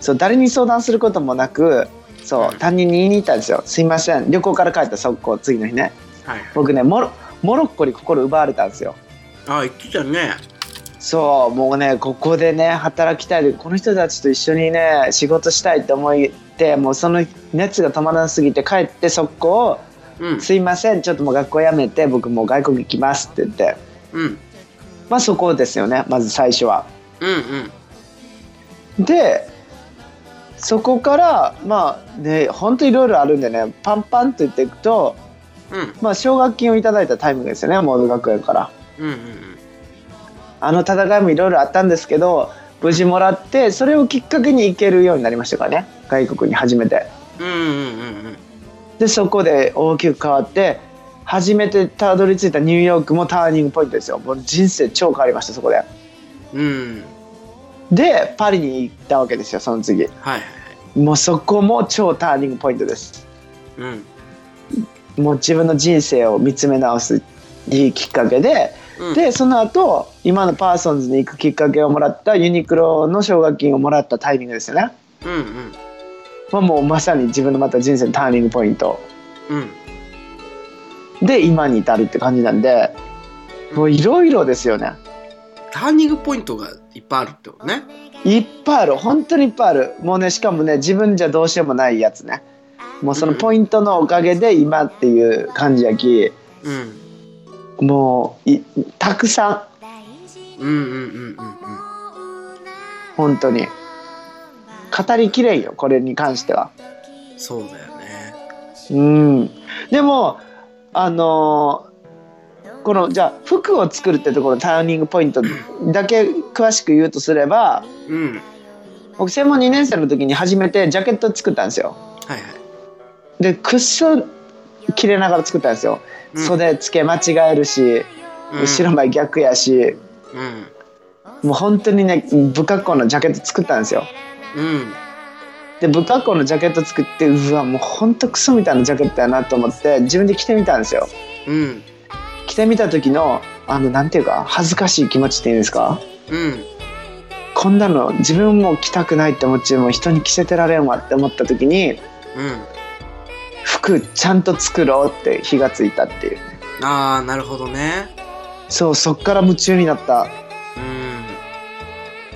Speaker 1: そう誰に相談することもなくそう担任に言いに行ったんですよ「すいません旅行から帰った速攻次の日ね
Speaker 2: はい。
Speaker 1: 僕ねモロモロッコに心奪われたんですよ
Speaker 2: あ、言ってたね。
Speaker 1: そうもうねここでね働きたいこの人たちと一緒にね仕事したいって思ってもうその熱が止まらなすぎて帰って速攻
Speaker 2: うん
Speaker 1: 「すいませんちょっともう学校辞めて僕もう外国行きます」って言って
Speaker 2: うん
Speaker 1: まあそこですよねまず最初は。
Speaker 2: うんうん
Speaker 1: でそこからまあね本当いろいろあるんでねパンパンと言っていくと、
Speaker 2: うん
Speaker 1: まあ、奨学金をいただいたタイミングですよねモード学園から
Speaker 2: うんうん
Speaker 1: あの戦いもいろいろあったんですけど無事もらってそれをきっかけに行けるようになりましたからね外国に初めて
Speaker 2: うんうんうんうん
Speaker 1: でそこで大きく変わって初めてたどり着いたニューヨークもターニングポイントですよもう人生超変わりましたそこで
Speaker 2: うん
Speaker 1: でパリに行ったわけですよその次
Speaker 2: はいはい
Speaker 1: もうそこも超ターニングポイントです
Speaker 2: うん
Speaker 1: もう自分の人生を見つめ直すいいきっかけで、
Speaker 2: うん
Speaker 1: でその後今のパーソンズに行くきっかけをもらったユニクロの奨学金をもらったタイミングですよね、
Speaker 2: うんうん
Speaker 1: まあ、もうまさに自分のまた人生のターニングポイント
Speaker 2: うん
Speaker 1: で今に至るって感じなんでもういろいろですよね
Speaker 2: ターニングポイントがいっぱいあるってことね
Speaker 1: いっぱいある本当にいっぱいあるもうねしかもね自分じゃどうしようもないやつねもうそのポイントのおかげで今っていう感じやき
Speaker 2: うん
Speaker 1: もういたくさん
Speaker 2: うんうんうんうんうん
Speaker 1: 本当に語りきれんよこれに関しては
Speaker 2: そうだよね
Speaker 1: うんでもあのーこのじゃあ服を作るってところのターニングポイントだけ詳しく言うとすれば
Speaker 2: うんは
Speaker 1: 僕専門2年生の時に初めてジャケットを作ったんですよ
Speaker 2: いはい
Speaker 1: でクッション切れながら作ったんですよ、
Speaker 2: うん
Speaker 1: 袖付け間違えるし、
Speaker 2: うん
Speaker 1: 後ろ前逆やし
Speaker 2: うん
Speaker 1: もう本当にね不格好のジャケット作ったんですよ
Speaker 2: うん
Speaker 1: で不格好のジャケット作ってうわもうほんとクソみたいなジャケットやなと思って自分で着てみたんですよ
Speaker 2: うん
Speaker 1: 着てみた時のあのなんていうか恥ずかしい気持ちっていうんですか
Speaker 2: うん
Speaker 1: こんなの自分も着たくないって思っちゃうもう人に着せてられんわって思った時に
Speaker 2: うん
Speaker 1: 服ちゃんと作ろうって火がついたっていう
Speaker 2: ああなるほどね
Speaker 1: そうそっから夢中になった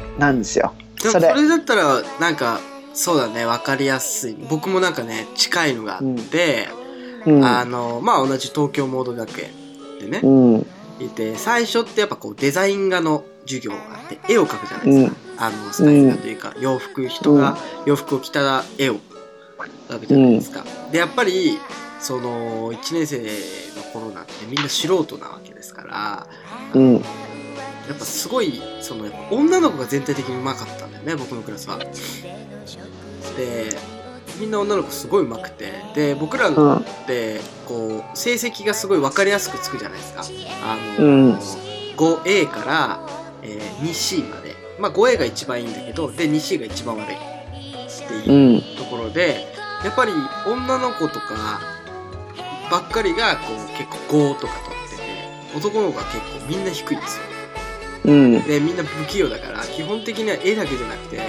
Speaker 2: うん
Speaker 1: なんですよ
Speaker 2: でも
Speaker 1: そ
Speaker 2: そ
Speaker 1: れ
Speaker 2: れだったらなんかそうだね分かりやすい僕もなんかね近いのがあって、
Speaker 1: うん
Speaker 2: あのまあ同じ東京モード学園でね、
Speaker 1: うん
Speaker 2: いて最初ってやっぱこうデザイン画の授業があって絵を描くじゃないですか、
Speaker 1: うん
Speaker 2: あのスタイルだというか、洋服人が洋服を着た絵を描くじゃないですか、でやっぱりその1年生の頃なんてみんな素人なわけですから
Speaker 1: うん
Speaker 2: やっぱすごいそのやっぱ女の子が全体的にうまかったんだよね僕のクラスはでみんな女の子すごいうまくてで僕ら
Speaker 1: う
Speaker 2: っ
Speaker 1: ん
Speaker 2: てこう成績がすごい分かりやすくつくじゃないですかあ
Speaker 1: う
Speaker 2: の、
Speaker 1: ん
Speaker 2: 5A から、えー 2C まで、まあ、5A が一番いいんだけどで 2C が一番悪いって
Speaker 1: う
Speaker 2: いうんところでやっぱり女の子とかばっかりがこう結構5とか取ってて男の子は結構みんな低いんですよ
Speaker 1: うん
Speaker 2: でみんな不器用だから基本的には絵だけじゃなくて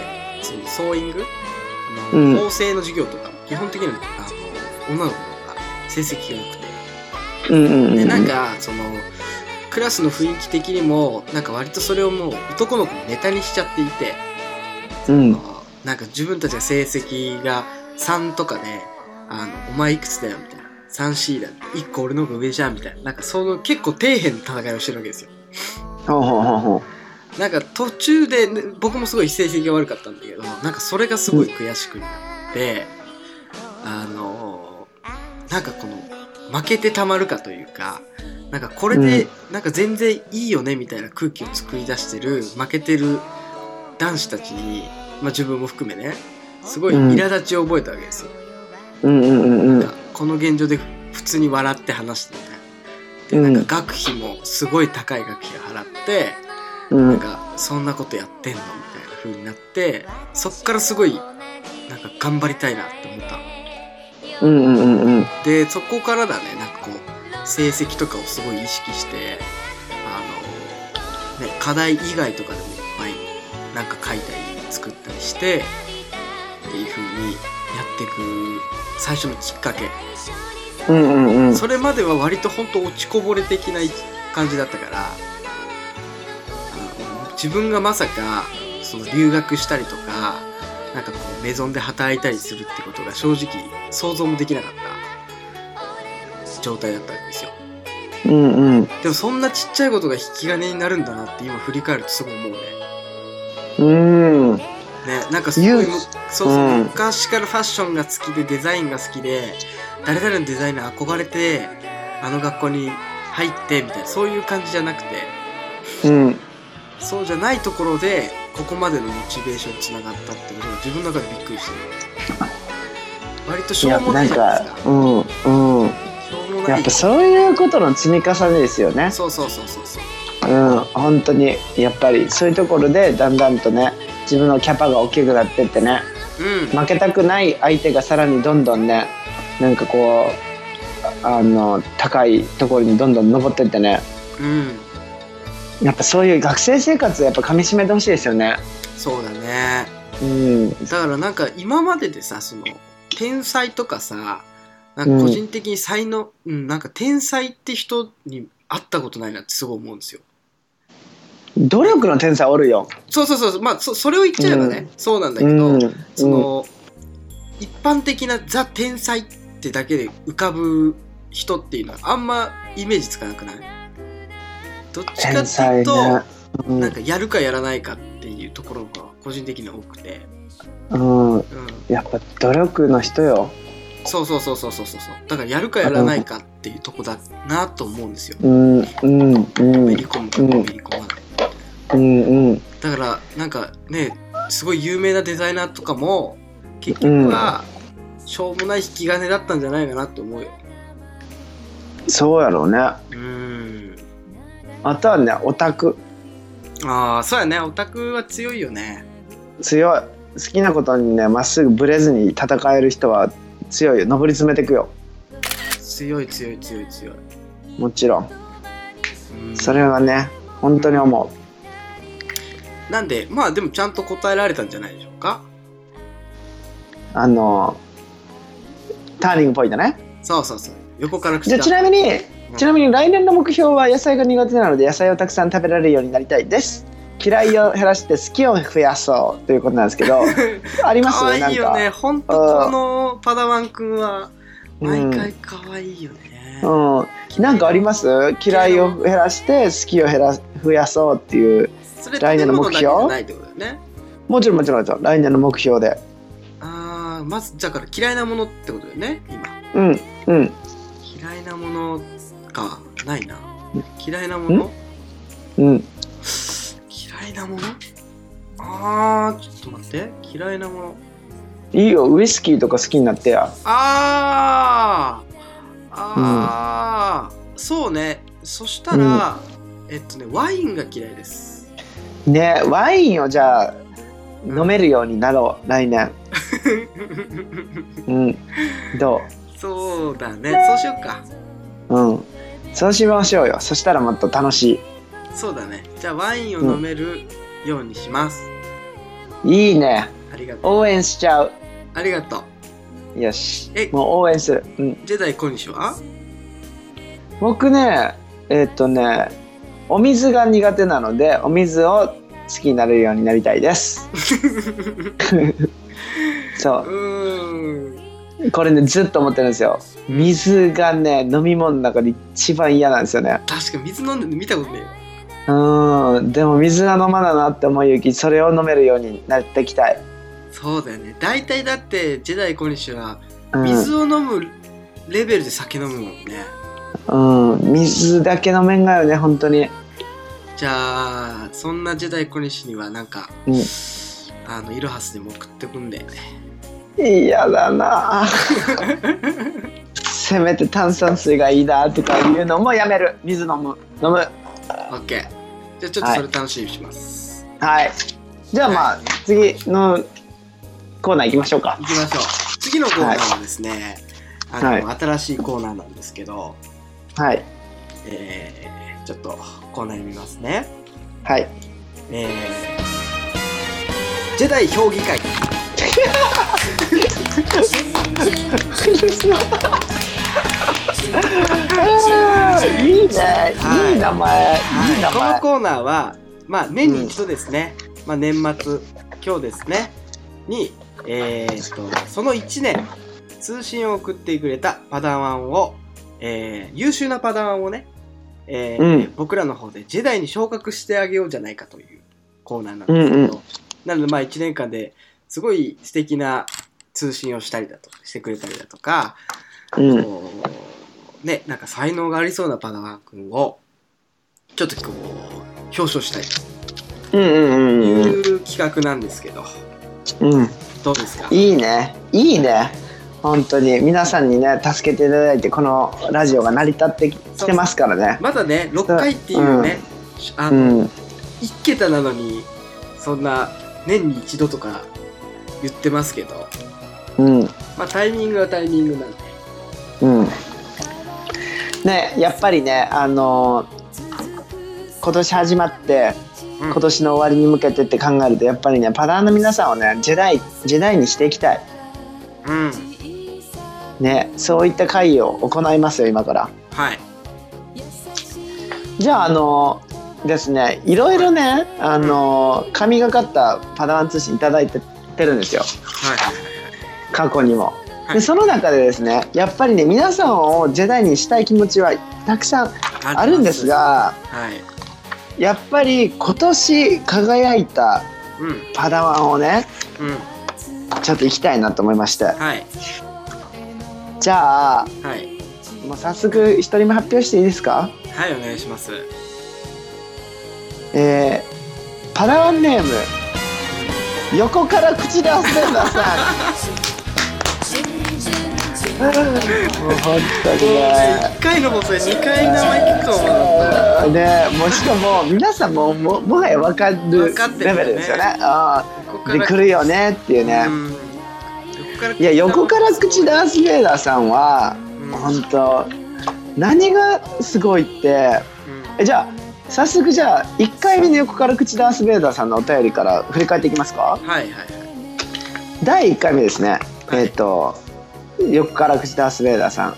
Speaker 2: そのソーイングあ
Speaker 1: うん
Speaker 2: の縫製の授業とかも基本的にはあの女の子の方が成績が良くて
Speaker 1: うんうん
Speaker 2: でなんかそのクラスの雰囲気的にもなんか割とそれをもう男の子のネタにしちゃっていて、
Speaker 1: うん
Speaker 2: なんか自分たちが成績が3とかで、あの、お前いくつだよみたいな。3C だ。1個俺の方が上じゃんみたいな。なんかその結構底辺の戦いをしてるわけですよ。
Speaker 1: ほうほうほうほ
Speaker 2: なんか途中で、ね僕もすごい成績が悪かったんだけど、なんかそれがすごい悔しくなって、あのーなんかこの、負けてたまるかというか、なんかこれで、なんか全然いいよねみたいな空気を作り出してる、負けてる男子たちに、まあ自分も含めね、すごい苛立ちを覚えたわけですよ。
Speaker 1: ううんうんうんうん
Speaker 2: なんかこの現状で普通に笑って話してみたいな。で、なんか学費もすごい高い学費を払って、
Speaker 1: う
Speaker 2: なん
Speaker 1: ん
Speaker 2: かそんなことやってんのみたいな風になってそっからすごいなんか頑張りたいなって思った
Speaker 1: うんうんうんうん
Speaker 2: でそこからだねなんかこう成績とかをすごい意識してあの、ね、課題以外とかでもいっぱいなんか書いたり作ったりしてっていう風にやっていく最初のきっかけ
Speaker 1: うんうんうん
Speaker 2: それまでは割と本当落ちこぼれ的な感じだったからあの自分がまさかその留学したりとかなんかこうメゾンで働いたりするってことが正直想像もできなかった状態だったんですよ
Speaker 1: うんうん
Speaker 2: でもそんなちっちゃいことが引き金になるんだなって今振り返るとすごい思うね
Speaker 1: うん。
Speaker 2: ね、なんかすごいむ
Speaker 1: 勇
Speaker 2: そうそう、
Speaker 1: うん
Speaker 2: 昔からファッションが好きでデザインが好きで誰々のデザイナー憧れてあの学校に入ってみたいなそういう感じじゃなくて
Speaker 1: うん。
Speaker 2: そうじゃないところでここまでのモチベーションにつながったっていうのが自分の中でびっくりしてる割とし
Speaker 1: い
Speaker 2: ょ
Speaker 1: や、
Speaker 2: うも
Speaker 1: な
Speaker 2: ない
Speaker 1: ん
Speaker 2: じゃないで
Speaker 1: か、うん。うん。
Speaker 2: すかしょうもな
Speaker 1: や
Speaker 2: い
Speaker 1: っぱそういうことの積み重ねですよね。
Speaker 2: そうそうそうそうそう
Speaker 1: うん。本当に、やっぱり、そういうところで、だんだんとね、自分のキャパが大きくなってってね、
Speaker 2: うん
Speaker 1: 負けたくない相手がさらにどんどんね、なんかこう、ああの、高いところにどんどん登ってってね、
Speaker 2: うん
Speaker 1: やっぱそういう学生生活をやっぱ噛み締めてほしいですよね。
Speaker 2: そうだね
Speaker 1: うん。
Speaker 2: だからなんか今まででさその天才とかさなんか個人的に才能、うんなんか天才って人に会ったことないなってすごい思うんですよ
Speaker 1: 努力の天才おるよ。
Speaker 2: そうそうそうまあそそれを言っちゃえばね、
Speaker 1: うん
Speaker 2: そうなんだけ
Speaker 1: う
Speaker 2: ど、
Speaker 1: ん。
Speaker 2: その、一般的なザ天才ってだけで浮かぶ人っていうのはあんまイメージつかなくないどっちか
Speaker 1: 天
Speaker 2: ってい
Speaker 1: 才
Speaker 2: う
Speaker 1: ね
Speaker 2: と、。
Speaker 1: うん
Speaker 2: なんかやるかやらないかっていうところが個人的には多くて、
Speaker 1: うん。
Speaker 2: うん、
Speaker 1: やっぱ努力の人よ。
Speaker 2: そうそうそうそうそうそうそうだからやるかやらないかっていうとこだなと思うんですよ
Speaker 1: うんうんうんう
Speaker 2: め
Speaker 1: ん
Speaker 2: り込むかめり込まない
Speaker 1: うん
Speaker 2: だからなんかねすごい有名なデザイナーとかも結局はしょうもない引き金だったんじゃないかなと思うよ
Speaker 1: そうやろうねあ
Speaker 2: うーん
Speaker 1: とはねオタク
Speaker 2: ああそうやねオタクは強いよね
Speaker 1: 強い好きなことにねまっすぐぶれずに戦える人は強いよ上り詰めてくよ
Speaker 2: 強い強い強い強い
Speaker 1: もちろん
Speaker 2: うん
Speaker 1: それはね本当に思
Speaker 2: なんでまあでもちゃんと答えられたんじゃないでしょうか
Speaker 1: うあのターニングポイントね
Speaker 2: そうそうそう横から来
Speaker 1: じゃあちなみにちなみに来年の目標は野菜が苦手なので野菜をたくさん食べられるようになりたいです嫌いを減らして好きを増やそうということなんです けどあります
Speaker 2: 可愛いよ
Speaker 1: な
Speaker 2: ね
Speaker 1: んか
Speaker 2: ほんとこのパダワンくんは
Speaker 1: う
Speaker 2: 毎
Speaker 1: ん
Speaker 2: 回可愛いよね、
Speaker 1: うんなんかあります嫌いを減らして好きを減ら増やそうっていう
Speaker 2: それ
Speaker 1: 来年の目標
Speaker 2: 食べ物だけじゃないってことだよね
Speaker 1: もちろんもちろんもちろん来年の目標で
Speaker 2: ああまずだから嫌いなものってことだよね今
Speaker 1: うんうん
Speaker 2: 嫌いなものかないな嫌いなもの
Speaker 1: うん
Speaker 2: 嫌いなものあーちょっと待って嫌いなもの
Speaker 1: いいよウイスキーとか好きになってや
Speaker 2: あーあー、そうねそしたら、えっとねワインが嫌い です
Speaker 1: ねワインをじゃあ飲めるようになろう来年うんど
Speaker 2: そうだねそうしようか
Speaker 1: ううんそうしましょうよそしたらもっと楽し
Speaker 2: そうだねじゃあワインを飲めるようにします、
Speaker 1: いいいね
Speaker 2: ありがとう
Speaker 1: 応援しちゃう
Speaker 2: ありがとう
Speaker 1: よし
Speaker 2: え
Speaker 1: もう応援するうん
Speaker 2: ジェダイ小西は
Speaker 1: 僕ねえーっとねお水が苦手なのでお水を好きになれるようになりたいです
Speaker 2: う
Speaker 1: そ
Speaker 2: ーん
Speaker 1: うこれねずっと思ってるんですよ水がね飲み物の中で一番嫌なんですよね
Speaker 2: 確か水飲んでるの見たことねえよ
Speaker 1: うんでも水が飲まないなって思いゆきそれを飲めるようになっていきたい、
Speaker 2: そうだよね大体だってジェダイ小西は
Speaker 1: うん、
Speaker 2: 水を飲むレベルで酒飲むもんね、
Speaker 1: うん水だけ飲めんがよね本当に
Speaker 2: じゃあそんなジェダイ小西にはなんか、
Speaker 1: うん
Speaker 2: あのイロハスでも送ってくんで
Speaker 1: 嫌 だなせめて炭酸水がいいなとかいうのもやめる水飲む飲む
Speaker 2: OK じゃあちょっとそれ楽しみにします、
Speaker 1: はいじゃあまあ次のコーナー行きましょうか
Speaker 2: 行きましょう次のコーナーはですね、
Speaker 1: は
Speaker 2: あ
Speaker 1: い
Speaker 2: の新しいコーナーなんですけど、
Speaker 1: はい
Speaker 2: えー、ちょっとコーナー見ますね
Speaker 1: はい
Speaker 2: えー、ジェダイ評議会
Speaker 1: あーいいね、
Speaker 2: はい
Speaker 1: いい名前、い、い名
Speaker 2: この
Speaker 1: 前。
Speaker 2: コーナーは、まあ、年に一度ですね、まあ、年末今日ですねに、えー、とその1年通信を送ってくれたパダワンを、えー優秀なパダワンをね、えー
Speaker 1: うん
Speaker 2: 僕らの方でジェダイに昇格してあげようじゃないかというコーナーなんですけど、
Speaker 1: うんうん
Speaker 2: なのでまあ1年間ですごい素敵な通信をしたりだとかしてくれたりだとか、
Speaker 1: うん。
Speaker 2: こうね、なんか才能がありそうなバナナ君をちょっとこう表彰したい
Speaker 1: うんうん
Speaker 2: と
Speaker 1: うんうん。
Speaker 2: いう企画なんですけど、
Speaker 1: うん。
Speaker 2: どうですか
Speaker 1: いいね。いいね。本当に皆さんにね助けていただいてこのラジオが成り立ってきてますからね。
Speaker 2: まだね、6回っていうね、あ
Speaker 1: う
Speaker 2: の、
Speaker 1: ん。
Speaker 2: 1桁なのに、そんな年に一度とか言ってますけど、
Speaker 1: うん。
Speaker 2: まあタイミングはタイミングなんで。
Speaker 1: うん。ねやっぱりねあのー今年始まって
Speaker 2: うん
Speaker 1: 今年の終わりに向けてって考えるとやっぱりねパダーンの皆さんをねジェダイジェダイにしていきたい。
Speaker 2: うん。
Speaker 1: ねそういった会を行いますよ今から。
Speaker 2: はい。
Speaker 1: じゃああのですねいろいろねあの神がかったパダワン通信いただいててるんですよ
Speaker 2: はい
Speaker 1: 過去にも
Speaker 2: は
Speaker 1: で
Speaker 2: い
Speaker 1: その中でですねやっぱりね皆さんをジェダイにしたい気持ちはたくさん
Speaker 2: はい。
Speaker 1: あるんです。が
Speaker 2: はい。
Speaker 1: やっぱり今年輝いた
Speaker 2: うん。
Speaker 1: パダワンをね
Speaker 2: うん。
Speaker 1: ちょっと行きたいなと思いまして
Speaker 2: はい。
Speaker 1: じゃあ
Speaker 2: はい。
Speaker 1: もう早速一人目発表していいですか
Speaker 2: はい、お願いします。
Speaker 1: えーパラワンネーム横から口で遊んださんもう本当にね
Speaker 2: 1回の放送で2回名前聞くと思う
Speaker 1: ねもうしかも皆さんもももはや分か
Speaker 2: 分
Speaker 1: る
Speaker 2: かってるよね
Speaker 1: レベルですよねあ
Speaker 2: とここ
Speaker 1: あ
Speaker 2: から
Speaker 1: で来るよねっていうね、
Speaker 2: うん横から
Speaker 1: いや横から口ダース・ベイダーさんは
Speaker 2: うん
Speaker 1: 本当何がすごいって
Speaker 2: うん
Speaker 1: えじゃあ早速じゃあ1回目の横から口ダース・ベイダーさんのお便りから振り返っていきますか
Speaker 2: はいはいはい
Speaker 1: 第1回目ですね、
Speaker 2: はい
Speaker 1: えっ、と横から口ダース・ベイダーさん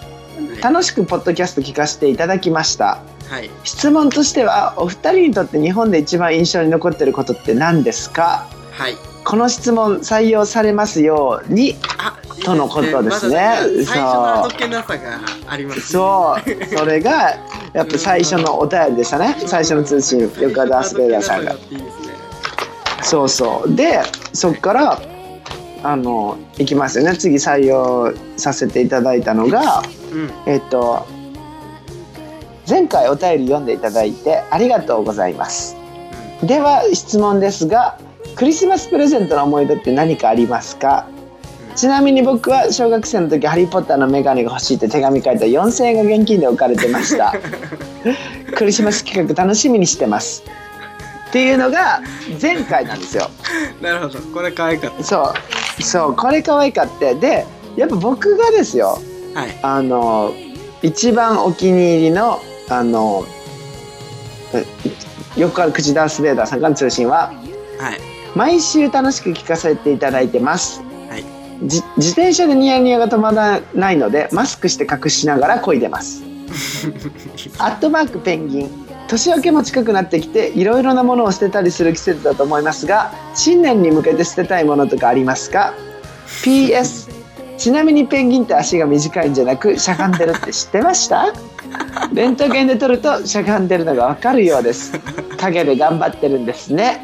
Speaker 1: 楽しくポッドキャスト聞かせていただきました
Speaker 2: はい
Speaker 1: 質問としてはお二人にとって日本で一番印象に残ってることって何ですか
Speaker 2: はい
Speaker 1: この質問採用されますように
Speaker 2: あいい
Speaker 1: とのことですね
Speaker 2: まだ最初の
Speaker 1: そう
Speaker 2: あどけなさがありますね
Speaker 1: そうそれがやっぱ最初のお便りでしたね最初の通信横川ダース・ベイダーさんが
Speaker 2: 最初のあどけなさがあっていいですね
Speaker 1: そうそうでそっからあの行きますよね次採用させていただいたのが
Speaker 2: うん
Speaker 1: えっと前回お便り読んでいただいてありがとうございますでは質問ですがクリスマスプレゼントの思い出って何かありますかちなみに僕は小学生の時「ハリー・ポッター」のメガネが欲しいって手紙書いた4,000円が現金で置かれてましたクリスマス企画楽しみにしてますっていうのが前回なんですよ
Speaker 2: うんなるほどこれ可愛かっ
Speaker 1: そうそうこれ可愛かってでやっぱ僕がですよ
Speaker 2: たはい
Speaker 1: あの一番お気に入りのあのえよくある口ダース・ベイダーさんからの通信は
Speaker 2: はい
Speaker 1: 毎週楽しく聞かせていただいてます、
Speaker 2: はい
Speaker 1: じ自転車でニヤニヤが止まらないのでマスクして隠しながら漕いでますアットマークペンギン年明けも近くなってきていろいろなものを捨てたりする季節だと思いますが新年に向けて捨てたいものとかありますか PS ちなみにペンギンって足が短いんじゃなくしゃがんでるって知ってましたレントゲンで撮るとしゃがんでるのがわかるようです陰で頑張ってるんですね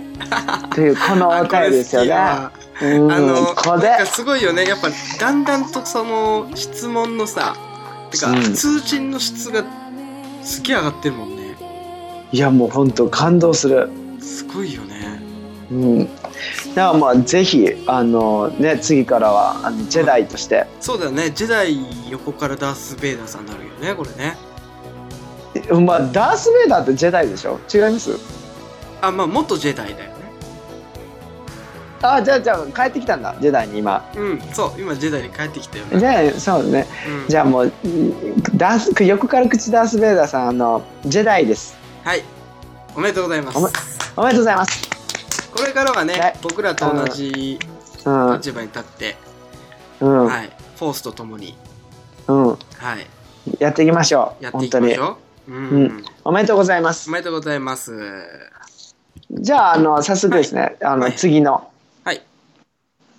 Speaker 1: というこのお
Speaker 2: あこれ
Speaker 1: 便りですよね
Speaker 2: 好き
Speaker 1: うん
Speaker 2: あの
Speaker 1: こ
Speaker 2: なん
Speaker 1: れ
Speaker 2: かすごいよねやっぱだんだんとその質問のさてか、
Speaker 1: うん
Speaker 2: 通信の質がすげえ上がってるもんね
Speaker 1: いやもう本当感動する
Speaker 2: すごいよね
Speaker 1: うんだからまあぜひあのね次からはあのジェダイとして
Speaker 2: そうだよねジェダイ横からダース・ベイダーさんになるよねこれね
Speaker 1: うんまあダース・ベイダーってジェダイでしょ違います
Speaker 2: あまあ元ジェダイだよね
Speaker 1: あじゃあじゃあ帰ってきたんだジェダイに今
Speaker 2: うんそう今ジェダイに帰ってきたよね
Speaker 1: じゃあそうね
Speaker 2: うん
Speaker 1: じゃあもうダース横から口ダース・ベイダーさんあのジェダイです
Speaker 2: はいおめでとうございます
Speaker 1: おめおめでとうございます
Speaker 2: これからは
Speaker 1: は
Speaker 2: ね
Speaker 1: い
Speaker 2: 僕らと同じ
Speaker 1: うん
Speaker 2: 立場に立って、
Speaker 1: うん、
Speaker 2: はいフォースとともに
Speaker 1: うん、
Speaker 2: はい
Speaker 1: やっていきましょう
Speaker 2: やって
Speaker 1: 本
Speaker 2: いき
Speaker 1: 当
Speaker 2: ま
Speaker 1: に
Speaker 2: しょううん、
Speaker 1: うおめでとうございます
Speaker 2: おめでとうございます
Speaker 1: じゃああの早速ですね、あの
Speaker 2: はい
Speaker 1: 次の
Speaker 2: はい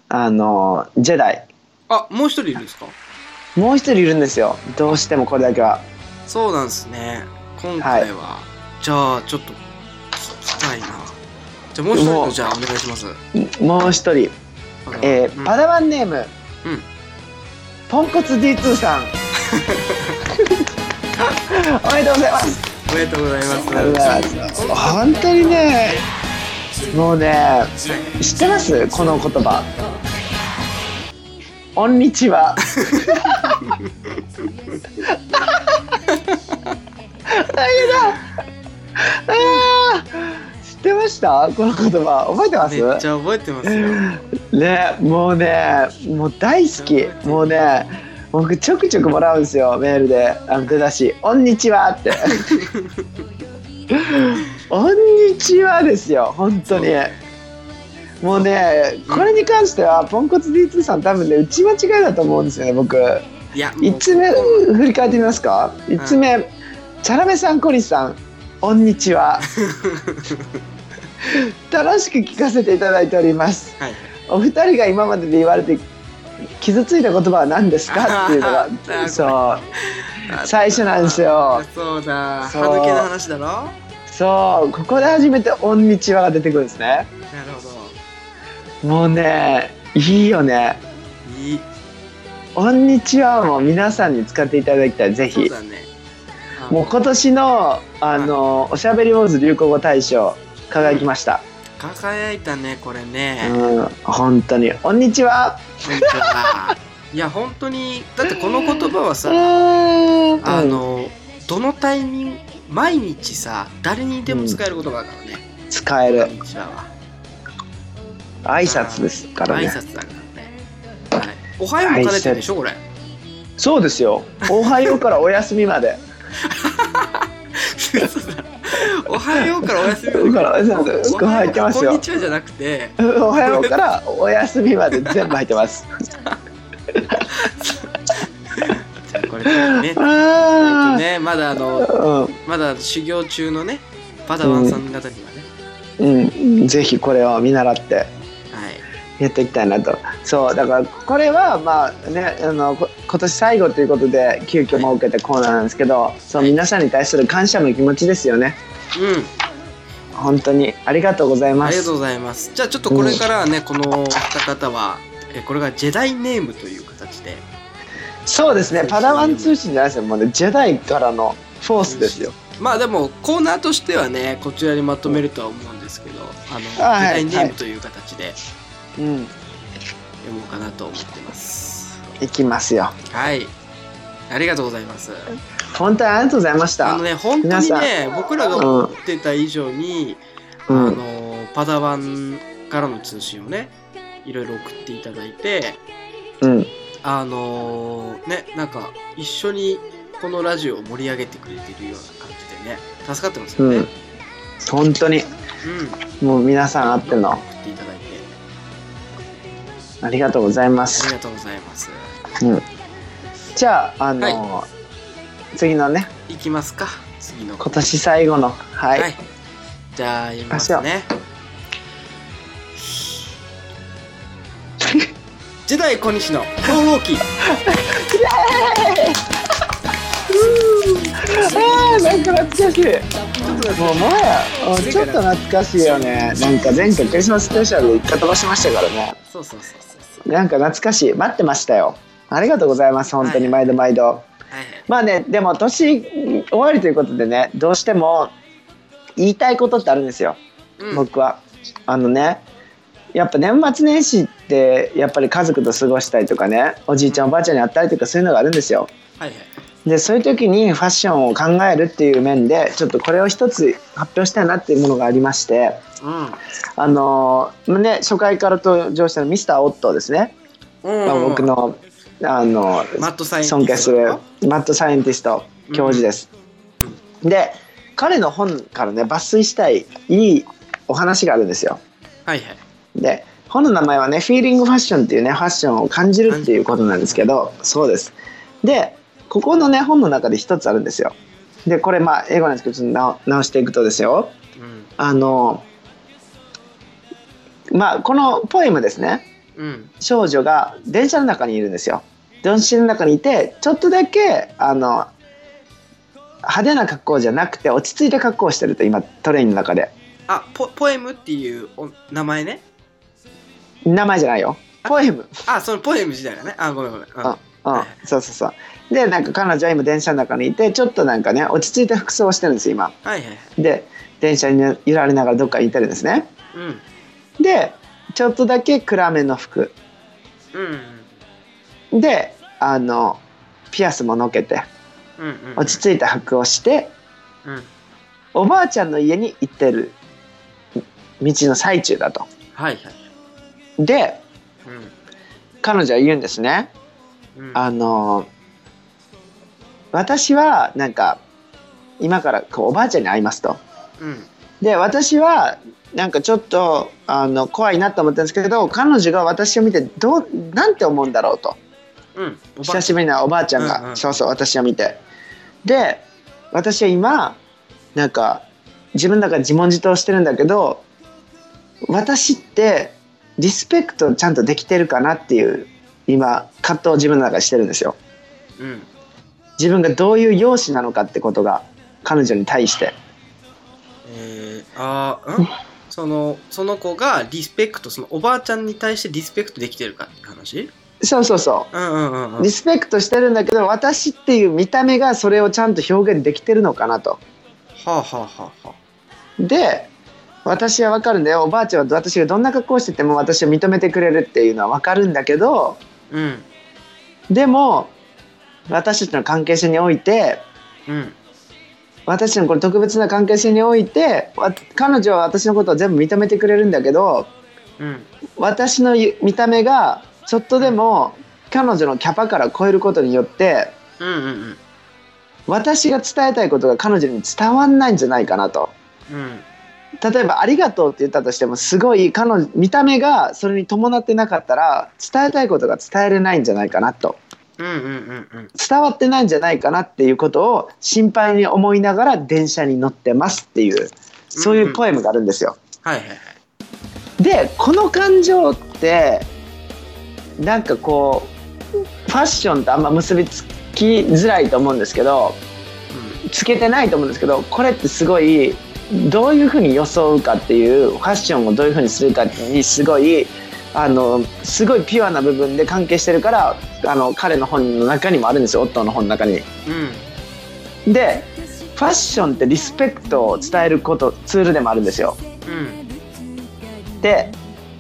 Speaker 1: あのジェダイ
Speaker 2: あもう一人いるんですか
Speaker 1: もう一人いるんですよどうしてもこれだけは
Speaker 2: そうなんですね今回は、じゃあちょっと聞きたいなじゃあもう一人
Speaker 1: う
Speaker 2: の
Speaker 1: わ
Speaker 2: じゃあお願いします。
Speaker 1: もう一人、えー
Speaker 2: うん
Speaker 1: パダワンネーム、
Speaker 2: うん
Speaker 1: ポンコツ D2 さん おめでとうございます
Speaker 2: おめでとうございます。
Speaker 1: ありがとうございます本当にねもうね知ってますこの言葉「こんにちは」大変だあー知ってましたこの言葉覚えてま
Speaker 2: めっ
Speaker 1: す
Speaker 2: ちゃ覚えてますよ。
Speaker 1: ねもうねもう大好きもうね僕ちょくちょくもらうんですよメールで「あの出だしこんにちは」って「こんにちは」ですよ本当にもうねこれに関してはポンコツ D2 さん多分ね打ち間違いだと思うんですよね僕
Speaker 2: いや、もう
Speaker 1: 1つ目振り返ってみますか1つ目、チャラメさんコリスさんこんに ちは楽しく聞かせていただいております
Speaker 2: はい。
Speaker 1: お二人が今までで言われて傷ついた言葉は何で すかっていうの
Speaker 2: あったあ
Speaker 1: が
Speaker 2: った
Speaker 1: そう最初なんですよ
Speaker 2: そうだ。
Speaker 1: そう
Speaker 2: 歯抜けの話だろ。な
Speaker 1: そうここで初めて「こんにちは」が出てくるんですね
Speaker 2: るほど。
Speaker 1: もうねいいよね
Speaker 2: いい。
Speaker 1: 「こんにちは」も皆さんに使っていただきたいぜ
Speaker 2: そう
Speaker 1: ひ
Speaker 2: だね。あ
Speaker 1: もう今年のあのおしゃべりウォーズ流行語大賞輝きました
Speaker 2: 輝いたねこれね。
Speaker 1: うん本当に「こんにちは
Speaker 2: 本当だいや本当にだってこの言葉は」
Speaker 1: う
Speaker 2: さ
Speaker 1: ーん
Speaker 2: あのどのタイミング毎日さ誰にでも使える言葉だからね
Speaker 1: 使え
Speaker 2: 「こ
Speaker 1: る
Speaker 2: んにちは」は
Speaker 1: 挨拶ですから
Speaker 2: 挨
Speaker 1: ね
Speaker 2: 拶だからね、はい、おはようも兼ねてるでしょこれ
Speaker 1: そうですよおはようからお休みまで
Speaker 2: 嘘だおはようからお休み
Speaker 1: おはようからお休み
Speaker 2: おはよう
Speaker 1: 入ってますよ
Speaker 2: こんにちはじゃなくて
Speaker 1: おはようからお休みまで全部入って ます。
Speaker 2: じゃあこれからね
Speaker 1: あ
Speaker 2: ねまだあの
Speaker 1: ー
Speaker 2: まだ修行中のねパダワンさん方にはね、
Speaker 1: うん、うん、ぜひこれを見習って
Speaker 2: はい
Speaker 1: やっていきたいなと。そう、だからこれはまあね、あのこ今年最後ということで急遽設けたコーナーなんですけど、そう皆さんに対する感謝の気持ちですよね。
Speaker 2: うん
Speaker 1: 本当にありがとうございま
Speaker 2: ありがとうご
Speaker 1: す。
Speaker 2: ざいます。じゃあちょっとこれからはね、このお二方は、えこれがジェダイネームという形で。
Speaker 1: そうですね、パダワン通信じゃないですよ、もうねジェダイからのフォースですよ。
Speaker 2: まあでもコーナーとしてはね、こちらにまとめるとは思うんですけど、あの、ジェ
Speaker 1: あは
Speaker 2: ダ
Speaker 1: い
Speaker 2: イネームという形で
Speaker 1: うん、
Speaker 2: 読もうかなと思ってます。
Speaker 1: いきますよ。
Speaker 2: はい。ありがとうございます。
Speaker 1: 本当にありがとうございまし
Speaker 2: あ
Speaker 1: た。
Speaker 2: のね、本当
Speaker 1: 皆
Speaker 2: に
Speaker 1: さん
Speaker 2: ね、僕らが思ってた以上に、
Speaker 1: う
Speaker 2: あ
Speaker 1: ん、
Speaker 2: の、パダワンからの通信をね、いろいろ送っていただいて、
Speaker 1: うん、
Speaker 2: あのーね、なんか、一緒にこのラジオを盛り上げてくれてるような感じでね、助かってますよね。
Speaker 1: う
Speaker 2: うん
Speaker 1: ん。本当に。
Speaker 2: うん、
Speaker 1: もう皆さんあっての
Speaker 2: 送っていただいて、
Speaker 1: ありがとうございま
Speaker 2: あり
Speaker 1: す。
Speaker 2: がとうございます。
Speaker 1: じゃああのー次のね
Speaker 2: いきますか、次の。
Speaker 1: 今年最後のはい、
Speaker 2: はい。じゃあ、言いますね。 ジェダイ小西の繁忙期。
Speaker 1: あーなんか懐かしい
Speaker 2: ちょっとね
Speaker 1: もうもはやあちょっと懐かしいよねなんか前回クリスマススペシャルで一回飛ばしましたからね
Speaker 2: そうそうそうそうそう。
Speaker 1: なんか懐かしい待ってましたよありがとうございます本当に毎度毎度
Speaker 2: はいはい。
Speaker 1: まあねでも年終わりということでねどうしても言いたいことってあるんですよ
Speaker 2: うん、
Speaker 1: 僕はあのねやっぱ年末年始ってやっぱり家族と過ごしたりとかねおじいちゃんおばあちゃんに会ったりとかそういうのがあるんですよ
Speaker 2: はいはい。
Speaker 1: でそういう時にファッションを考えるっていう面でちょっとこれを一つ発表したいなっていうものがありましてあのーね初回から登場したミスターオットーですね、
Speaker 2: うん。うん、
Speaker 1: まあ、僕のあのー
Speaker 2: マットサイン
Speaker 1: 尊敬するマッドサイエンティスト教授です、で彼の本からね抜粋したいいいお話があるんですよ
Speaker 2: はいはい。
Speaker 1: で本の名前はねフィーリングファッションっていうねファッションを感じるっていうことなんですけどそうですでここのね本の中で一つあるんですよでこれまあ英語なんですけどちょっと直直していくとですよ
Speaker 2: うん。
Speaker 1: あのまあこのポエムですね
Speaker 2: うん。
Speaker 1: 少女が電車の中にいるんですよ電車の中にいてちょっとだけあの派手な格好じゃなくて落ち着いた格好をしてると今トレインの中で
Speaker 2: あポポエムっていうお名前ね
Speaker 1: 名前じゃないよ。ポエム。
Speaker 2: あそのポエム自体がねあごめんごめん、うん
Speaker 1: あうん。そうそうそう。で、なんか彼女は今電車の中にいて、ちょっとなんかね、落ち着いた服装をしてるんですよ、今。
Speaker 2: はいはいはい
Speaker 1: で、電車に揺られながらどっかにいてるんですね。
Speaker 2: うん
Speaker 1: で、ちょっとだけ暗めの服。
Speaker 2: うん
Speaker 1: で、あの、ピアスものけて、
Speaker 2: うんうんうん
Speaker 1: 落ち着いた服をして、
Speaker 2: うん
Speaker 1: おばあちゃんの家に行ってる道の最中だと。
Speaker 2: はいはい
Speaker 1: で、彼女は言うんですね。
Speaker 2: うんうん
Speaker 1: あの私はなんか今からこうおばあちゃんに会いますと。
Speaker 2: うん
Speaker 1: で私はなんかちょっとあの怖いなと思ったんですけど彼女が私を見てどうなんて思うんだろうと
Speaker 2: うんおば
Speaker 1: 久しぶりなおばあちゃんが、
Speaker 2: うんうん
Speaker 1: そうそう私を見てで私は今なんか自分だから自問自答してるんだけど私ってリスペクトちゃんとできてるかなっていう今葛藤を自分の中でしてるんですよ。
Speaker 2: うん
Speaker 1: 自分がどういう容姿なのかってことが彼女に対して
Speaker 2: えー、あーんそのその子がリスペクトそのおばあちゃんに対してリスペクトできてるかって話
Speaker 1: そうそうそ
Speaker 2: うんうんうんう
Speaker 1: うんリスペクトしてるんだけど私っていう見た目がそれをちゃんと表現できてるのかなと
Speaker 2: はあはあはあは
Speaker 1: で私は分かるんだよおばあちゃんは私がどんな格好をしてても私を認めてくれるっていうのは分かるんだけど
Speaker 2: うん
Speaker 1: でも私たちの関係性において
Speaker 2: うん
Speaker 1: 私たちのこの特別な関係性においてわ彼女は私のことを全部認めてくれるんだけど
Speaker 2: うん
Speaker 1: 私のゆ見た目がちょっとでも彼女のキャパから超えることによって
Speaker 2: うんうんうん
Speaker 1: 私が伝えたいことが彼女に伝わんないんじゃないかなと
Speaker 2: うん
Speaker 1: 例えば「ありがとう」って言ったとしてもすごい彼女見た目がそれに伴ってなかったら伝えたいことが伝えれないんじゃないかなと
Speaker 2: うんうんうんうん
Speaker 1: 伝わってないんじゃないかなっていうことを心配に思いながら電車に乗ってますっていうそういうポエムがあるんですよ。
Speaker 2: はいはいはい
Speaker 1: でこの感情ってなんかこうファッションとあんま結びつきづらいと思うんですけどつけてないと思うんですけどこれってすごいどういうふうに装うかっていうファッションをどういうふうにするかにすごいあのすごいピュアな部分で関係してるからあの彼の本の中にもあるんですよオットーの本の中
Speaker 2: う
Speaker 1: に。
Speaker 2: んうん
Speaker 1: でファッションってリスペクトを伝えることツールでもあるんですよ。
Speaker 2: うん
Speaker 1: で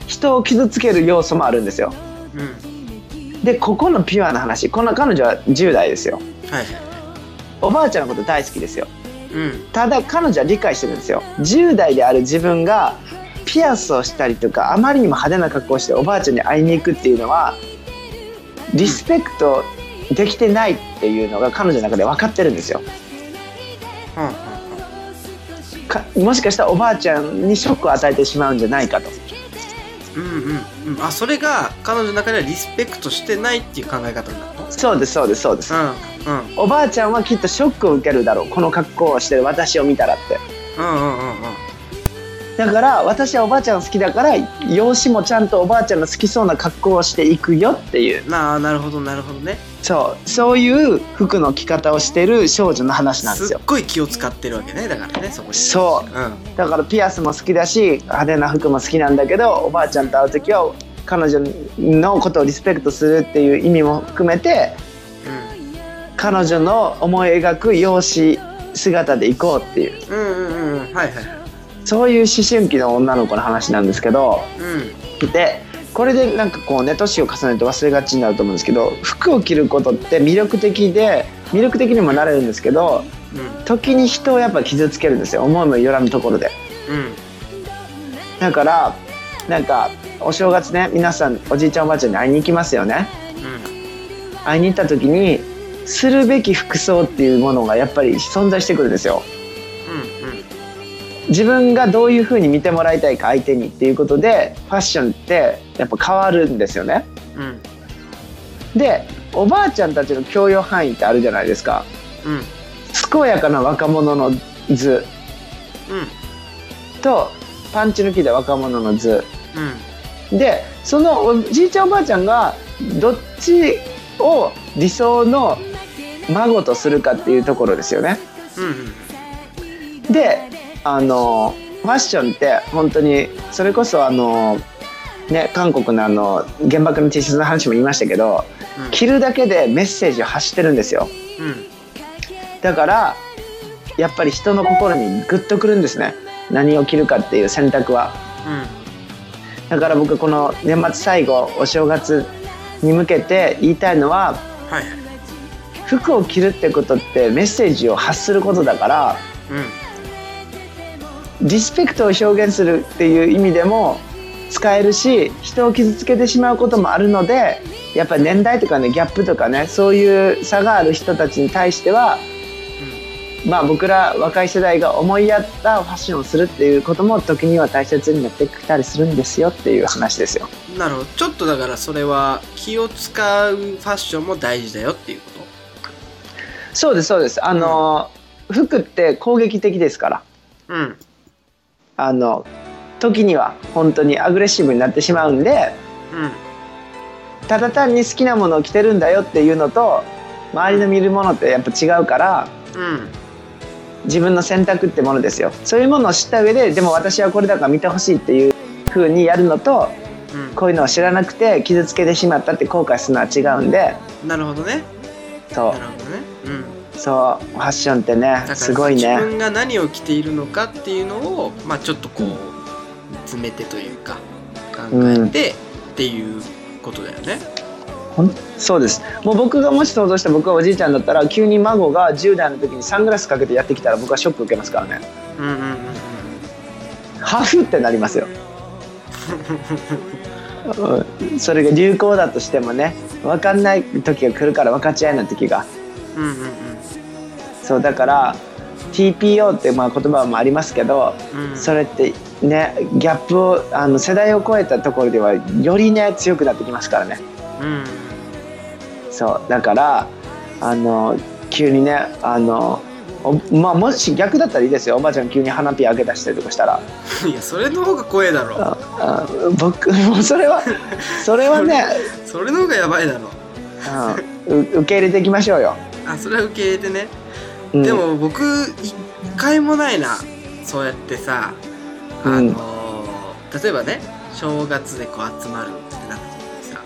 Speaker 1: 人を傷つける要素もあるんですよ。
Speaker 2: うん
Speaker 1: でここのピュアな話この彼女は10代ですよ
Speaker 2: はいは
Speaker 1: おばあちゃんのこと大好きですよ
Speaker 2: いうん
Speaker 1: ただ彼女は理解してるんですよ10代である自分がピアスをしたりとかあまりにも派手な格好をしておばあちゃんに会いに行くっていうのはリスペクトできてないっていうのが彼女の中で分かってるんですよ
Speaker 2: はんはんは
Speaker 1: かもしかしたらおばあちゃんにショックを与えてしまうんじゃないかと
Speaker 2: んうんうんうんあそれが彼女の中ではリスペクトしてないっていう考え方になるの
Speaker 1: そうですそうですそうです
Speaker 2: うんうん
Speaker 1: おばあちゃんはきっとショックを受けるだろうこの格好をしてる私を見たらって
Speaker 2: うんうんうんうん
Speaker 1: だから私はおばあちゃん好きだから容姿もちゃんとおばあちゃんの好きそうな格好をしていくよっていう
Speaker 2: なあなるほどなるほどね
Speaker 1: そうそういう服の着方をしてる少女の話なんです
Speaker 2: すっ
Speaker 1: よ
Speaker 2: ごい気を使ってるわけねだからねそこに
Speaker 1: そう
Speaker 2: うんうん
Speaker 1: だからピアスも好きだし派手な服も好きなんだけどおばあちゃんと会う時は彼女のことをリスペクトするっていう意味も含めて彼女の思い描く容姿姿で行こうっていう
Speaker 2: うんうんうんはいはい
Speaker 1: そういう思春期の女の子の話なんですけど
Speaker 2: うん
Speaker 1: でこれでなんかこうね年を重ねると忘れがちになると思うんですけど服を着ることって魅力的で魅力的にもなれるんですけど
Speaker 2: うん
Speaker 1: 時に人をやっぱ傷つけるんですよ思いもよらぬところで
Speaker 2: うん
Speaker 1: だからなんかお正月ね皆さんおじいちゃんおばあちゃんに会いに行きますよね
Speaker 2: うん
Speaker 1: 会いに行った時にするべき服装っていうものがやっぱり存在してくるんですよ
Speaker 2: うん
Speaker 1: 自分がどういう風に見てもらいたいか相手にっていうことでファッションってやっぱ変わるんですよね
Speaker 2: うんうん
Speaker 1: でおばあちゃんたちの教養範囲ってあるじゃないですか
Speaker 2: うん
Speaker 1: 健やかな若者の図
Speaker 2: うん
Speaker 1: とパンチの効いた若者の図
Speaker 2: うん
Speaker 1: でそのおじいちゃんおばあちゃんがどっちを理想の孫とするかっていうところですよね
Speaker 2: うんうん
Speaker 1: であのファッションって本当にそれこそあのね韓国のあの原爆の T シャツの話も言いましたけど着るだけでメッセージを発してるんですよ
Speaker 2: うんうん
Speaker 1: だからやっぱり人の心にグッとくるんですね何を着るかっていう選択はだから僕この年末最後お正月に向けて言いたいのは
Speaker 2: うんはいはい
Speaker 1: 服を着るってことってメッセージを発することだから
Speaker 2: うん
Speaker 1: リスペクトを表現するっていう意味でも使えるし人を傷つけてしまうこともあるのでやっぱ年代とかねギャップとかねそういう差がある人たちに対してはまあ僕ら若い世代が思いやったファッションをするっていうことも時には大切になってきたりするんですよっていう話ですよ。
Speaker 2: うんなるほどちょっとだからそれは気を使うファッションも大事だよっていうこと
Speaker 1: そうですそうです。あの、服って攻撃的ですから。
Speaker 2: うん
Speaker 1: あの時には本当にアグレッシブになってしまうんで
Speaker 2: うん
Speaker 1: ただ単に好きなものを着てるんだよっていうのと周りの見るものってやっぱ違うから
Speaker 2: うん
Speaker 1: 自分の選択ってものですよそういうものを知った上ででも私はこれだから見てほしいっていう風にやるのと
Speaker 2: うん
Speaker 1: こういうのを知らなくて傷つけてしまったって後悔するのは違うんで
Speaker 2: なるほどね
Speaker 1: そ
Speaker 2: なるほどねうん
Speaker 1: うそうファッションって
Speaker 2: だ
Speaker 1: ね
Speaker 2: から
Speaker 1: すごい
Speaker 2: 自
Speaker 1: ね
Speaker 2: 分が何を着ているのかっていうのを、まあ、ちょっとこう詰めてというか考えてっていうことだよね。
Speaker 1: そうですもう僕がもし想像した僕はおじいちゃんだったら急に孫が10代の時にサングラスかけてやってきたら僕はショック受けますからね
Speaker 2: うんうんうんうん。
Speaker 1: ハフってなりますようんそれが流行だとしてもね分かんない時が来るから分かち合えない時が
Speaker 2: うんうんうん。
Speaker 1: そうだから TPO ってまあ言葉もありますけど
Speaker 2: うん
Speaker 1: それってねギャップをあの世代を超えたところではよりね強くなってきますからね
Speaker 2: うん
Speaker 1: そうだからあの急にねあのおまあもし逆だったらいいですよおばあちゃん急に花火開け出したりとかしたら
Speaker 2: いやそれの方が怖えだろ
Speaker 1: あ僕もうそれはそれはね、
Speaker 2: それの方がやばいだろ
Speaker 1: うん、う受け入れていきましょうよ、
Speaker 2: あそれは受け入れてね、
Speaker 1: うん
Speaker 2: でも僕一回もないなそうやってさあのー例えばね正月でこう集まるってなった時にさ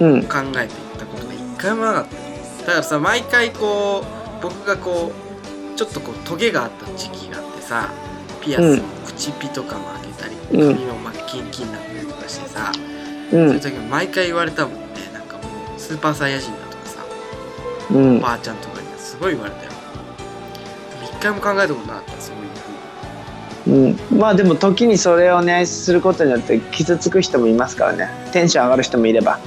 Speaker 1: うん
Speaker 2: 考えていったことが一回もなかっただからさ毎回こう僕がこうちょっとこうトゲがあった時期があってさピアスも口ピとかも開けたり
Speaker 1: うん
Speaker 2: 髪をまあキンキンなったりとかしてさ、
Speaker 1: う
Speaker 2: そういうん時も毎回言われたもんねなんかもうスーパーサイヤ人だとかさ
Speaker 1: うん
Speaker 2: おばあちゃんとかにすごい言われたよでも一回も考えたことなかったそういう
Speaker 1: うん、まあでも時にそれをねすることによって傷つく人もいますからねテンション上がる人もいれば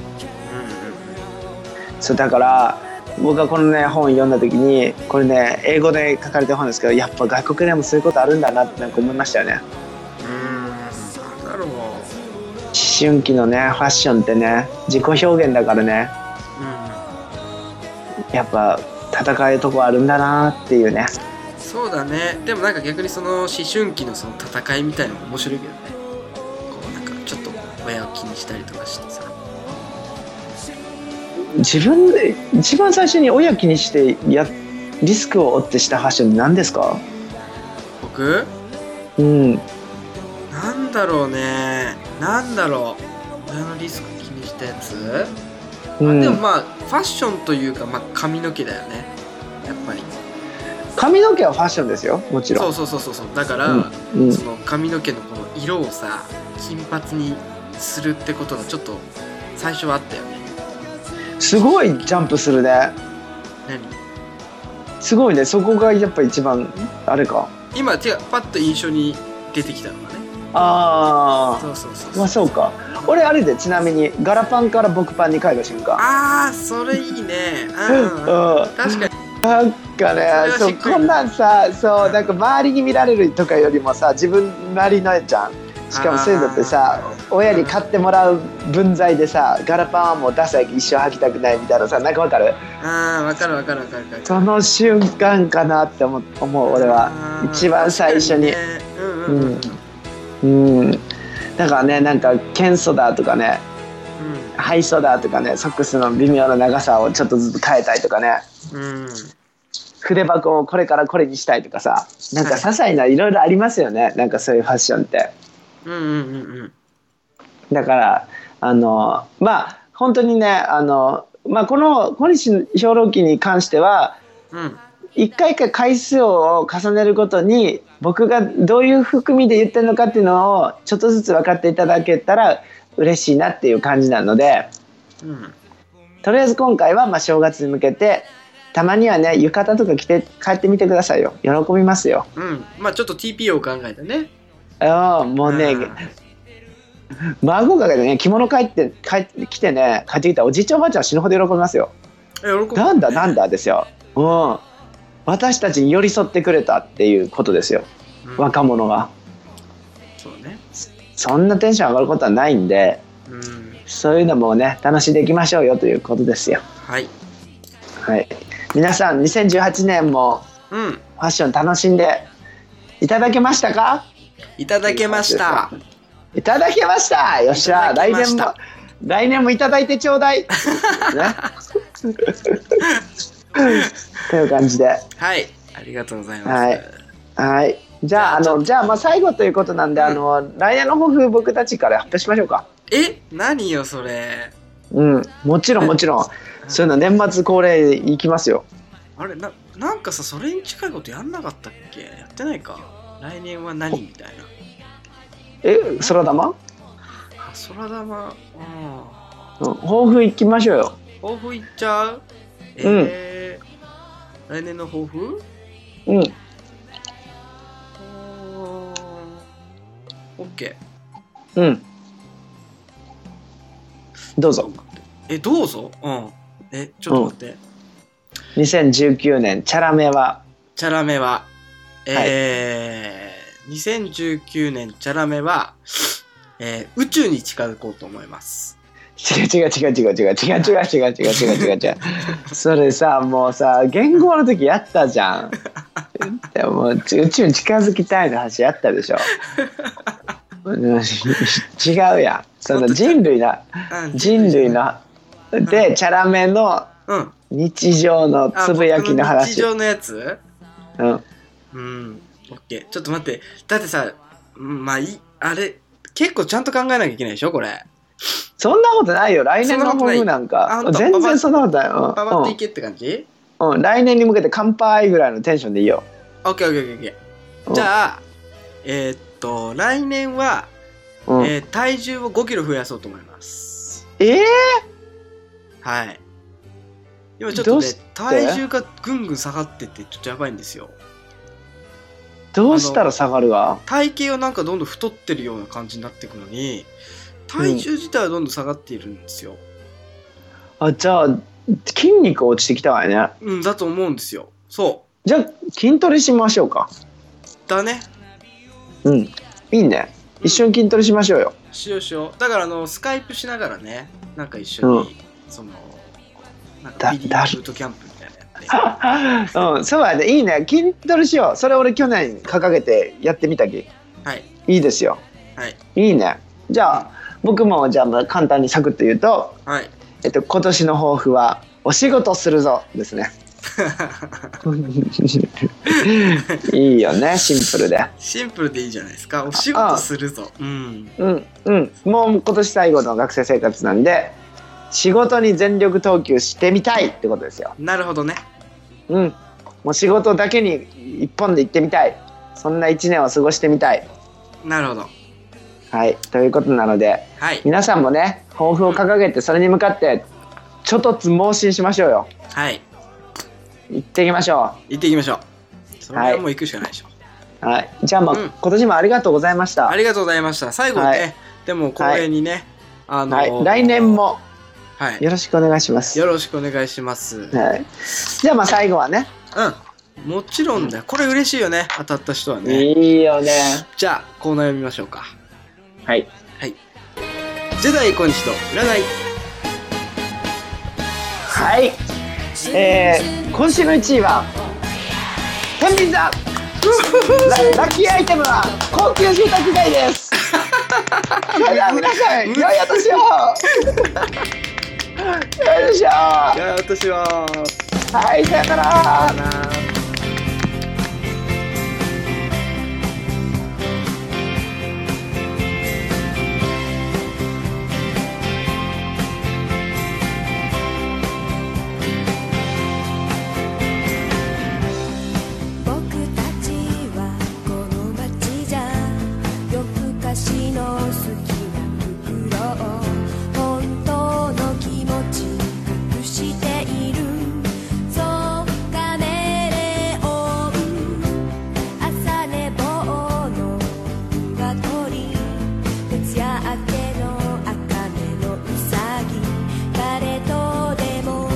Speaker 1: そうだから僕はこのね本を読んだ時にこれね英語で書かれてる本ですけどやっぱ外国でもそういうことあるんだなってなんか思いましたよね
Speaker 2: ふうにうんうんなんだろう
Speaker 1: 思春期のねファッションってね自己表現だからね
Speaker 2: う
Speaker 1: やっぱ戦うとこあるんだなっていうね
Speaker 2: んそうだねでもなんか逆にその思春期のその戦いみたいのも面白いけどねこうなんかちょっと親を気にしたりとかしてさ
Speaker 1: 自分で一番最初に親気にしてやリスクを負ってしたファッションって何ですか
Speaker 2: 僕
Speaker 1: うん
Speaker 2: なんだろうねなんだろう親のリスク気にしたやつ
Speaker 1: う
Speaker 2: でも
Speaker 1: ん
Speaker 2: まあファッションというか、まあ、髪の毛だよねやっぱり
Speaker 1: 髪の毛はファッションですよもちろん
Speaker 2: そうそうそうそうそうだから、
Speaker 1: うん
Speaker 2: その髪の毛のこの色をさ金髪にするってことがちょっと最初はあったよね
Speaker 1: すごいジャンプするね
Speaker 2: 何
Speaker 1: すごいねそこがやっぱ一番あれか
Speaker 2: 今違うパッと印象に出てきたのがね
Speaker 1: あ
Speaker 2: そうそうそう
Speaker 1: あまあそうか俺あれでちなみにガラパンから僕パンに変えた瞬間
Speaker 2: あーそれいいねう、
Speaker 1: う
Speaker 2: う
Speaker 1: んん
Speaker 2: ん、
Speaker 1: なん
Speaker 2: 確かに
Speaker 1: かね
Speaker 2: そ
Speaker 1: そ
Speaker 2: れはし
Speaker 1: う
Speaker 2: っくり
Speaker 1: こんなんさそうなんか周りに見られるとかよりもさ自分周りのやじゃんしかもそういうのってさ親に買ってもらう分際でさガラパンはもうダサい一生履きたくないみたいなさなんかわかる
Speaker 2: あーわかるわかるわかるわかる
Speaker 1: その瞬間かなって思う思う俺は
Speaker 2: あー
Speaker 1: 一番最初に
Speaker 2: 確かねうんうんうんうん
Speaker 1: うんうんだからねなんかケンソだとかねハイソだとかねソックスの微妙な長さをちょっとずつ変えたりとかね
Speaker 2: うんうん
Speaker 1: 筆箱をこれからこれにしたいとかさなんか些細ないろいろありますよねなんかそういうファッションって
Speaker 2: うんうんうんうん
Speaker 1: だからあのまあ本当にねあの、まあ、この小西兵糧記に関しては
Speaker 2: うん
Speaker 1: 一回一回回数を重ねるごとに僕がどういう含みで言ってるのかっていうのをちょっとずつ分かっていただけたら嬉しいなっていう感じなので
Speaker 2: うん
Speaker 1: とりあえず今回はまあ正月に向けてたまにはね浴衣とか着て帰ってみてくださいよ喜びますよ
Speaker 2: うんまあちょっと TP を考えたね
Speaker 1: ああもうね
Speaker 2: ん
Speaker 1: 孫がね着物帰って帰ってきてね帰ってきたらおじいちゃんおばあちゃん死ぬほど喜びますよ
Speaker 2: え喜ぶ
Speaker 1: なんだなんだですようん私たちに寄り添ってくれたっていうことですよ
Speaker 2: うん
Speaker 1: 若者が。
Speaker 2: そうね
Speaker 1: そんなテンション上がることはないんで、
Speaker 2: うん
Speaker 1: そういうのもね、楽しんでいきましょうよということですよ。
Speaker 2: はい
Speaker 1: はい。皆さん、2018年も
Speaker 2: うん
Speaker 1: ファッション楽しんでいただけましたか
Speaker 2: いただけました
Speaker 1: いただけましたよっしゃ
Speaker 2: いただ
Speaker 1: 来
Speaker 2: きま
Speaker 1: 年
Speaker 2: した
Speaker 1: も、来年もいただいてちょう だいね。という感じで。
Speaker 2: はいありがとうございます、
Speaker 1: はいはい。じゃあ、あ
Speaker 2: じゃあ
Speaker 1: の、じゃあ、まあ最後ということなんで、あの、来年の抱負僕たちから発表しましょうか。
Speaker 2: え何よそれ
Speaker 1: うん。もちろん、もちろん。そういうの年末恒例行きますよ。
Speaker 2: あれななんかさそれに近いことやんなかったっけやってないか来年は何みたいな
Speaker 1: え、空玉
Speaker 2: あ空玉うん
Speaker 1: うん抱負行きましょうよ。
Speaker 2: 抱負いっちゃうえー来年の抱負
Speaker 1: うん。
Speaker 2: オッケ
Speaker 1: うん。どう
Speaker 2: ー
Speaker 1: ぞ。
Speaker 2: えどうぞうんえちょっと待って、
Speaker 1: 2019年、チャラめは。
Speaker 2: チャラメはえー2019年チャラメは、えー宇宙に近づこうと思います
Speaker 1: 違う違う違う違う違う違う違う違う違う違う違う違う。それさ、もうさ、言語の時やったじゃん。でも、ち宇宙に近づきたいの話やったでしょ。うん違うやん。その人類の、
Speaker 2: あ
Speaker 1: 人類の、で、チャラめの
Speaker 2: うん
Speaker 1: 日常の
Speaker 2: あ
Speaker 1: つぶやき
Speaker 2: 僕
Speaker 1: の
Speaker 2: 日
Speaker 1: 話。
Speaker 2: 常のやつ
Speaker 1: うん。
Speaker 2: うんオッケーちょっと待ってだってさうんまあいいあれ結構ちゃんと考えなきゃいけないでしょこれ
Speaker 1: そんなことないよ。来年の抱負な
Speaker 2: そ
Speaker 1: ん
Speaker 2: んな
Speaker 1: か
Speaker 2: こ。とないあ
Speaker 1: 全
Speaker 2: 本当
Speaker 1: 然そんなことない。
Speaker 2: パパってい
Speaker 1: うん
Speaker 2: けって感じ
Speaker 1: うんうん。来年に向けて乾杯ぐらいのテンションでいいよ。
Speaker 2: オッケーオッケーオッケー
Speaker 1: うん
Speaker 2: じゃあえーっと来年は、
Speaker 1: うん
Speaker 2: えー体重を5キロ増やそうと思います
Speaker 1: え
Speaker 2: はい今ちょっと
Speaker 1: どう
Speaker 2: ね
Speaker 1: して
Speaker 2: 体重がぐんぐん下がっててちょっとやばいんですよ
Speaker 1: ーどうしたら下がるわ
Speaker 2: 体型はなんかどんどん太ってるような感じになっていくのに体重自体はどんどん下がっているんですよ、
Speaker 1: あ、じゃあ、筋肉落ちてきたわよね。
Speaker 2: うん、だと思うんですよそ
Speaker 1: じゃあ、筋トレしましょうか。
Speaker 2: うだね
Speaker 1: うん。いいね。一緒に筋トレしましょうよ。
Speaker 2: しようしようだからあのスカイプしながらねなんか一緒に、そのなんか
Speaker 1: だ
Speaker 2: ビリ
Speaker 1: だ
Speaker 2: ーブ
Speaker 1: る
Speaker 2: ートキャンプみたいなのやって
Speaker 1: うん、そうやね。いいね。筋トレしよう。それ俺去年掲げてやってみたき。
Speaker 2: はい
Speaker 1: いいですよ。
Speaker 2: はい
Speaker 1: いいね。じゃあ、僕もじゃあまあ簡単にサクッと言うと、
Speaker 2: はい
Speaker 1: えっと、今年の抱負は、お仕事するぞです ね。いいよね、シンプルで。
Speaker 2: シンプルでいいじゃないですか。お仕事するぞ。うん。
Speaker 1: うん、うん。もう今年最後の学生生活なんで、仕事に全力投球してみたいってことですよ。
Speaker 2: なるほどね。
Speaker 1: うん。もう仕事だけに一本で行ってみたい。そんな一年を過ごしてみたい。
Speaker 2: なるほど。
Speaker 1: はい。ということなので、
Speaker 2: はい。
Speaker 1: 皆さんもね、抱負を掲げて、それに向かって、ちょっとずつ盲信しましょうよ。
Speaker 2: はい。
Speaker 1: 行ってきましょ
Speaker 2: 行っていきましょう。それはもう行くしかないでしょ。
Speaker 1: う。はい。じゃあまあ、
Speaker 2: うん
Speaker 1: 今年もありがとうございました。
Speaker 2: ありがとうございました。最後にね、
Speaker 1: はい
Speaker 2: でも光栄にね、あの
Speaker 1: はい、来年。も
Speaker 2: はい。
Speaker 1: よろしくお願いします。
Speaker 2: よろしくお願いします。うん。
Speaker 1: はい、じゃあまあ最後はね。
Speaker 2: もちろんだよ。これ嬉しいよね。当たった人はね。
Speaker 1: いいよね。
Speaker 2: じゃあ、コーナー読みましょうか。
Speaker 1: はい。
Speaker 2: ジェダイ小西と占い。
Speaker 1: はい。えー、今週の1位は、天秤座ララッキーアイテムは高級住宅街です。それでは皆さん、良いお年を良いお年をは
Speaker 2: じゃあ、私は。
Speaker 1: い、さよなら
Speaker 2: あら
Speaker 3: きな袋を本当の気持ち隠しているそうカメレオン朝寝坊の鶏徹夜明けの赤目のウサギ誰とでもう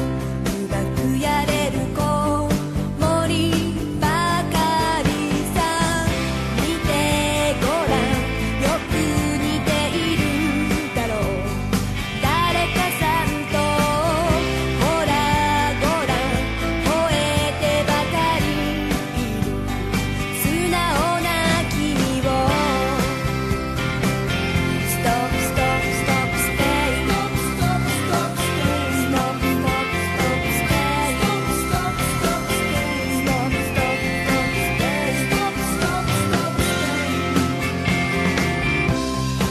Speaker 3: まくやれる子森ばかりさ見てごらんよく似ているだろう誰かさんとほらごらん吠えてばかりいる素直な君を Stop stop stop stay Stop stop stop stay Stop stop stop stay Stop stop stop stay Stop stop stop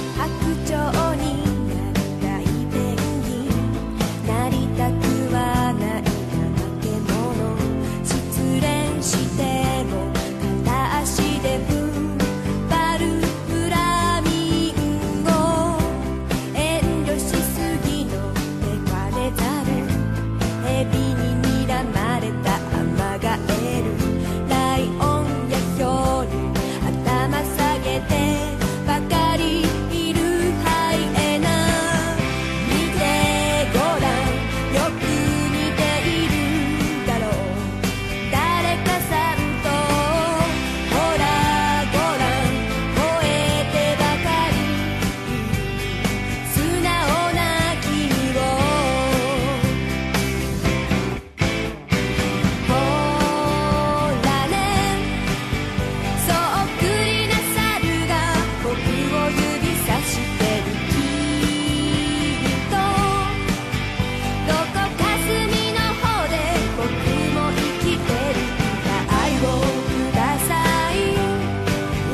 Speaker 3: stay Stop stop stop stay 白鳥になりたいペンギンなりたくはない怠け者失恋しても片足で踏ん張るフラミンゴ遠慮しすぎのメガネザル蛇に睨まれたアマガエルライオンやヒョウ頭下げてばかりいるハイエナ見てごらんよく似ているだろう誰かさんとほらごらん吠えてばかり素直な君をほらねそう送りなさいるが僕を指さしてるきっとどこか隅の方で僕も生きてる愛をくださいおい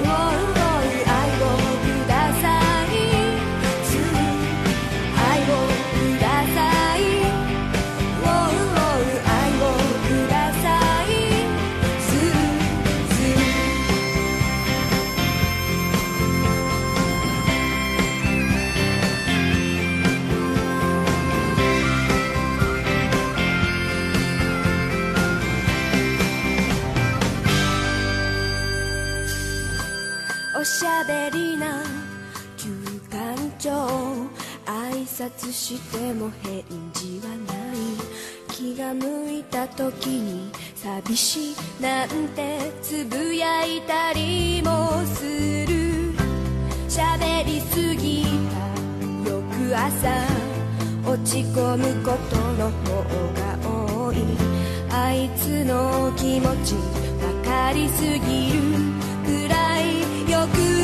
Speaker 3: おい愛をください愛をください「愛をください」「スースー」おしゃべりな旧館長挨拶しても返事はない気が向いた時に寂しいなんてつぶやいたりもするしゃべりすぎた翌朝落ち込むことの方が多いあいつの気持ちわかりすぎるくらいよく